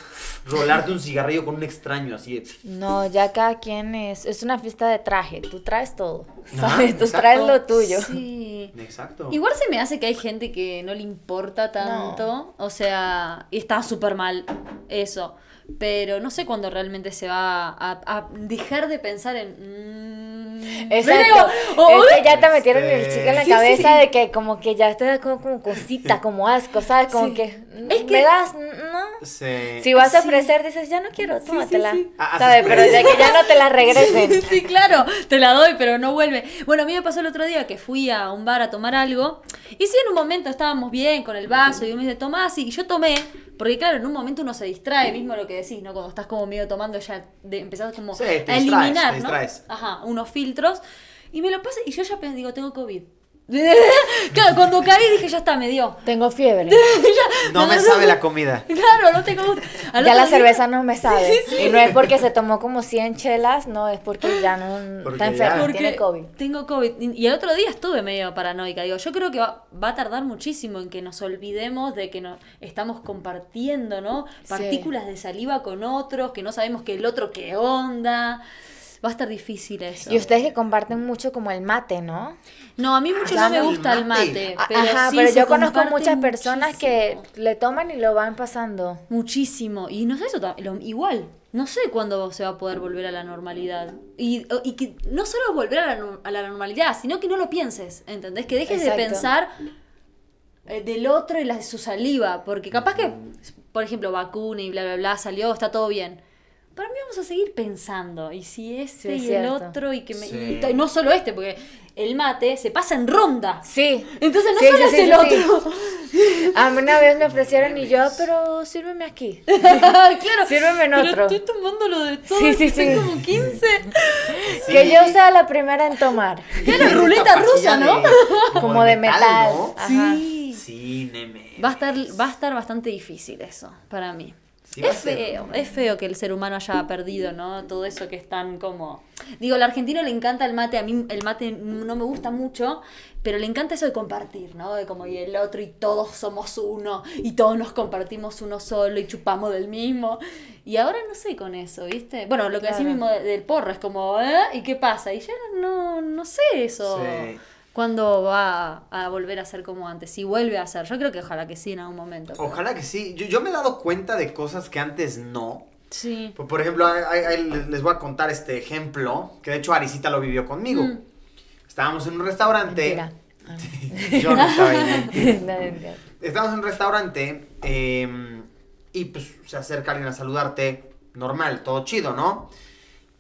[SPEAKER 1] rolarte un cigarrillo con un extraño así? de-
[SPEAKER 4] No, ya cada quien es. Es una fiesta de traje. Tú traes todo.
[SPEAKER 1] Ajá,
[SPEAKER 4] ¿Sabes? Tú
[SPEAKER 1] exacto.
[SPEAKER 4] traes lo tuyo.
[SPEAKER 2] Sí.
[SPEAKER 1] Exacto.
[SPEAKER 2] Igual se me hace que hay gente que no le importa tanto, o sea, y está súper mal eso, pero no sé cuándo realmente se va a, a dejar de pensar en... mm,
[SPEAKER 4] Exacto.
[SPEAKER 2] ¿veo? O-
[SPEAKER 4] es que ya te metieron el
[SPEAKER 1] Este-
[SPEAKER 4] chico en la
[SPEAKER 1] Sí,
[SPEAKER 4] cabeza de que como que ya te da como, como cosita, como asco, ¿sabes? Como
[SPEAKER 2] Sí.
[SPEAKER 4] que,
[SPEAKER 2] Es que-
[SPEAKER 4] me das, no.
[SPEAKER 1] Se-
[SPEAKER 4] Si vas a ofrecer, dices, ya no quiero,
[SPEAKER 2] sí,
[SPEAKER 4] tómatela.
[SPEAKER 2] sí.
[SPEAKER 1] Ah,
[SPEAKER 4] ¿Sabes?
[SPEAKER 1] sí.
[SPEAKER 4] Pero ya que ya no te la regresen.
[SPEAKER 2] Sí, claro, te la doy, pero no vuelve. Bueno, a mí me pasó el otro día que fui a un bar a tomar algo. Y sí, en un momento estábamos bien con el vaso y uno me dice, tomá, sí, y yo tomé. Porque claro, en un momento uno se distrae, mismo lo que decís, ¿no? Cuando estás como medio tomando, ya de, empezás como
[SPEAKER 1] Sí, te
[SPEAKER 2] a
[SPEAKER 1] distraes,
[SPEAKER 2] eliminar,
[SPEAKER 1] te
[SPEAKER 2] ¿no?
[SPEAKER 1] distraes.
[SPEAKER 2] Ajá, unos filtros. Y me lo pasé y yo ya pensé, digo, tengo COVID. claro, cuando caí dije, ya está, me dio.
[SPEAKER 4] Tengo fiebre.
[SPEAKER 1] No me sabe la comida.
[SPEAKER 2] Claro, no tengo gusto. Al
[SPEAKER 4] ya
[SPEAKER 2] otro día-
[SPEAKER 4] la cerveza no me sabe. Y no es porque se tomó como 100 chelas, no, es porque ya no
[SPEAKER 1] Porque
[SPEAKER 4] está enfermo,
[SPEAKER 1] ya.
[SPEAKER 2] Porque
[SPEAKER 4] tiene COVID.
[SPEAKER 2] Tengo COVID. Y y el otro día estuve medio paranoica. Digo, yo creo que va, va a tardar muchísimo en que nos olvidemos de que no, estamos compartiendo, ¿no?
[SPEAKER 4] Sí.
[SPEAKER 2] Partículas de saliva con otros, que no sabemos que el otro qué onda. Va a estar difícil eso.
[SPEAKER 4] Y ustedes que comparten mucho como el mate, ¿no?
[SPEAKER 2] No, a mí mucho no
[SPEAKER 1] Amo
[SPEAKER 2] me
[SPEAKER 1] el
[SPEAKER 2] gusta el
[SPEAKER 1] mate.
[SPEAKER 2] mate.
[SPEAKER 4] A-
[SPEAKER 2] Pero
[SPEAKER 4] Ajá,
[SPEAKER 2] sí
[SPEAKER 4] pero
[SPEAKER 2] se
[SPEAKER 4] yo conozco
[SPEAKER 2] comparte
[SPEAKER 4] muchas personas
[SPEAKER 2] muchísimo.
[SPEAKER 4] que le toman y lo van pasando.
[SPEAKER 2] Muchísimo. Y no sé eso, ta- lo- igual. No sé cuándo se va a poder volver a la normalidad. Y, o- y que no solo volver a la, no- a la normalidad, sino que no lo pienses, ¿entendés? Que dejes de
[SPEAKER 4] Exacto.
[SPEAKER 2] pensar eh, del otro y la, su saliva. Porque capaz que, por ejemplo, vacuna y bla, bla, bla, salió, está todo bien. Para mí vamos a seguir pensando. Y si
[SPEAKER 4] Sí,
[SPEAKER 2] este
[SPEAKER 4] es
[SPEAKER 2] y el
[SPEAKER 4] cierto.
[SPEAKER 2] otro y que me-
[SPEAKER 1] Sí.
[SPEAKER 2] y t- no solo este, porque el mate se pasa en ronda.
[SPEAKER 4] Sí.
[SPEAKER 2] Entonces no
[SPEAKER 4] Sí,
[SPEAKER 2] solo
[SPEAKER 4] sí,
[SPEAKER 2] es
[SPEAKER 4] sí,
[SPEAKER 2] el
[SPEAKER 4] sí, sí.
[SPEAKER 2] otro.
[SPEAKER 4] A mí una vez me ofrecieron y yo, pero sírveme aquí.
[SPEAKER 2] claro.
[SPEAKER 4] Sírveme en
[SPEAKER 2] pero
[SPEAKER 4] otro.
[SPEAKER 2] Estoy tomándolo de todo.
[SPEAKER 4] Sí, sí,
[SPEAKER 2] estoy
[SPEAKER 4] sí.
[SPEAKER 2] como 15.
[SPEAKER 1] Sí.
[SPEAKER 4] Que yo sea la primera en tomar.
[SPEAKER 1] Tiene esta
[SPEAKER 2] ruleta
[SPEAKER 1] pastilla
[SPEAKER 2] rusa, ¿no?
[SPEAKER 1] de-
[SPEAKER 4] Como de metal.
[SPEAKER 1] ¿no?
[SPEAKER 4] Ajá.
[SPEAKER 2] Sí.
[SPEAKER 1] cine, men.
[SPEAKER 2] Va a, estar, va a estar bastante difícil eso, para mí.
[SPEAKER 1] Sí, va a
[SPEAKER 2] es
[SPEAKER 1] ser.
[SPEAKER 2] feo, es feo que el ser humano haya perdido, ¿no? Todo eso que es tan como... Digo, al argentino le encanta el mate, a mí el mate no me gusta mucho, pero le encanta eso de compartir, ¿no? De como y el otro y todos somos uno y todos nos compartimos uno solo y chupamos del mismo. Y ahora no sé con eso, ¿viste? Bueno, lo que decís
[SPEAKER 4] Claro.
[SPEAKER 2] mismo de- del porro es como, ¿eh? ¿Y qué pasa? Y ya no, no sé eso.
[SPEAKER 1] Sí.
[SPEAKER 2] ¿Cuándo va a volver a ser como antes? Si vuelve a ser. Yo creo que ojalá que sí en algún momento. pero-
[SPEAKER 1] Ojalá que sí. Yo, yo me he dado cuenta de cosas que antes no.
[SPEAKER 2] Sí.
[SPEAKER 1] Por, por ejemplo, ahí- ahí- ahí les les voy a contar este ejemplo, que de hecho Arisita lo vivió conmigo.
[SPEAKER 2] Mm. Ah.
[SPEAKER 1] Estábamos en un restaurante.
[SPEAKER 4] Mentira.
[SPEAKER 1] Yo no estaba ahí.
[SPEAKER 4] No, mentira.
[SPEAKER 1] Estábamos en un restaurante eh, y pues se acerca alguien a saludarte, normal, todo chido, ¿no?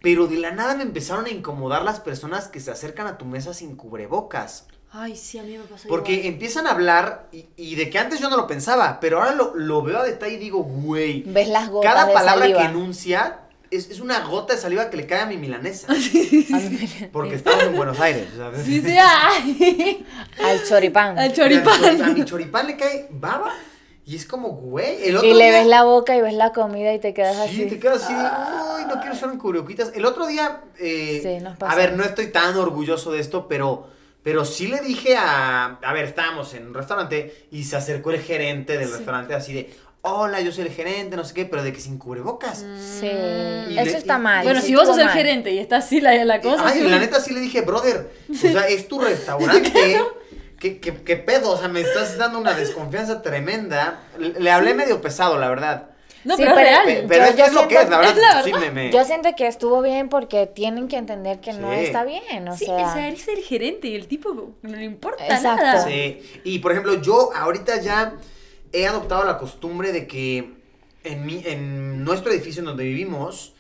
[SPEAKER 1] Pero de la nada me empezaron a incomodar las personas que se acercan a tu mesa sin cubrebocas.
[SPEAKER 2] Ay, sí, a mí me pasó
[SPEAKER 1] Porque
[SPEAKER 2] igual.
[SPEAKER 1] empiezan a hablar y, y de que antes yo no lo pensaba, pero ahora lo, lo veo a detalle y digo, güey,
[SPEAKER 4] Ves las gotas
[SPEAKER 1] cada
[SPEAKER 4] de
[SPEAKER 1] palabra
[SPEAKER 4] saliva.
[SPEAKER 1] que enuncia es, es una gota de saliva que le cae a mi milanesa.
[SPEAKER 4] A mí
[SPEAKER 1] Porque estamos en Buenos Aires. o sea,
[SPEAKER 2] Sí, sí, ay.
[SPEAKER 4] me- Al choripán.
[SPEAKER 2] Al
[SPEAKER 1] A mi
[SPEAKER 2] choripán.
[SPEAKER 1] choripán le cae baba y es como, güey, el otro
[SPEAKER 4] Y le
[SPEAKER 1] día-
[SPEAKER 4] ves la boca y ves la comida y te quedas
[SPEAKER 1] Sí,
[SPEAKER 4] así.
[SPEAKER 1] te quedas así, de, uy, no quiero usar un cubrebocas. El otro día, eh,
[SPEAKER 4] Ah. Sí, nos
[SPEAKER 1] a
[SPEAKER 4] pasa.
[SPEAKER 1] ver, no estoy tan orgulloso de esto, pero, pero sí le dije a, a ver, estábamos en un restaurante y se acercó el gerente del restaurante así de, hola, yo soy el gerente, no sé qué, pero de que sin cubrebocas.
[SPEAKER 4] Sí.
[SPEAKER 1] Mm. Y le-
[SPEAKER 4] Eso está
[SPEAKER 1] y-
[SPEAKER 4] mal.
[SPEAKER 2] Bueno,
[SPEAKER 4] sí
[SPEAKER 2] si vos
[SPEAKER 4] estuvo
[SPEAKER 2] sos el
[SPEAKER 4] mal.
[SPEAKER 2] gerente y está así la, la cosa.
[SPEAKER 1] Ay,
[SPEAKER 2] sí.
[SPEAKER 1] la neta sí le dije, brother, o sea, es tu restaurante. ¿Qué, qué, qué pedo? O sea, me estás dando una desconfianza tremenda. Le, le hablé medio pesado, la verdad.
[SPEAKER 2] No,
[SPEAKER 4] Sí,
[SPEAKER 2] pero,
[SPEAKER 4] pero-
[SPEAKER 2] es real.
[SPEAKER 1] Pe- pero
[SPEAKER 4] yo-
[SPEAKER 1] es que
[SPEAKER 4] yo
[SPEAKER 1] es lo que
[SPEAKER 4] siento-
[SPEAKER 1] es, la verdad.
[SPEAKER 2] es la
[SPEAKER 1] Sí, me, me-
[SPEAKER 4] Yo siento que estuvo bien porque tienen que entender que no
[SPEAKER 1] Sí.
[SPEAKER 4] está bien, o
[SPEAKER 2] sí,
[SPEAKER 4] sea.
[SPEAKER 2] o sea, eres el gerente y el tipo no le importa
[SPEAKER 4] Exacto.
[SPEAKER 2] nada.
[SPEAKER 1] Sí, y por ejemplo, yo ahorita ya he adoptado la costumbre de que en, mi, en nuestro edificio en donde vivimos,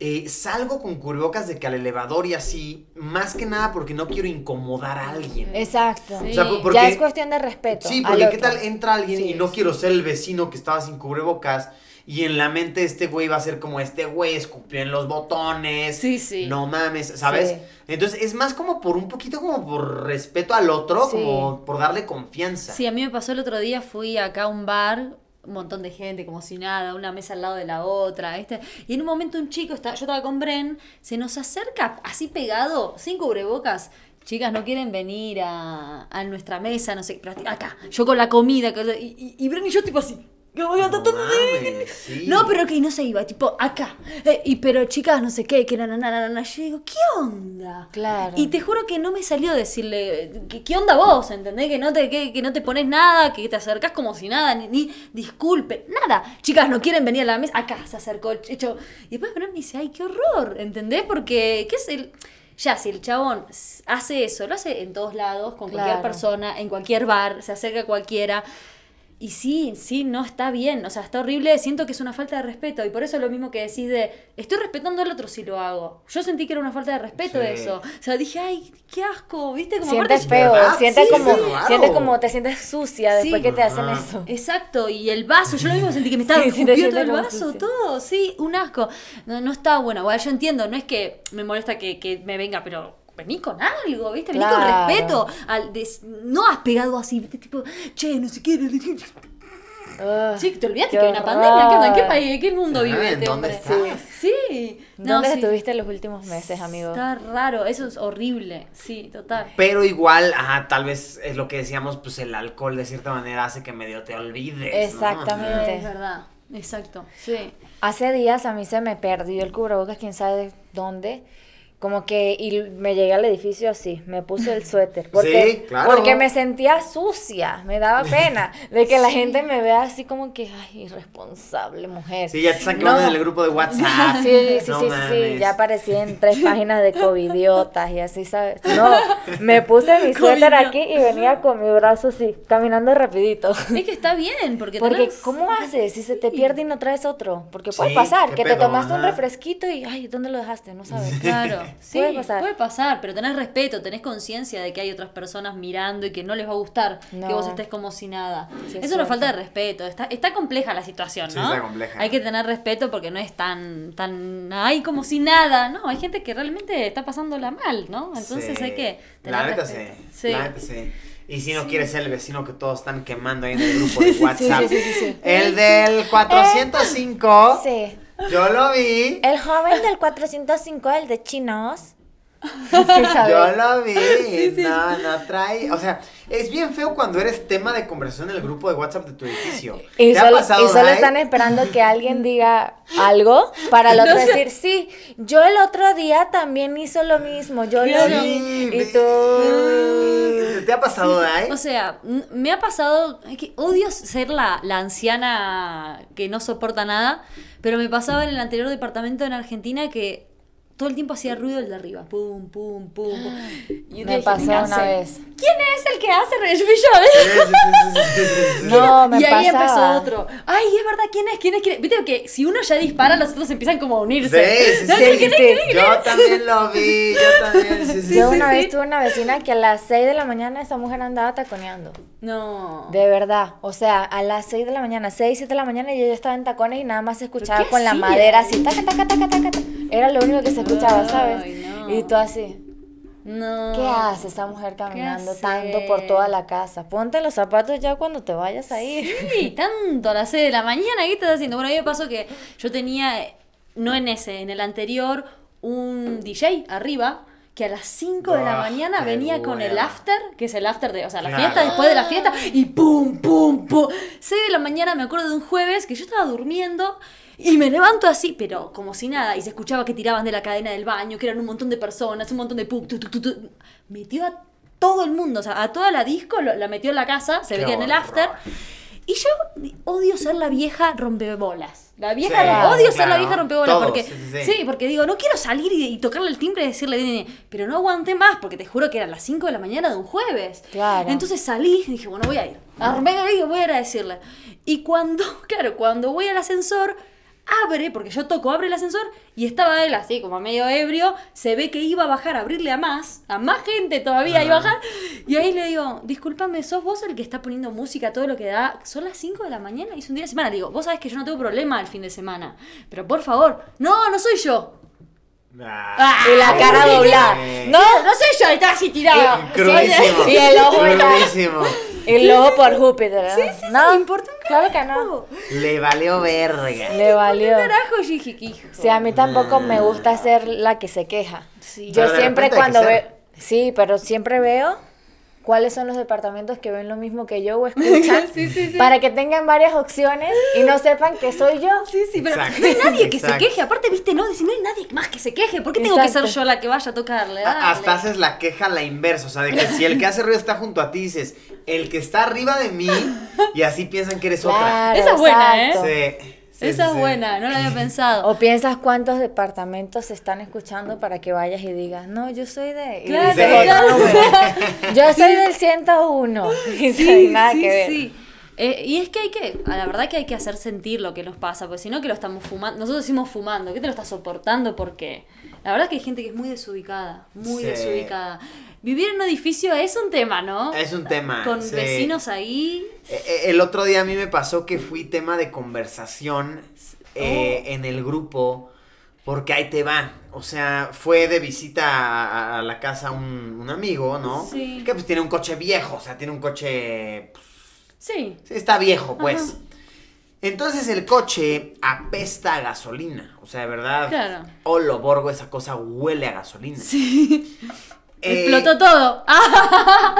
[SPEAKER 1] eh, salgo con cubrebocas de que al elevador y así, más que nada porque no quiero incomodar a
[SPEAKER 4] Eh,
[SPEAKER 1] alguien.
[SPEAKER 4] Exacto.
[SPEAKER 2] Sí.
[SPEAKER 1] O sea,
[SPEAKER 2] Ya
[SPEAKER 1] po- porque,
[SPEAKER 4] ya es cuestión de respeto.
[SPEAKER 1] sí,
[SPEAKER 4] al
[SPEAKER 1] porque qué
[SPEAKER 4] otro.
[SPEAKER 1] tal entra alguien
[SPEAKER 4] Sí,
[SPEAKER 1] y no
[SPEAKER 4] sí.
[SPEAKER 1] quiero ser el vecino que estaba sin cubrebocas y en la mente este güey va a ser como este güey, escupió en los botones.
[SPEAKER 2] Sí, sí.
[SPEAKER 1] No mames, ¿sabes?
[SPEAKER 4] Sí.
[SPEAKER 1] Entonces es más como por un poquito como por respeto al otro,
[SPEAKER 4] Sí.
[SPEAKER 1] como por darle confianza.
[SPEAKER 2] Sí, a mí me pasó el otro día, fui acá a un bar, un montón de gente, como si nada, una mesa al lado de la otra, ¿viste? Y en un momento un chico, está, yo estaba con Bren, se nos acerca así pegado, sin cubrebocas. Chicas, no quieren venir a, a nuestra mesa, no sé, pero acá, yo con la comida, que- y, y, y Bren y yo tipo así. como
[SPEAKER 1] No
[SPEAKER 2] tratando de-
[SPEAKER 1] mames, sí.
[SPEAKER 2] No, pero que no se iba, tipo, acá. Eh, y pero chicas, no sé qué, que na, na, na, na, na. Yo digo, ¿qué onda?
[SPEAKER 4] Claro.
[SPEAKER 2] Y te juro que no me salió decirle, ¿qué, qué onda vos? ¿Entendés? Que no, te, que, que no te pones nada, que te acercás como si nada, ni, ni disculpe, nada. Chicas, no quieren venir a la mesa. Acá se acercó el chicho. Y después Bran me dice, ay, qué horror, ¿entendés? Porque, ¿qué es el...? Ya, si el chabón s- hace eso, lo hace en todos lados, con cualquier
[SPEAKER 4] Claro.
[SPEAKER 2] persona, en cualquier bar, se acerca a cualquiera. Y sí, sí, no está bien, o sea, está horrible, siento que es una falta de respeto y por eso lo mismo que decís de, estoy respetando al otro si lo hago. Yo sentí que era una falta de respeto
[SPEAKER 1] Sí.
[SPEAKER 2] eso. O sea, dije, ay, qué asco, viste como aparte-
[SPEAKER 4] sientes feo,
[SPEAKER 1] ¿Verdad?
[SPEAKER 4] sientes
[SPEAKER 1] Sí,
[SPEAKER 4] como,
[SPEAKER 1] sí, claro.
[SPEAKER 4] sientes como te sientes sucia
[SPEAKER 2] Sí.
[SPEAKER 4] después que te hacen
[SPEAKER 1] Ajá.
[SPEAKER 4] eso.
[SPEAKER 2] Exacto, y el vaso, yo lo mismo sentí que me estaba
[SPEAKER 4] Sí, sí, te
[SPEAKER 2] escupiendo
[SPEAKER 4] sientes
[SPEAKER 2] el
[SPEAKER 4] como
[SPEAKER 2] vaso,
[SPEAKER 4] sucia.
[SPEAKER 2] todo, sí, un asco. No, no está bueno. Bueno, yo entiendo, no es que me molesta que, que me venga, pero vení con algo, ¿viste? Vení con
[SPEAKER 4] Claro.
[SPEAKER 2] respeto. Al des- no has pegado así, ¿viste? tipo, che, no sé qué.
[SPEAKER 4] Ugh.
[SPEAKER 2] Sí, te olvidaste que
[SPEAKER 4] Ah, Qué
[SPEAKER 2] hay una pandemia, ¿qué onda? ¿En qué
[SPEAKER 4] horror.
[SPEAKER 2] país, en qué mundo
[SPEAKER 1] Ajá,
[SPEAKER 2] vive
[SPEAKER 1] ¿en
[SPEAKER 2] este
[SPEAKER 1] dónde
[SPEAKER 2] hombre?
[SPEAKER 1] estás?
[SPEAKER 2] Sí. No,
[SPEAKER 4] ¿Dónde
[SPEAKER 2] sí.
[SPEAKER 4] estuviste los últimos meses, amigo?
[SPEAKER 2] Está raro, eso es horrible, sí, total.
[SPEAKER 1] Pero igual, ajá, tal vez es lo que decíamos, pues el alcohol de cierta manera hace que medio te olvides. ¿no?
[SPEAKER 4] Exactamente.
[SPEAKER 2] Ay, Es verdad, exacto, sí.
[SPEAKER 4] Hace días a mí se me perdió el cubrebocas, quién sabe dónde. Como que y me llegué al edificio así, me puse el suéter. Porque,
[SPEAKER 1] Sí, claro.
[SPEAKER 4] porque me sentía sucia, me daba pena de que la gente me vea así como que, ay, irresponsable mujer.
[SPEAKER 1] Sí, ya te están quemando
[SPEAKER 4] No.
[SPEAKER 1] en el grupo de WhatsApp.
[SPEAKER 4] Sí, sí,
[SPEAKER 1] No
[SPEAKER 4] sí, sí, sí,
[SPEAKER 1] mames.
[SPEAKER 4] ya aparecí en tres páginas de covidiotas y así, ¿sabes? No, me puse mi suéter
[SPEAKER 2] Covidiota.
[SPEAKER 4] aquí y venía con mi brazo así, caminando rapidito.
[SPEAKER 2] Es que está bien, porque
[SPEAKER 4] Porque,
[SPEAKER 2] tenés-
[SPEAKER 4] ¿cómo haces si se te pierde y no traes otro? Porque puede
[SPEAKER 1] Sí,
[SPEAKER 4] pasar,
[SPEAKER 1] qué
[SPEAKER 4] que te
[SPEAKER 1] pedo,
[SPEAKER 4] tomaste un
[SPEAKER 1] ajá.
[SPEAKER 4] refresquito y, ay, ¿dónde lo dejaste? No sabes. Ah,
[SPEAKER 2] Claro, sí, puede
[SPEAKER 4] Puede
[SPEAKER 2] pasar.
[SPEAKER 4] pasar.
[SPEAKER 2] pero tenés respeto, tenés conciencia de que hay otras personas mirando y que no les va a gustar
[SPEAKER 4] No.
[SPEAKER 2] que vos estés como si nada. Eso es
[SPEAKER 4] Sí, es
[SPEAKER 2] una
[SPEAKER 4] cierto.
[SPEAKER 2] falta de respeto. Está, está compleja la situación,
[SPEAKER 1] Sí,
[SPEAKER 2] ¿no?
[SPEAKER 1] está compleja.
[SPEAKER 2] Hay que tener respeto porque no es tan, tan, ay, como si nada. No, hay gente que realmente está pasándola mal, ¿no? Entonces
[SPEAKER 1] Sí.
[SPEAKER 2] hay que tener
[SPEAKER 1] La neta sí.
[SPEAKER 2] respeto.
[SPEAKER 1] La neta sí. Y si no quieres ser el vecino que todos están quemando ahí en el grupo de WhatsApp.
[SPEAKER 4] sí, sí, sí.
[SPEAKER 1] El del 405.
[SPEAKER 4] Sí.
[SPEAKER 1] Yo lo vi.
[SPEAKER 4] El joven del 405, el de chinos.
[SPEAKER 1] Yo lo vi. No, no trae. O sea, es bien feo cuando eres tema de conversación en el grupo de WhatsApp de tu edificio.
[SPEAKER 4] Y
[SPEAKER 1] ¿Te ha
[SPEAKER 4] solo,
[SPEAKER 1] pasado,
[SPEAKER 4] y solo
[SPEAKER 1] Ray?
[SPEAKER 4] están esperando que alguien diga algo para el otro decir, sí, yo el otro día también hizo lo mismo, yo lo vi.
[SPEAKER 1] Sí,
[SPEAKER 4] Y tú...
[SPEAKER 1] ve- ¿Te ha pasado, Dai?
[SPEAKER 2] O sea, n- me ha pasado, es que odio ser la, la anciana que no soporta nada, pero me pasaba en el anterior departamento en Argentina que todo el tiempo hacía ruido el de arriba, pum, pum, pum. pum. Y yo
[SPEAKER 4] Me
[SPEAKER 2] dije,
[SPEAKER 4] pasó
[SPEAKER 2] ¿qué
[SPEAKER 4] una
[SPEAKER 2] hace?
[SPEAKER 4] vez.
[SPEAKER 2] ¿Quién es el que hace Reyes Villones?
[SPEAKER 4] No, me
[SPEAKER 2] ¿eh? y ahí
[SPEAKER 4] pasaba.
[SPEAKER 2] empezó otro. Ay, es verdad, ¿quién es? ¿Quién es? ¿Quién es? Viste que si uno ya dispara, los otros empiezan como a
[SPEAKER 1] Sí,
[SPEAKER 2] unirse.
[SPEAKER 1] sí,
[SPEAKER 2] No sé
[SPEAKER 1] sí,
[SPEAKER 2] quién es,
[SPEAKER 1] sí.
[SPEAKER 2] quién es, quién
[SPEAKER 1] Yo también lo vi. Yo también. Sí, sí,
[SPEAKER 4] Yo
[SPEAKER 1] sí.
[SPEAKER 4] una
[SPEAKER 2] sí.
[SPEAKER 4] vez tuve una vecina que a las 6 de la mañana esa mujer andaba taconeando.
[SPEAKER 2] es. No.
[SPEAKER 4] De verdad, o sea, a las 6 de la mañana, 6, 7 de la mañana, yo ya estaba en tacones y nada más se escuchaba
[SPEAKER 2] qué
[SPEAKER 4] con la
[SPEAKER 2] hacía?
[SPEAKER 4] madera así, taca, taca, taca, taca, taca. Era lo único que se escuchaba,
[SPEAKER 2] Ay,
[SPEAKER 4] ¿sabes?
[SPEAKER 2] no.
[SPEAKER 4] Y tú así,
[SPEAKER 2] No.
[SPEAKER 4] ¿qué hace esa mujer caminando
[SPEAKER 2] hace?
[SPEAKER 4] tanto por toda la casa? Ponte los zapatos ya cuando te vayas a ir.
[SPEAKER 2] Sí, tanto a las 6 de la mañana, ¿qué estás haciendo? Bueno, a mí me pasó que yo tenía, eh, no en ese, en el anterior, un DJ arriba que a las 5 de la
[SPEAKER 1] Ah,
[SPEAKER 2] mañana
[SPEAKER 1] qué
[SPEAKER 2] venía con el
[SPEAKER 1] buena.
[SPEAKER 2] after, que es el after de, o sea, la
[SPEAKER 1] Claro.
[SPEAKER 2] fiesta, después de la fiesta, y pum, pum, pum. 6 de la mañana, me acuerdo de un jueves que yo estaba durmiendo y me levanto así, pero como si nada, y se escuchaba que tiraban de la cadena del baño, que eran un montón de personas, un montón de pum, tu, tu, tu, tu. Metió a todo el mundo, o sea, a toda la disco lo- la metió en la casa, se
[SPEAKER 1] Qué
[SPEAKER 2] veía en el
[SPEAKER 1] horror.
[SPEAKER 2] after. Y yo odio ser la vieja rompebolas. La vieja,
[SPEAKER 1] Sí,
[SPEAKER 2] rom- odio ser la
[SPEAKER 1] claro,
[SPEAKER 2] vieja rompebolas
[SPEAKER 1] todos,
[SPEAKER 2] porque
[SPEAKER 1] sí,
[SPEAKER 2] sí,
[SPEAKER 1] sí, sí.
[SPEAKER 2] porque digo, no quiero salir y, y tocarle el timbre y decirle, "Nene, nene", pero no aguanté más porque te juro que eran las 5 de la mañana de un jueves.
[SPEAKER 4] Claro.
[SPEAKER 2] Entonces salí y dije, bueno, voy a ir. Armé ahí, voy a ir a decirle. Y cuando, claro, cuando voy al ascensor abre, porque yo toco, abre el ascensor y estaba él así como medio ebrio, se ve que iba a bajar, a abrirle a más, a más gente todavía iba a bajar y ahí le digo, discúlpame, sos vos el que está poniendo música, a todo lo que da. Son las 5 de la mañana y es un día de semana. Le digo, vos sabés que yo no tengo problema el fin de semana. Pero por favor, no, no soy yo.
[SPEAKER 1] Ah,
[SPEAKER 4] Y la cara
[SPEAKER 1] sí.
[SPEAKER 4] doblada. No,
[SPEAKER 2] No soy yo, estaba así tirado.
[SPEAKER 1] Crudísimo.
[SPEAKER 4] Y el ojo ya.
[SPEAKER 1] Crudísimo.
[SPEAKER 4] y luego por Júpiter. ¿no? no,
[SPEAKER 2] importa un
[SPEAKER 4] claro que no.
[SPEAKER 1] Le valió verga.
[SPEAKER 4] Le valió.
[SPEAKER 2] Carajo, yo dije, "Qué hijo".
[SPEAKER 4] Sí, a mí tampoco me gusta ser la que se queja.
[SPEAKER 2] Sí.
[SPEAKER 4] Yo
[SPEAKER 1] Pero de
[SPEAKER 4] siempre
[SPEAKER 1] repente hay que
[SPEAKER 4] cuando veo...
[SPEAKER 1] ser.
[SPEAKER 4] Sí, pero siempre veo cuáles son los departamentos que ven lo mismo que yo o escuchan para que tengan varias opciones y no sepan que soy yo.
[SPEAKER 2] Sí, sí, pero
[SPEAKER 1] Exacto,
[SPEAKER 2] no hay nadie que
[SPEAKER 1] exacto.
[SPEAKER 2] se queje. Aparte, viste, no, dice, no hay nadie más que se queje. ¿Por qué tengo que
[SPEAKER 4] Exacto.
[SPEAKER 2] ser yo la que vaya a tocarle?
[SPEAKER 1] A- Hasta
[SPEAKER 2] Dale.
[SPEAKER 1] haces la queja a la inversa, o sea, de que si el que hace ruido está junto a ti, dices, el que está arriba de mí, y así piensan que eres
[SPEAKER 4] Claro,
[SPEAKER 2] Esa es buena, ¿eh?
[SPEAKER 4] exacto.
[SPEAKER 1] otra. Sí, sí,
[SPEAKER 2] Esa
[SPEAKER 1] sí,
[SPEAKER 2] es
[SPEAKER 1] sí.
[SPEAKER 2] buena, no la había pensado.
[SPEAKER 4] O piensas cuántos departamentos se están escuchando para que vayas y digas, no, yo soy de... y
[SPEAKER 2] Claro,
[SPEAKER 4] dices otro
[SPEAKER 2] claro.
[SPEAKER 4] número. Yo soy del 101. Y sí, nada que ver.
[SPEAKER 2] sí. Eh, y es que hay que, a la verdad que hay que hacer sentir lo que nos pasa, porque si no que lo estamos fumando, nosotros decimos fumando, ¿qué te lo estás soportando? Porque la verdad que hay gente que es muy desubicada, muy
[SPEAKER 1] Sí.
[SPEAKER 2] desubicada. Vivir en un edificio es un tema, ¿no?
[SPEAKER 1] Es un tema.
[SPEAKER 2] Con
[SPEAKER 1] sí.
[SPEAKER 2] vecinos ahí.
[SPEAKER 1] E- e- El otro día a mí me pasó que fui tema de conversación eh,
[SPEAKER 2] Oh.
[SPEAKER 1] en el grupo, porque ahí te va. O sea, fue de visita a, a- a la casa un, un amigo, ¿no?
[SPEAKER 2] Sí.
[SPEAKER 1] Que pues tiene un coche viejo, o sea, tiene un coche pues,
[SPEAKER 2] Sí.
[SPEAKER 1] Sí, está viejo, pues.
[SPEAKER 2] Ajá.
[SPEAKER 1] Entonces el coche apesta a gasolina. O sea, de verdad.
[SPEAKER 2] Claro.
[SPEAKER 1] Olo Borgo, esa cosa huele a gasolina. Eh,
[SPEAKER 2] Explotó todo. Ah,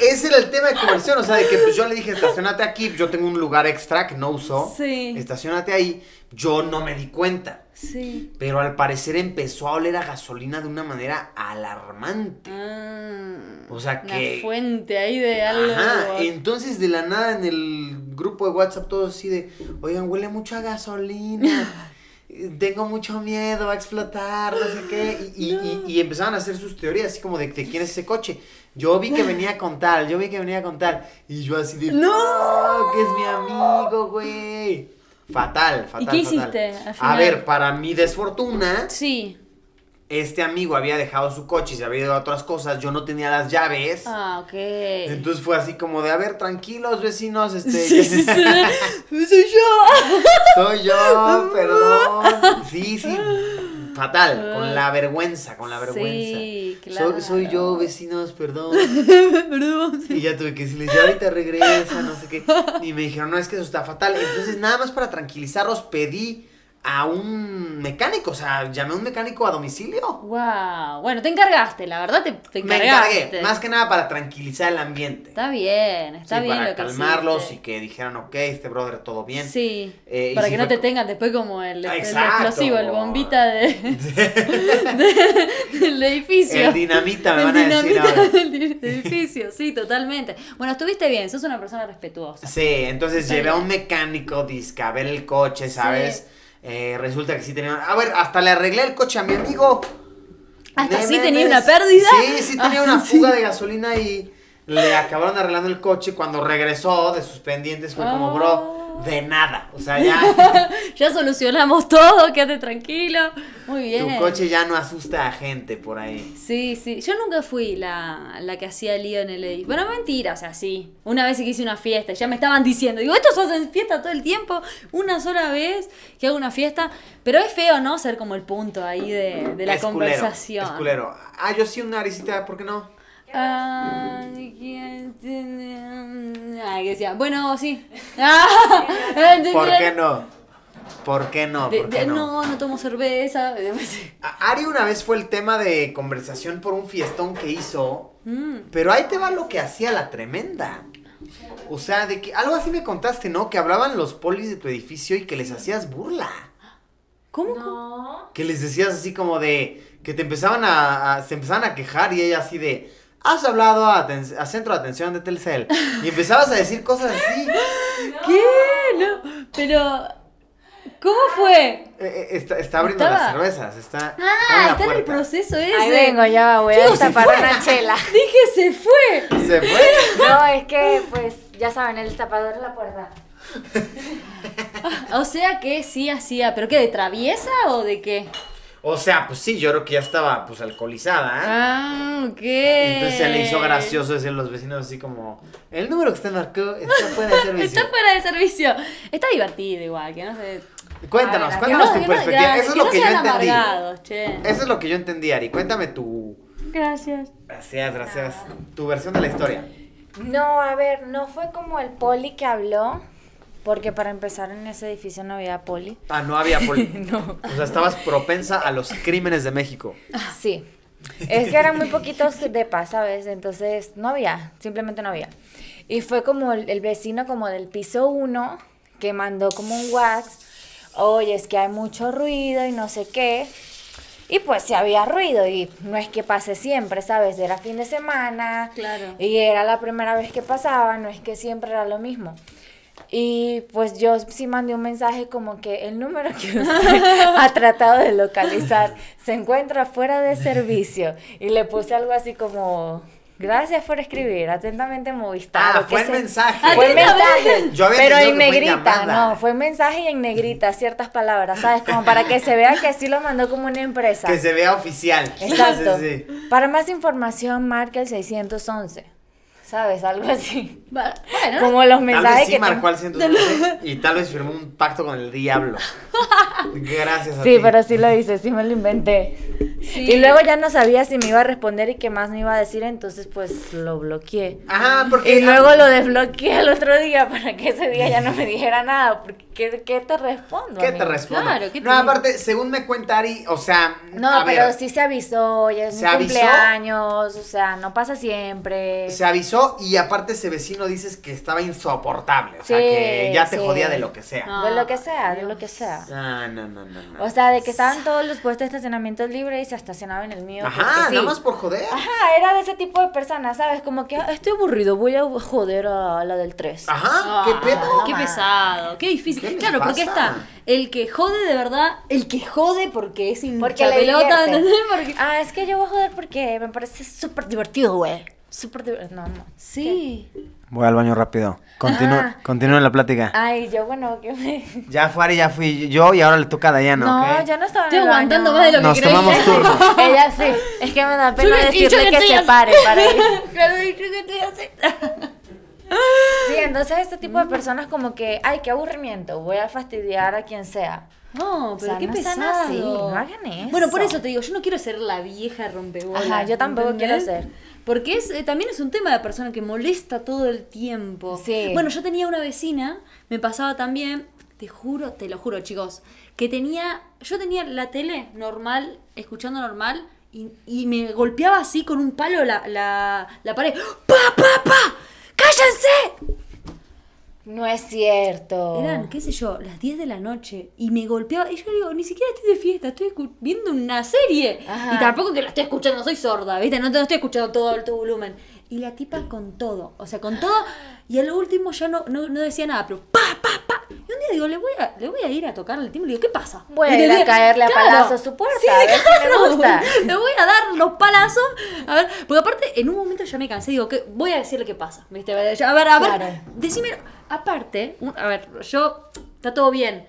[SPEAKER 1] Ese era el tema de conversión. O sea, de que pues, yo le dije, estacionate aquí. Yo tengo un lugar extra que no uso.
[SPEAKER 2] Sí.
[SPEAKER 1] Estacionate ahí. Yo no me di cuenta.
[SPEAKER 2] sí.
[SPEAKER 1] Pero al parecer empezó a oler a gasolina de una manera alarmante.
[SPEAKER 2] Ah,
[SPEAKER 1] O sea
[SPEAKER 2] una
[SPEAKER 1] que.
[SPEAKER 2] fuente ahí de algo.
[SPEAKER 1] Ajá, entonces de la nada en el grupo de WhatsApp todos así de, oigan, huele mucho a gasolina, eh, tengo mucho miedo, va a explotar, no sé qué, y, y- y- y empezaban a hacer sus teorías, así como de, de quién es ese coche. Yo vi que venía con tal, yo vi que venía con tal, y yo así de, no, que es mi amigo, güey. Fatal, fatal.
[SPEAKER 2] ¿Y qué
[SPEAKER 1] fatal.
[SPEAKER 2] hiciste, al
[SPEAKER 1] A
[SPEAKER 2] final?
[SPEAKER 1] ver, para mi desfortuna,
[SPEAKER 2] Sí.
[SPEAKER 1] este amigo había dejado su coche y se había ido a otras cosas, yo no tenía las llaves.
[SPEAKER 2] Ah, ok.
[SPEAKER 1] Entonces fue así como de, a ver, tranquilos vecinos, este,
[SPEAKER 2] Sí, sí, sí. Soy yo.
[SPEAKER 1] soy yo, perdón. Sí, sí. fatal, con la vergüenza, con la vergüenza.
[SPEAKER 2] Sí, claro.
[SPEAKER 1] Soy, soy yo, vecinos, perdón.
[SPEAKER 2] Perdón.
[SPEAKER 1] Y ya tuve que decirles, ya ahorita regresa, no sé qué. Y me dijeron, no, es que eso está fatal. Entonces, nada más para tranquilizarlos, pedí a un mecánico, o sea, llamé a un mecánico a domicilio.
[SPEAKER 2] Wow. Bueno, te encargaste, la verdad te, te
[SPEAKER 1] Me
[SPEAKER 2] encargaste.
[SPEAKER 1] encargué, más que nada para tranquilizar el ambiente.
[SPEAKER 2] Está bien, está
[SPEAKER 1] Sí,
[SPEAKER 2] bien
[SPEAKER 1] para
[SPEAKER 2] lo que
[SPEAKER 1] calmarlos y
[SPEAKER 2] hiciste.
[SPEAKER 1] que dijeran, ok, este brother todo bien.
[SPEAKER 2] Sí.
[SPEAKER 1] Eh, y
[SPEAKER 2] para
[SPEAKER 1] sí
[SPEAKER 2] que no
[SPEAKER 1] fue
[SPEAKER 2] te
[SPEAKER 1] co-
[SPEAKER 2] tengan después como el, el
[SPEAKER 1] Exacto.
[SPEAKER 2] explosivo, el bombita de, de- del edificio.
[SPEAKER 1] El dinamita, me
[SPEAKER 2] El
[SPEAKER 1] van a decir
[SPEAKER 2] dinamita
[SPEAKER 1] ahora.
[SPEAKER 2] del di- del edificio, sí, totalmente. Bueno, estuviste bien, sos una persona respetuosa.
[SPEAKER 1] Sí, entonces
[SPEAKER 2] Está
[SPEAKER 1] llevé a
[SPEAKER 2] bien.
[SPEAKER 1] un mecánico, disque, a ver el coche, ¿sabes? Eh, resulta que sí tenía... A ver, hasta le arreglé el coche a mi amigo.
[SPEAKER 2] Hasta
[SPEAKER 1] Ne-
[SPEAKER 2] sí
[SPEAKER 1] ne-
[SPEAKER 2] tenía
[SPEAKER 1] ne-
[SPEAKER 2] una pérdida.
[SPEAKER 1] Sí, sí tenía
[SPEAKER 2] Ah,
[SPEAKER 1] una
[SPEAKER 2] sí.
[SPEAKER 1] fuga de gasolina y le acabaron arreglando el coche. Cuando regresó de sus pendientes fue como,
[SPEAKER 2] Ah.
[SPEAKER 1] bro, de nada. O sea, ya
[SPEAKER 2] Ya solucionamos todo, quédate tranquilo. Muy bien.
[SPEAKER 1] tu coche ya no asusta a gente por ahí.
[SPEAKER 2] Sí, sí. Yo nunca fui la, la que hacía lío en el edificio. Bueno, mentira, o sea, sí. Una vez que hice una fiesta, ya me estaban diciendo, digo, estos hacen fiesta todo el tiempo, una sola vez que hago una fiesta. Pero es feo, ¿no? Ser como el punto ahí de, de la
[SPEAKER 1] Es culero,
[SPEAKER 2] conversación.
[SPEAKER 1] es culero. Ah, yo sí una naricita, ¿por qué no?
[SPEAKER 2] Ay, ¿quién tiene? Ay, que decía, bueno, sí. Ah,
[SPEAKER 1] ¿Por qué no? ¿Por qué no?
[SPEAKER 2] De-
[SPEAKER 1] ¿Por qué
[SPEAKER 2] de-
[SPEAKER 1] no?
[SPEAKER 2] no, no tomo cerveza.
[SPEAKER 1] A- Ari una vez fue el tema de conversación por un fiestón que hizo,
[SPEAKER 2] Mm.
[SPEAKER 1] pero ahí te va lo que hacía la tremenda. O sea, de que algo así me contaste, ¿no? Que hablaban los polis de tu edificio y que les hacías burla.
[SPEAKER 2] ¿Cómo?
[SPEAKER 3] No.
[SPEAKER 1] Que les decías así como de que te empezaban a, a- se empezaban a quejar y ella así de has hablado a, aten- a centro de atención de Telcel y empezabas a decir cosas así.
[SPEAKER 2] ¿Qué? No, pero. ¿Cómo fue?
[SPEAKER 1] Eh, eh, está, está abriendo
[SPEAKER 2] Estaba-
[SPEAKER 1] las cervezas, está. en
[SPEAKER 2] Ah,
[SPEAKER 1] la
[SPEAKER 2] está en el
[SPEAKER 1] puerta.
[SPEAKER 2] proceso ese.
[SPEAKER 4] Ahí vengo, ya va, voy a
[SPEAKER 2] Digo, se
[SPEAKER 4] destapar
[SPEAKER 2] fue.
[SPEAKER 4] una chela.
[SPEAKER 2] Dije, se fue.
[SPEAKER 1] Se fue.
[SPEAKER 4] No, es que, pues, ya saben, el destapador es la puerta.
[SPEAKER 2] Ah, O sea que sí hacía. ¿Pero qué? ¿De traviesa o de qué?
[SPEAKER 1] O sea, pues sí, yo creo que ya estaba pues alcoholizada, ¿eh?
[SPEAKER 2] Ah, eh. ok.
[SPEAKER 1] Entonces se le hizo gracioso decir a los vecinos así como, el número que usted marcó está fuera de servicio.
[SPEAKER 2] Está fuera de servicio. Está divertido igual, que no se.
[SPEAKER 1] Cuéntanos,
[SPEAKER 3] A ver,
[SPEAKER 1] cuéntanos tu
[SPEAKER 2] que no- que no-
[SPEAKER 1] perspectiva.
[SPEAKER 2] gracias,
[SPEAKER 1] Eso es
[SPEAKER 2] que
[SPEAKER 1] lo
[SPEAKER 2] no
[SPEAKER 1] que yo
[SPEAKER 2] sean
[SPEAKER 1] entendí.
[SPEAKER 2] amargados, che.
[SPEAKER 1] Eso es lo que yo entendí, Ari. Cuéntame tu...
[SPEAKER 2] Gracias.
[SPEAKER 1] Gracias, gracias. Tu versión de la historia.
[SPEAKER 4] No, a ver, no fue como el poli que habló, porque para empezar en ese edificio no había poli.
[SPEAKER 1] Ah, no había poli.
[SPEAKER 4] No.
[SPEAKER 1] O sea, estabas propensa a los crímenes de México.
[SPEAKER 4] Sí. Es que eran muy poquitos de paz, ¿sabes? Entonces no había, simplemente no había. Y fue como el, el vecino como del piso uno que mandó como un wax, oye, es que hay mucho ruido y no sé qué. Y pues sí había ruido y no es que pase siempre, ¿sabes? Era fin de semana.
[SPEAKER 2] Claro.
[SPEAKER 4] Y era la primera vez que pasaba, no es que siempre era lo mismo. Y pues yo sí mandé un mensaje como que el número que usted ha tratado de localizar se encuentra fuera de servicio. Y le puse algo así como, gracias por escribir, atentamente Movistar.
[SPEAKER 1] Ah,
[SPEAKER 4] o qué
[SPEAKER 1] fue el
[SPEAKER 4] sé-
[SPEAKER 1] mensaje.
[SPEAKER 4] Fue el mensaje,
[SPEAKER 1] Yo había
[SPEAKER 4] pero
[SPEAKER 1] entendido
[SPEAKER 4] en
[SPEAKER 1] que fue
[SPEAKER 4] negrita,
[SPEAKER 1] llamada.
[SPEAKER 4] no, fue en mensaje y en negrita ciertas palabras, ¿sabes? Como para que se vea que sí lo mandó como una empresa.
[SPEAKER 1] Que se vea oficial.
[SPEAKER 4] Exacto.
[SPEAKER 1] Sí, sí, sí.
[SPEAKER 4] Para más información, marca el 611. ¿Sabes? Algo así.
[SPEAKER 2] Va- Bueno,
[SPEAKER 4] Como los
[SPEAKER 1] ¿Eh? Tal vez
[SPEAKER 4] mensajes
[SPEAKER 1] sí
[SPEAKER 4] que.
[SPEAKER 1] marcó
[SPEAKER 4] te-
[SPEAKER 1] al 112 y tal vez firmó un pacto con el diablo. Gracias a ti.
[SPEAKER 4] Sí, pero sí lo hice, sí me lo inventé.
[SPEAKER 2] sí.
[SPEAKER 4] Y luego ya no sabía si me iba a responder y qué más me iba a decir, entonces pues lo bloqueé.
[SPEAKER 1] Ajá, porque...
[SPEAKER 4] Y luego lo desbloqueé el otro día para que ese día ya no me dijera nada, porque ¿qué, qué te respondo?
[SPEAKER 1] ¿Qué te
[SPEAKER 4] amigo?
[SPEAKER 1] respondo?
[SPEAKER 2] Claro, ¿qué te
[SPEAKER 1] no,
[SPEAKER 2] digo?
[SPEAKER 1] aparte, según me cuenta Ari, o sea,
[SPEAKER 4] No,
[SPEAKER 1] a
[SPEAKER 4] pero
[SPEAKER 1] ver,
[SPEAKER 4] sí se avisó, ya es
[SPEAKER 1] ¿Se
[SPEAKER 4] mi
[SPEAKER 1] avisó?
[SPEAKER 4] cumpleaños, o sea, no pasa siempre.
[SPEAKER 1] se avisó y aparte ese vecino dices que estaba insoportable, o sea,
[SPEAKER 4] Sí,
[SPEAKER 1] que ya te
[SPEAKER 4] sí.
[SPEAKER 1] jodía de lo que sea.
[SPEAKER 4] De lo que sea, de lo que sea.
[SPEAKER 1] Ah, no, no, no, no.
[SPEAKER 4] O sea, de que estaban todos los puestos de estacionamiento libres y se estacionaba en el mío.
[SPEAKER 1] Ajá,
[SPEAKER 4] porque sí. Ah.
[SPEAKER 1] nada más por joder.
[SPEAKER 4] Ajá, era de ese tipo de personas, ¿sabes? Como que "Ah, estoy aburrido, voy a joder a la del 3.
[SPEAKER 1] Ajá,
[SPEAKER 2] Ah,
[SPEAKER 1] qué pedo.
[SPEAKER 2] Qué pesado, qué difícil.
[SPEAKER 1] ¿Qué les
[SPEAKER 2] claro, porque
[SPEAKER 1] pasa?
[SPEAKER 2] está el que jode de verdad, el que jode porque es
[SPEAKER 4] Porque
[SPEAKER 2] hincha
[SPEAKER 4] le
[SPEAKER 2] pelota,
[SPEAKER 4] divierte.
[SPEAKER 2] ¿entendés? Porque-
[SPEAKER 4] Ah, es que yo voy a joder porque me parece súper divertido, güey. Súper divertido. No, no.
[SPEAKER 2] Sí.
[SPEAKER 1] Voy al baño rápido.
[SPEAKER 4] Continúa- Ah.
[SPEAKER 1] continúa la plática.
[SPEAKER 4] Ay, yo, bueno, que me.
[SPEAKER 1] Ya fue Ari, ya fui yo y ahora le toca a Dayana,
[SPEAKER 4] No, yo no estaba en
[SPEAKER 2] Estoy
[SPEAKER 4] el baño.
[SPEAKER 2] aguantando más de lo
[SPEAKER 1] Nos
[SPEAKER 2] que creí.
[SPEAKER 1] tomamos turno.
[SPEAKER 4] Ella sí. Es que me da pena
[SPEAKER 2] Yo le- y yo
[SPEAKER 4] decirle
[SPEAKER 2] le
[SPEAKER 4] que
[SPEAKER 2] estoy
[SPEAKER 4] se
[SPEAKER 2] así.
[SPEAKER 4] pare para ir.
[SPEAKER 2] Claro, yo que estoy así.
[SPEAKER 4] Sí, entonces este tipo de personas como que, ay, qué aburrimiento, voy a fastidiar a quien sea.
[SPEAKER 2] No,
[SPEAKER 4] O
[SPEAKER 2] pero
[SPEAKER 4] sea,
[SPEAKER 2] qué
[SPEAKER 4] no sean
[SPEAKER 2] pesado.
[SPEAKER 4] así, no hagan eso.
[SPEAKER 2] Bueno, por eso te digo, yo no quiero ser la vieja rompebolas.
[SPEAKER 4] Ajá, yo tampoco quiero ser.
[SPEAKER 2] Porque es, eh, también es un tema de persona que molesta todo el tiempo.
[SPEAKER 4] Sí.
[SPEAKER 2] Bueno, yo tenía una vecina, me pasaba también, te juro, te lo juro, chicos, que tenía, yo tenía la tele normal, escuchando normal, y, y me golpeaba así con un palo la, la, la pared. ¡Pa, pa, pa! ¡Cállense!
[SPEAKER 4] No es cierto.
[SPEAKER 2] Eran, qué sé yo, las 10 de la noche y me golpeaba. Y yo digo, ni siquiera estoy de fiesta, estoy escu- viendo una serie.
[SPEAKER 4] Ajá.
[SPEAKER 2] Y tampoco que la estoy escuchando, soy sorda, ¿viste? No, no estoy escuchando todo a alto volumen. Y la tipa con todo, o sea, con todo. Y a lo último ya no, no, no decía nada, pero pa, pa, pa. Y un día digo, le voy a, le voy a ir a tocarle el timbre. Le digo, ¿qué pasa?
[SPEAKER 4] Voy a
[SPEAKER 2] Y le
[SPEAKER 4] ir a
[SPEAKER 2] digo,
[SPEAKER 4] caerle a palazos a su puerta, a ver si me
[SPEAKER 2] claro,
[SPEAKER 4] gusta.
[SPEAKER 2] Le voy a dar los palazos. A ver, porque aparte, en un momento ya me cansé. Digo, que voy a decirle qué pasa. ¿viste? A ver, a ver,
[SPEAKER 4] Claro.
[SPEAKER 2] decime. Aparte, un- a ver, yo. Está todo bien.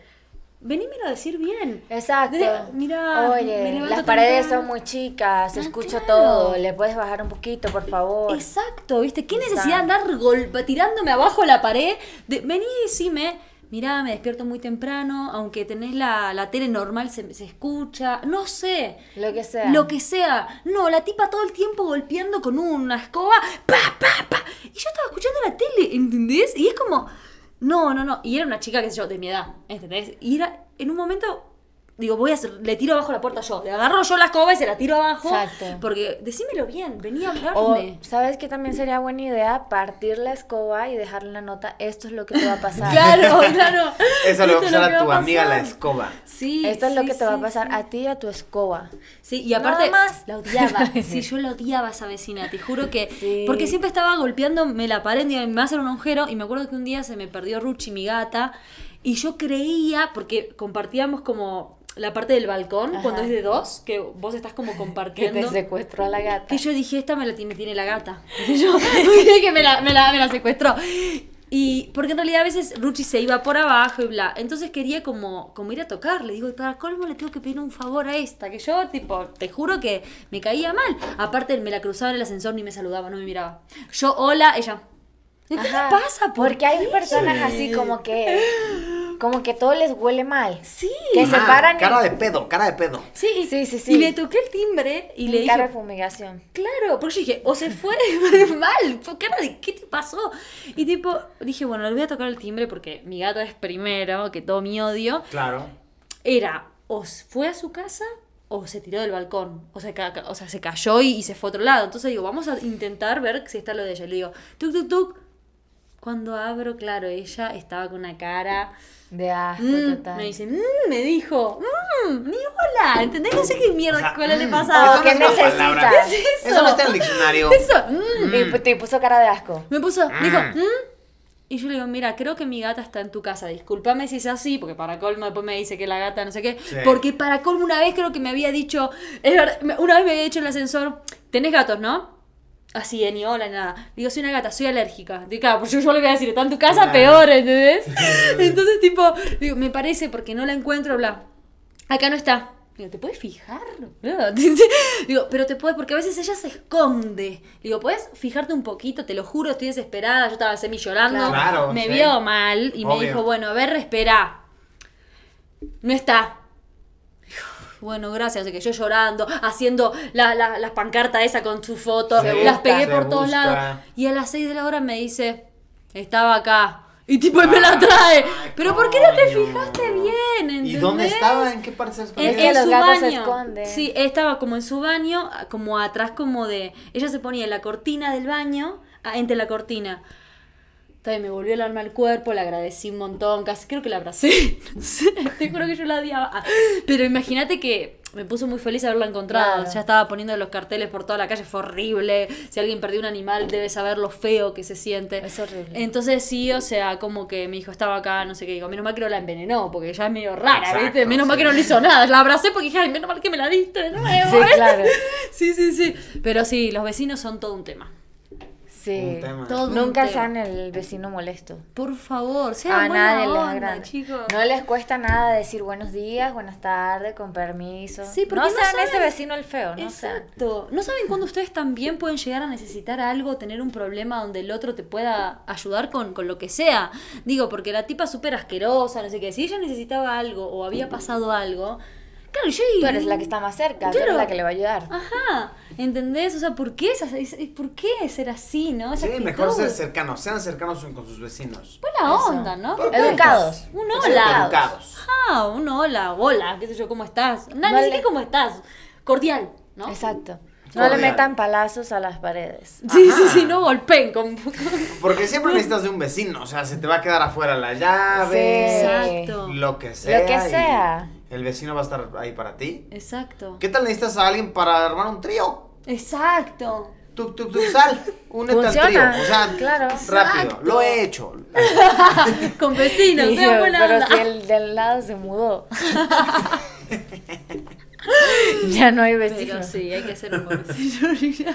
[SPEAKER 2] Venímelo a decir bien.
[SPEAKER 4] Exacto.
[SPEAKER 2] Mira, Mirá, me
[SPEAKER 4] Oye,
[SPEAKER 2] levanto
[SPEAKER 4] las paredes
[SPEAKER 2] temprano.
[SPEAKER 4] son muy chicas,
[SPEAKER 2] Ah,
[SPEAKER 4] escucho
[SPEAKER 2] claro.
[SPEAKER 4] todo, le puedes bajar un poquito, por favor.
[SPEAKER 2] Exacto, ¿viste? ¿Qué necesidad de andar golpe, tirándome abajo la pared? De, vení y decime, mirá, me despierto muy temprano, aunque tenés la, la tele normal, se, se escucha, no sé.
[SPEAKER 4] Lo que sea.
[SPEAKER 2] Lo que sea. No, la tipa todo el tiempo golpeando con una escoba, pa, pa, pa. Y yo estaba escuchando la tele, ¿entendés? Y es como, no, no, no. Y era una chica, qué sé yo, de mi edad, ¿entendés? Y era, en un momento... Digo, voy a hacer, le tiro abajo la puerta yo. Le agarro yo la escoba y se la tiro abajo.
[SPEAKER 4] Exacto.
[SPEAKER 2] Porque, decímelo bien, venía a hablarme.
[SPEAKER 4] O, ¿sabes qué también sería buena idea? Partir la escoba y dejarle una nota, esto es lo que te va a pasar.
[SPEAKER 2] Claro, claro.
[SPEAKER 1] Eso le va a
[SPEAKER 2] Esto es
[SPEAKER 1] pasar
[SPEAKER 2] que
[SPEAKER 1] a tu
[SPEAKER 2] va
[SPEAKER 1] amiga la
[SPEAKER 2] pasar.
[SPEAKER 1] escoba.
[SPEAKER 2] Sí.
[SPEAKER 4] Esto es lo
[SPEAKER 2] sí,
[SPEAKER 4] que te va a
[SPEAKER 2] sí,
[SPEAKER 4] pasar
[SPEAKER 2] sí.
[SPEAKER 4] a ti y a tu escoba.
[SPEAKER 2] Sí, y aparte
[SPEAKER 4] Nada más.
[SPEAKER 2] la odiaba. Sí, yo la odiaba a esa vecina, te juro que.
[SPEAKER 4] Sí.
[SPEAKER 2] Porque siempre estaba golpeándome la pared, y me va a hacer un agujero. Y me acuerdo que un día se me perdió Ruchi, mi gata. Y yo creía, porque compartíamos como la parte del balcón,
[SPEAKER 4] Ajá.
[SPEAKER 2] cuando es de dos, que vos estás como
[SPEAKER 4] Que te
[SPEAKER 2] compartiendo.
[SPEAKER 4] secuestró a la gata.
[SPEAKER 2] Que yo dije, esta me la tiene, tiene la gata. Que yo dije que me la, me la- me la secuestró. Y porque en realidad a veces Ruchi se iba por abajo y bla. Entonces quería como, como ir a tocar. Le digo, y para colmo le tengo que pedir un favor a esta. Que yo, tipo, te juro que me caía mal. Aparte, me la cruzaba en el ascensor ni me saludaba, no me miraba. Yo, hola, ella. ¿Qué te
[SPEAKER 4] Ajá,
[SPEAKER 2] pasa? ¿Por
[SPEAKER 4] Porque hay
[SPEAKER 2] qué?
[SPEAKER 4] personas así como que como que todo les huele mal.
[SPEAKER 2] Sí.
[SPEAKER 4] Que se
[SPEAKER 1] Ah,
[SPEAKER 4] paran y-
[SPEAKER 1] Cara de pedo, cara de pedo.
[SPEAKER 2] Sí, y-
[SPEAKER 4] Sí, sí, sí.
[SPEAKER 2] Y le toqué el timbre y le
[SPEAKER 4] Cara
[SPEAKER 2] dije,
[SPEAKER 4] de fumigación.
[SPEAKER 2] Claro, porque yo dije, o se fue mal, fue cara de qué te pasó. Y tipo, dije, bueno, le voy a tocar el timbre porque mi gata es primero, que todo mi odio.
[SPEAKER 1] Claro.
[SPEAKER 2] Era, o s- fue a su casa o se tiró del balcón. O sea, ca- ca- o sea se cayó y, y se fue a otro lado. Entonces digo, vamos a intentar ver si está lo de ella. Y le digo, tuk, tuk, tuk. Cuando abro, claro, ella estaba con una cara.
[SPEAKER 4] De asco
[SPEAKER 2] mm,
[SPEAKER 4] total.
[SPEAKER 2] me dice, mm, me dijo, mm, ni hola. ¿Entendés? No sé qué mierda, cola le
[SPEAKER 1] mm,
[SPEAKER 2] pasaba.
[SPEAKER 1] eso no
[SPEAKER 4] ¿Qué
[SPEAKER 1] es una
[SPEAKER 4] necesita?
[SPEAKER 1] palabra.
[SPEAKER 4] ¿Qué
[SPEAKER 2] es eso?
[SPEAKER 1] Eso no está en el diccionario.
[SPEAKER 2] Eso, mm.
[SPEAKER 4] Y pu- te puso cara de asco.
[SPEAKER 2] Me puso, dijo, "¿Mm?". Y yo le digo, mira, creo que mi gata está en tu casa. Discúlpame si es así, porque para colmo después me dice que la gata no sé qué.
[SPEAKER 1] Sí.
[SPEAKER 2] Porque para colmo una vez creo que me había dicho, es verdad, me- una vez me había dicho en el ascensor, tenés gatos, ¿no? Así, eh, ni hola, nada. Le Digo, soy una gata, soy alérgica. Digo, claro, pues yo, yo le voy a decir, está en tu
[SPEAKER 1] Claro.
[SPEAKER 2] casa, peor, ¿entendés? Entonces, tipo, digo, me parece porque no la encuentro, bla. Acá no está. Digo, ¿te puedes fijar? boludo? Digo, pero te puedes, porque a veces ella se esconde. Digo, ¿puedes fijarte un poquito? Te lo juro, estoy desesperada. Yo estaba semi llorando.
[SPEAKER 1] Claro,
[SPEAKER 2] me
[SPEAKER 1] sí.
[SPEAKER 2] vio mal y me
[SPEAKER 1] Obvio.
[SPEAKER 2] dijo, bueno, a ver, espera. No está. Bueno, gracias. Así que yo llorando, haciendo la, la, las pancartas esa con su foto,
[SPEAKER 1] Se
[SPEAKER 2] las
[SPEAKER 1] busca,
[SPEAKER 2] pegué
[SPEAKER 1] se
[SPEAKER 2] por todos
[SPEAKER 1] busca.
[SPEAKER 2] lados. Y a las 6 de la hora me dice, estaba acá. Y tipo, y me
[SPEAKER 1] Ah,
[SPEAKER 2] la trae.
[SPEAKER 1] ay,
[SPEAKER 2] Pero ¿por qué no te
[SPEAKER 1] coño.
[SPEAKER 2] fijaste bien?
[SPEAKER 1] ¿Y dónde
[SPEAKER 2] ¿entendés?
[SPEAKER 1] estaba? ¿En qué parte se
[SPEAKER 2] En,
[SPEAKER 4] Es que
[SPEAKER 2] en
[SPEAKER 1] escondía?
[SPEAKER 4] los
[SPEAKER 2] su
[SPEAKER 4] gatos
[SPEAKER 2] baño.
[SPEAKER 4] se esconden.
[SPEAKER 2] Sí, estaba como en su baño, como atrás como de... Ella se ponía en la cortina del baño, ah, entre la cortina. También me volvió el alma al cuerpo, le agradecí un montón, casi creo que la abracé. No sé, te juro que yo la odiaba. Ah, Pero imagínate que me puso muy feliz haberla encontrado.
[SPEAKER 4] Claro.
[SPEAKER 2] Ya estaba poniendo los carteles por toda la calle, fue horrible. Si alguien perdió un animal, debe saber lo feo que se siente.
[SPEAKER 4] Es horrible.
[SPEAKER 2] Entonces sí, o sea, como que me dijo, estaba acá, no sé qué. Digo, menos mal que no la envenenó, porque ya es medio rara,
[SPEAKER 1] Exacto,
[SPEAKER 2] ¿viste? Menos mal
[SPEAKER 1] sí.
[SPEAKER 2] que no le hizo nada. La abracé porque dije, ay, menos mal que me la diste de nuevo.
[SPEAKER 4] Sí, claro.
[SPEAKER 2] Sí, sí, sí. Pero sí, los vecinos son todo un tema.
[SPEAKER 4] Sí.
[SPEAKER 1] un tema.
[SPEAKER 2] Todo un
[SPEAKER 4] Nunca
[SPEAKER 2] tema.
[SPEAKER 4] sean el vecino molesto.
[SPEAKER 2] Por favor,
[SPEAKER 4] A
[SPEAKER 2] sean buena
[SPEAKER 4] nadie les
[SPEAKER 2] onda,
[SPEAKER 4] agrada.
[SPEAKER 2] chicos.
[SPEAKER 4] No les cuesta nada decir buenos días, buenas tardes, con permiso.
[SPEAKER 2] Sí, porque
[SPEAKER 4] no
[SPEAKER 2] no
[SPEAKER 4] sean
[SPEAKER 2] saben-
[SPEAKER 4] ese vecino el feo, no sean.
[SPEAKER 2] Exacto. ¿No saben cuándo ustedes también pueden llegar a necesitar algo, tener un problema donde el otro te pueda ayudar con, con lo que sea? Digo, porque la tipa súper asquerosa, no sé qué. Si ella necesitaba algo o había pasado algo, claro, yo...
[SPEAKER 4] Tú eres la que está más cerca, tú eres
[SPEAKER 2] Claro. Ah,
[SPEAKER 4] la que le va a ayudar.
[SPEAKER 2] Ajá, ¿entendés? O sea, ¿por qué, esa- es- es- ¿por qué ser así, no? Esa
[SPEAKER 1] Sí, mejor
[SPEAKER 2] actitud.
[SPEAKER 1] ser cercanos, sean cercanos con sus vecinos.
[SPEAKER 2] Buena
[SPEAKER 4] Eso.
[SPEAKER 2] onda, ¿no?
[SPEAKER 1] Por
[SPEAKER 4] Educados.
[SPEAKER 2] Un
[SPEAKER 1] Sean
[SPEAKER 2] hola.
[SPEAKER 1] Educados.
[SPEAKER 2] Ajá, un hola, hola, qué sé yo, ¿cómo estás? No,
[SPEAKER 4] Vale.
[SPEAKER 2] ni siquiera cómo estás. Cordial, ¿no?
[SPEAKER 4] Exacto. No
[SPEAKER 1] Cordial.
[SPEAKER 4] le metan palazos a las paredes.
[SPEAKER 2] Sí,
[SPEAKER 1] Ajá.
[SPEAKER 2] sí, sí, no golpeen con...
[SPEAKER 1] Porque siempre necesitas de un vecino, o sea, se te va a quedar afuera la llave,
[SPEAKER 2] Exacto.
[SPEAKER 1] lo que sea.
[SPEAKER 4] que
[SPEAKER 1] y
[SPEAKER 4] sea.
[SPEAKER 1] El vecino va a estar ahí para ti.
[SPEAKER 2] Exacto.
[SPEAKER 1] ¿Qué tal necesitas a alguien para armar un trío?
[SPEAKER 2] Exacto.
[SPEAKER 1] Tú, tú, tú, sal, únete al
[SPEAKER 4] Funciona,
[SPEAKER 1] trío. O sea,
[SPEAKER 4] claro.
[SPEAKER 1] rápido, lo he hecho.
[SPEAKER 2] Con vecinos,
[SPEAKER 4] Y yo,
[SPEAKER 2] sean buena
[SPEAKER 4] pero
[SPEAKER 2] onda.
[SPEAKER 4] si el del lado se mudó. ya no hay
[SPEAKER 2] Pero
[SPEAKER 4] vecinos.
[SPEAKER 2] sí, hay que ser un buen vecino.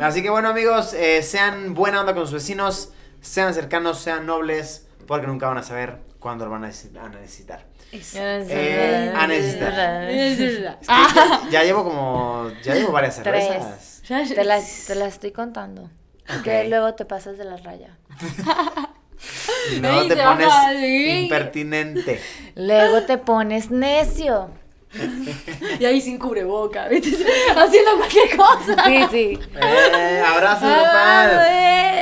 [SPEAKER 1] Así que bueno, amigos, eh, sean buena onda con sus vecinos, sean cercanos, sean nobles, porque nunca van a saber cuándo lo van a neces- a necesitar.
[SPEAKER 2] Eso.
[SPEAKER 1] Eh, a necesitar.
[SPEAKER 2] Ah,
[SPEAKER 1] Ya llevo como, ya llevo varias
[SPEAKER 4] Tres.
[SPEAKER 1] cervezas.
[SPEAKER 2] ya-
[SPEAKER 4] Te las, te las estoy contando. Que
[SPEAKER 1] Ok.
[SPEAKER 4] luego te pasas de la raya.
[SPEAKER 1] No
[SPEAKER 2] Ey,
[SPEAKER 1] te
[SPEAKER 2] te vas a
[SPEAKER 1] pones
[SPEAKER 2] vivir.
[SPEAKER 1] impertinente.
[SPEAKER 4] Luego te pones necio.
[SPEAKER 2] Y ahí sin cubreboca, ¿viste? Haciendo cualquier cosa.
[SPEAKER 4] Sí, sí.
[SPEAKER 1] Eh, abrazo grupal.
[SPEAKER 2] Ah,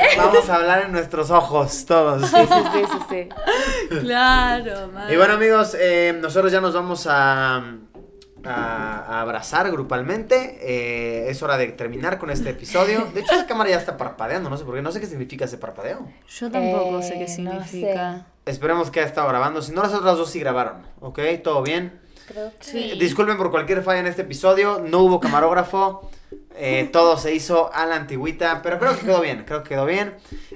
[SPEAKER 2] eh.
[SPEAKER 1] Vamos a hablar en nuestros ojos todos.
[SPEAKER 4] Sí, sí, sí, sí, sí.
[SPEAKER 2] Claro, madre.
[SPEAKER 1] Y bueno amigos, eh, nosotros ya nos vamos a, a- a abrazar grupalmente. Eh, es hora de terminar con este episodio. De hecho, esa cámara ya está parpadeando, no sé por qué, no sé qué significa ese parpadeo.
[SPEAKER 2] Yo tampoco
[SPEAKER 4] Eh,
[SPEAKER 2] sé
[SPEAKER 4] no
[SPEAKER 2] qué significa.
[SPEAKER 1] Esperemos que haya estado grabando. Si no, las otras dos sí grabaron, ¿ok? Todo bien.
[SPEAKER 4] Creo que
[SPEAKER 2] Sí.
[SPEAKER 1] Disculpen por cualquier falla en este episodio, no hubo camarógrafo, eh, todo se hizo a la antigüita, pero creo que quedó bien, creo que quedó bien.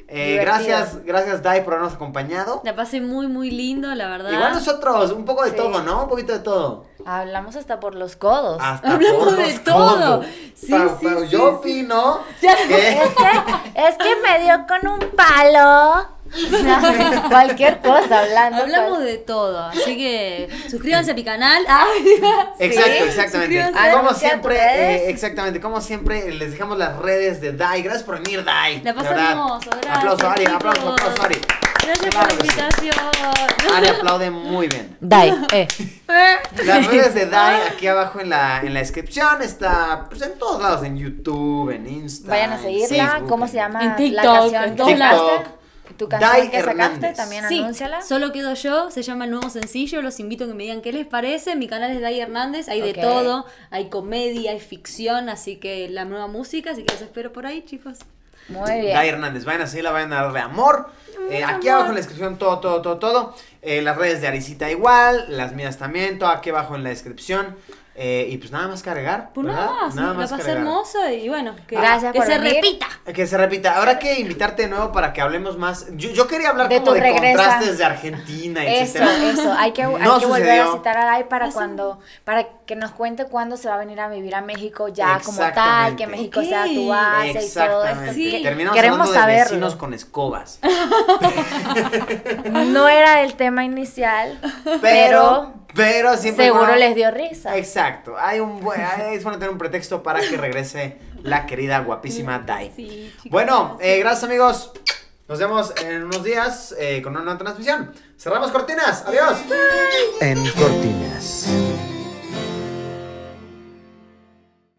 [SPEAKER 1] Eh,
[SPEAKER 4] Divertido.
[SPEAKER 1] gracias, gracias Dai por habernos acompañado.
[SPEAKER 2] La pasé muy, muy lindo, la verdad.
[SPEAKER 1] Igual nosotros, un poco de
[SPEAKER 4] Sí.
[SPEAKER 1] todo, ¿no? Un poquito de todo.
[SPEAKER 4] Hablamos hasta por los codos.
[SPEAKER 1] Hasta
[SPEAKER 2] Hablamos
[SPEAKER 1] por
[SPEAKER 2] de
[SPEAKER 1] los
[SPEAKER 2] todo.
[SPEAKER 1] codos.
[SPEAKER 2] Sí,
[SPEAKER 1] pero,
[SPEAKER 2] sí,
[SPEAKER 1] pero
[SPEAKER 2] sí,
[SPEAKER 1] yo
[SPEAKER 2] sí.
[SPEAKER 1] opino
[SPEAKER 2] Ya.
[SPEAKER 1] que...
[SPEAKER 4] Es que, es que me dio con un palo. Cualquier cosa hablando.
[SPEAKER 2] Hablamos de todo, así que suscríbanse a mi canal. Ah,
[SPEAKER 1] Exacto,
[SPEAKER 4] Sí,
[SPEAKER 1] exactamente.
[SPEAKER 2] suscríbanse.
[SPEAKER 1] Ah,
[SPEAKER 4] Denuncia
[SPEAKER 1] Como
[SPEAKER 4] tus
[SPEAKER 1] siempre,
[SPEAKER 4] redes.
[SPEAKER 1] eh, exactamente, como siempre, les dejamos las redes de Dai. Gracias por venir, Dai.
[SPEAKER 2] La
[SPEAKER 1] de verdad.
[SPEAKER 2] pasamos, gracias.
[SPEAKER 1] Aplauso, Ari,
[SPEAKER 2] chicos.
[SPEAKER 1] aplauso, aplauso, Ari.
[SPEAKER 2] Gracias
[SPEAKER 1] Claro
[SPEAKER 2] por la
[SPEAKER 1] que sí.
[SPEAKER 2] invitación.
[SPEAKER 1] Ari aplaude muy bien.
[SPEAKER 4] Dai, eh.
[SPEAKER 1] Las redes de Dai aquí abajo en la, en la descripción está pues en todos lados, en YouTube, en Instagram.
[SPEAKER 4] Vayan a seguirla. ¿Cómo se llama?
[SPEAKER 2] En TikTok,
[SPEAKER 4] la canción
[SPEAKER 2] en
[SPEAKER 4] que
[SPEAKER 2] todos
[SPEAKER 4] sacaste?
[SPEAKER 1] lados.
[SPEAKER 4] Tu canción
[SPEAKER 1] Dai
[SPEAKER 4] que sacaste,
[SPEAKER 1] Hernández.
[SPEAKER 4] también
[SPEAKER 2] Sí,
[SPEAKER 4] anúnciala.
[SPEAKER 2] solo quedo yo, se llama el nuevo sencillo, los invito a que me digan qué les parece, mi canal es Dai Hernández, hay
[SPEAKER 4] Ok.
[SPEAKER 2] de todo, hay comedia, hay ficción, así que la nueva música, así que los espero por ahí, chicos.
[SPEAKER 4] Muy bien. Mm,
[SPEAKER 1] Dai Hernández, vayan a seguirla, vayan a darle amor. Eh, aquí abajo en la descripción todo, todo, todo, todo. Eh, las redes de Arisita igual, las mías también, todo aquí abajo en la descripción. Eh, y pues nada más cargar.
[SPEAKER 2] Pues nada
[SPEAKER 1] ¿verdad?
[SPEAKER 2] más, la pasé
[SPEAKER 1] cargar.
[SPEAKER 2] hermoso y bueno, que,
[SPEAKER 4] Gracias
[SPEAKER 2] que
[SPEAKER 4] por
[SPEAKER 2] se
[SPEAKER 4] venir.
[SPEAKER 2] repita.
[SPEAKER 1] Que se repita, habrá que invitarte de nuevo para que hablemos más. Yo, yo quería hablar
[SPEAKER 4] De
[SPEAKER 1] como
[SPEAKER 4] tu
[SPEAKER 1] de
[SPEAKER 4] regresa.
[SPEAKER 1] contrastes de Argentina,
[SPEAKER 4] Eso,
[SPEAKER 1] etcétera.
[SPEAKER 4] eso, hay que, hay
[SPEAKER 1] No
[SPEAKER 4] que volver a
[SPEAKER 1] sucedió.
[SPEAKER 4] citar a Dai para cuando, para que nos cuente cuándo se va a venir a vivir a México ya como tal,
[SPEAKER 1] Exactamente.
[SPEAKER 4] que México
[SPEAKER 2] Ok.
[SPEAKER 4] sea tu base y todo esto.
[SPEAKER 1] Exactamente.
[SPEAKER 2] Sí.
[SPEAKER 4] Que-
[SPEAKER 1] Terminamos
[SPEAKER 4] Queremos
[SPEAKER 1] hablando de
[SPEAKER 4] saberlo.
[SPEAKER 1] vecinos con escobas.
[SPEAKER 4] No era el tema inicial,
[SPEAKER 1] Pero, pero siempre.
[SPEAKER 4] seguro
[SPEAKER 1] bueno,
[SPEAKER 4] les dio risa.
[SPEAKER 1] pues Exacto. Hay un buen, es bueno tener un pretexto para que regrese la querida guapísima Dai.
[SPEAKER 2] Mm, Sí, chicos,
[SPEAKER 1] bueno,
[SPEAKER 2] gracias.
[SPEAKER 1] eh, gracias amigos. Nos vemos en unos días eh, con una nueva transmisión. Cerramos cortinas. Adiós. En cortinas.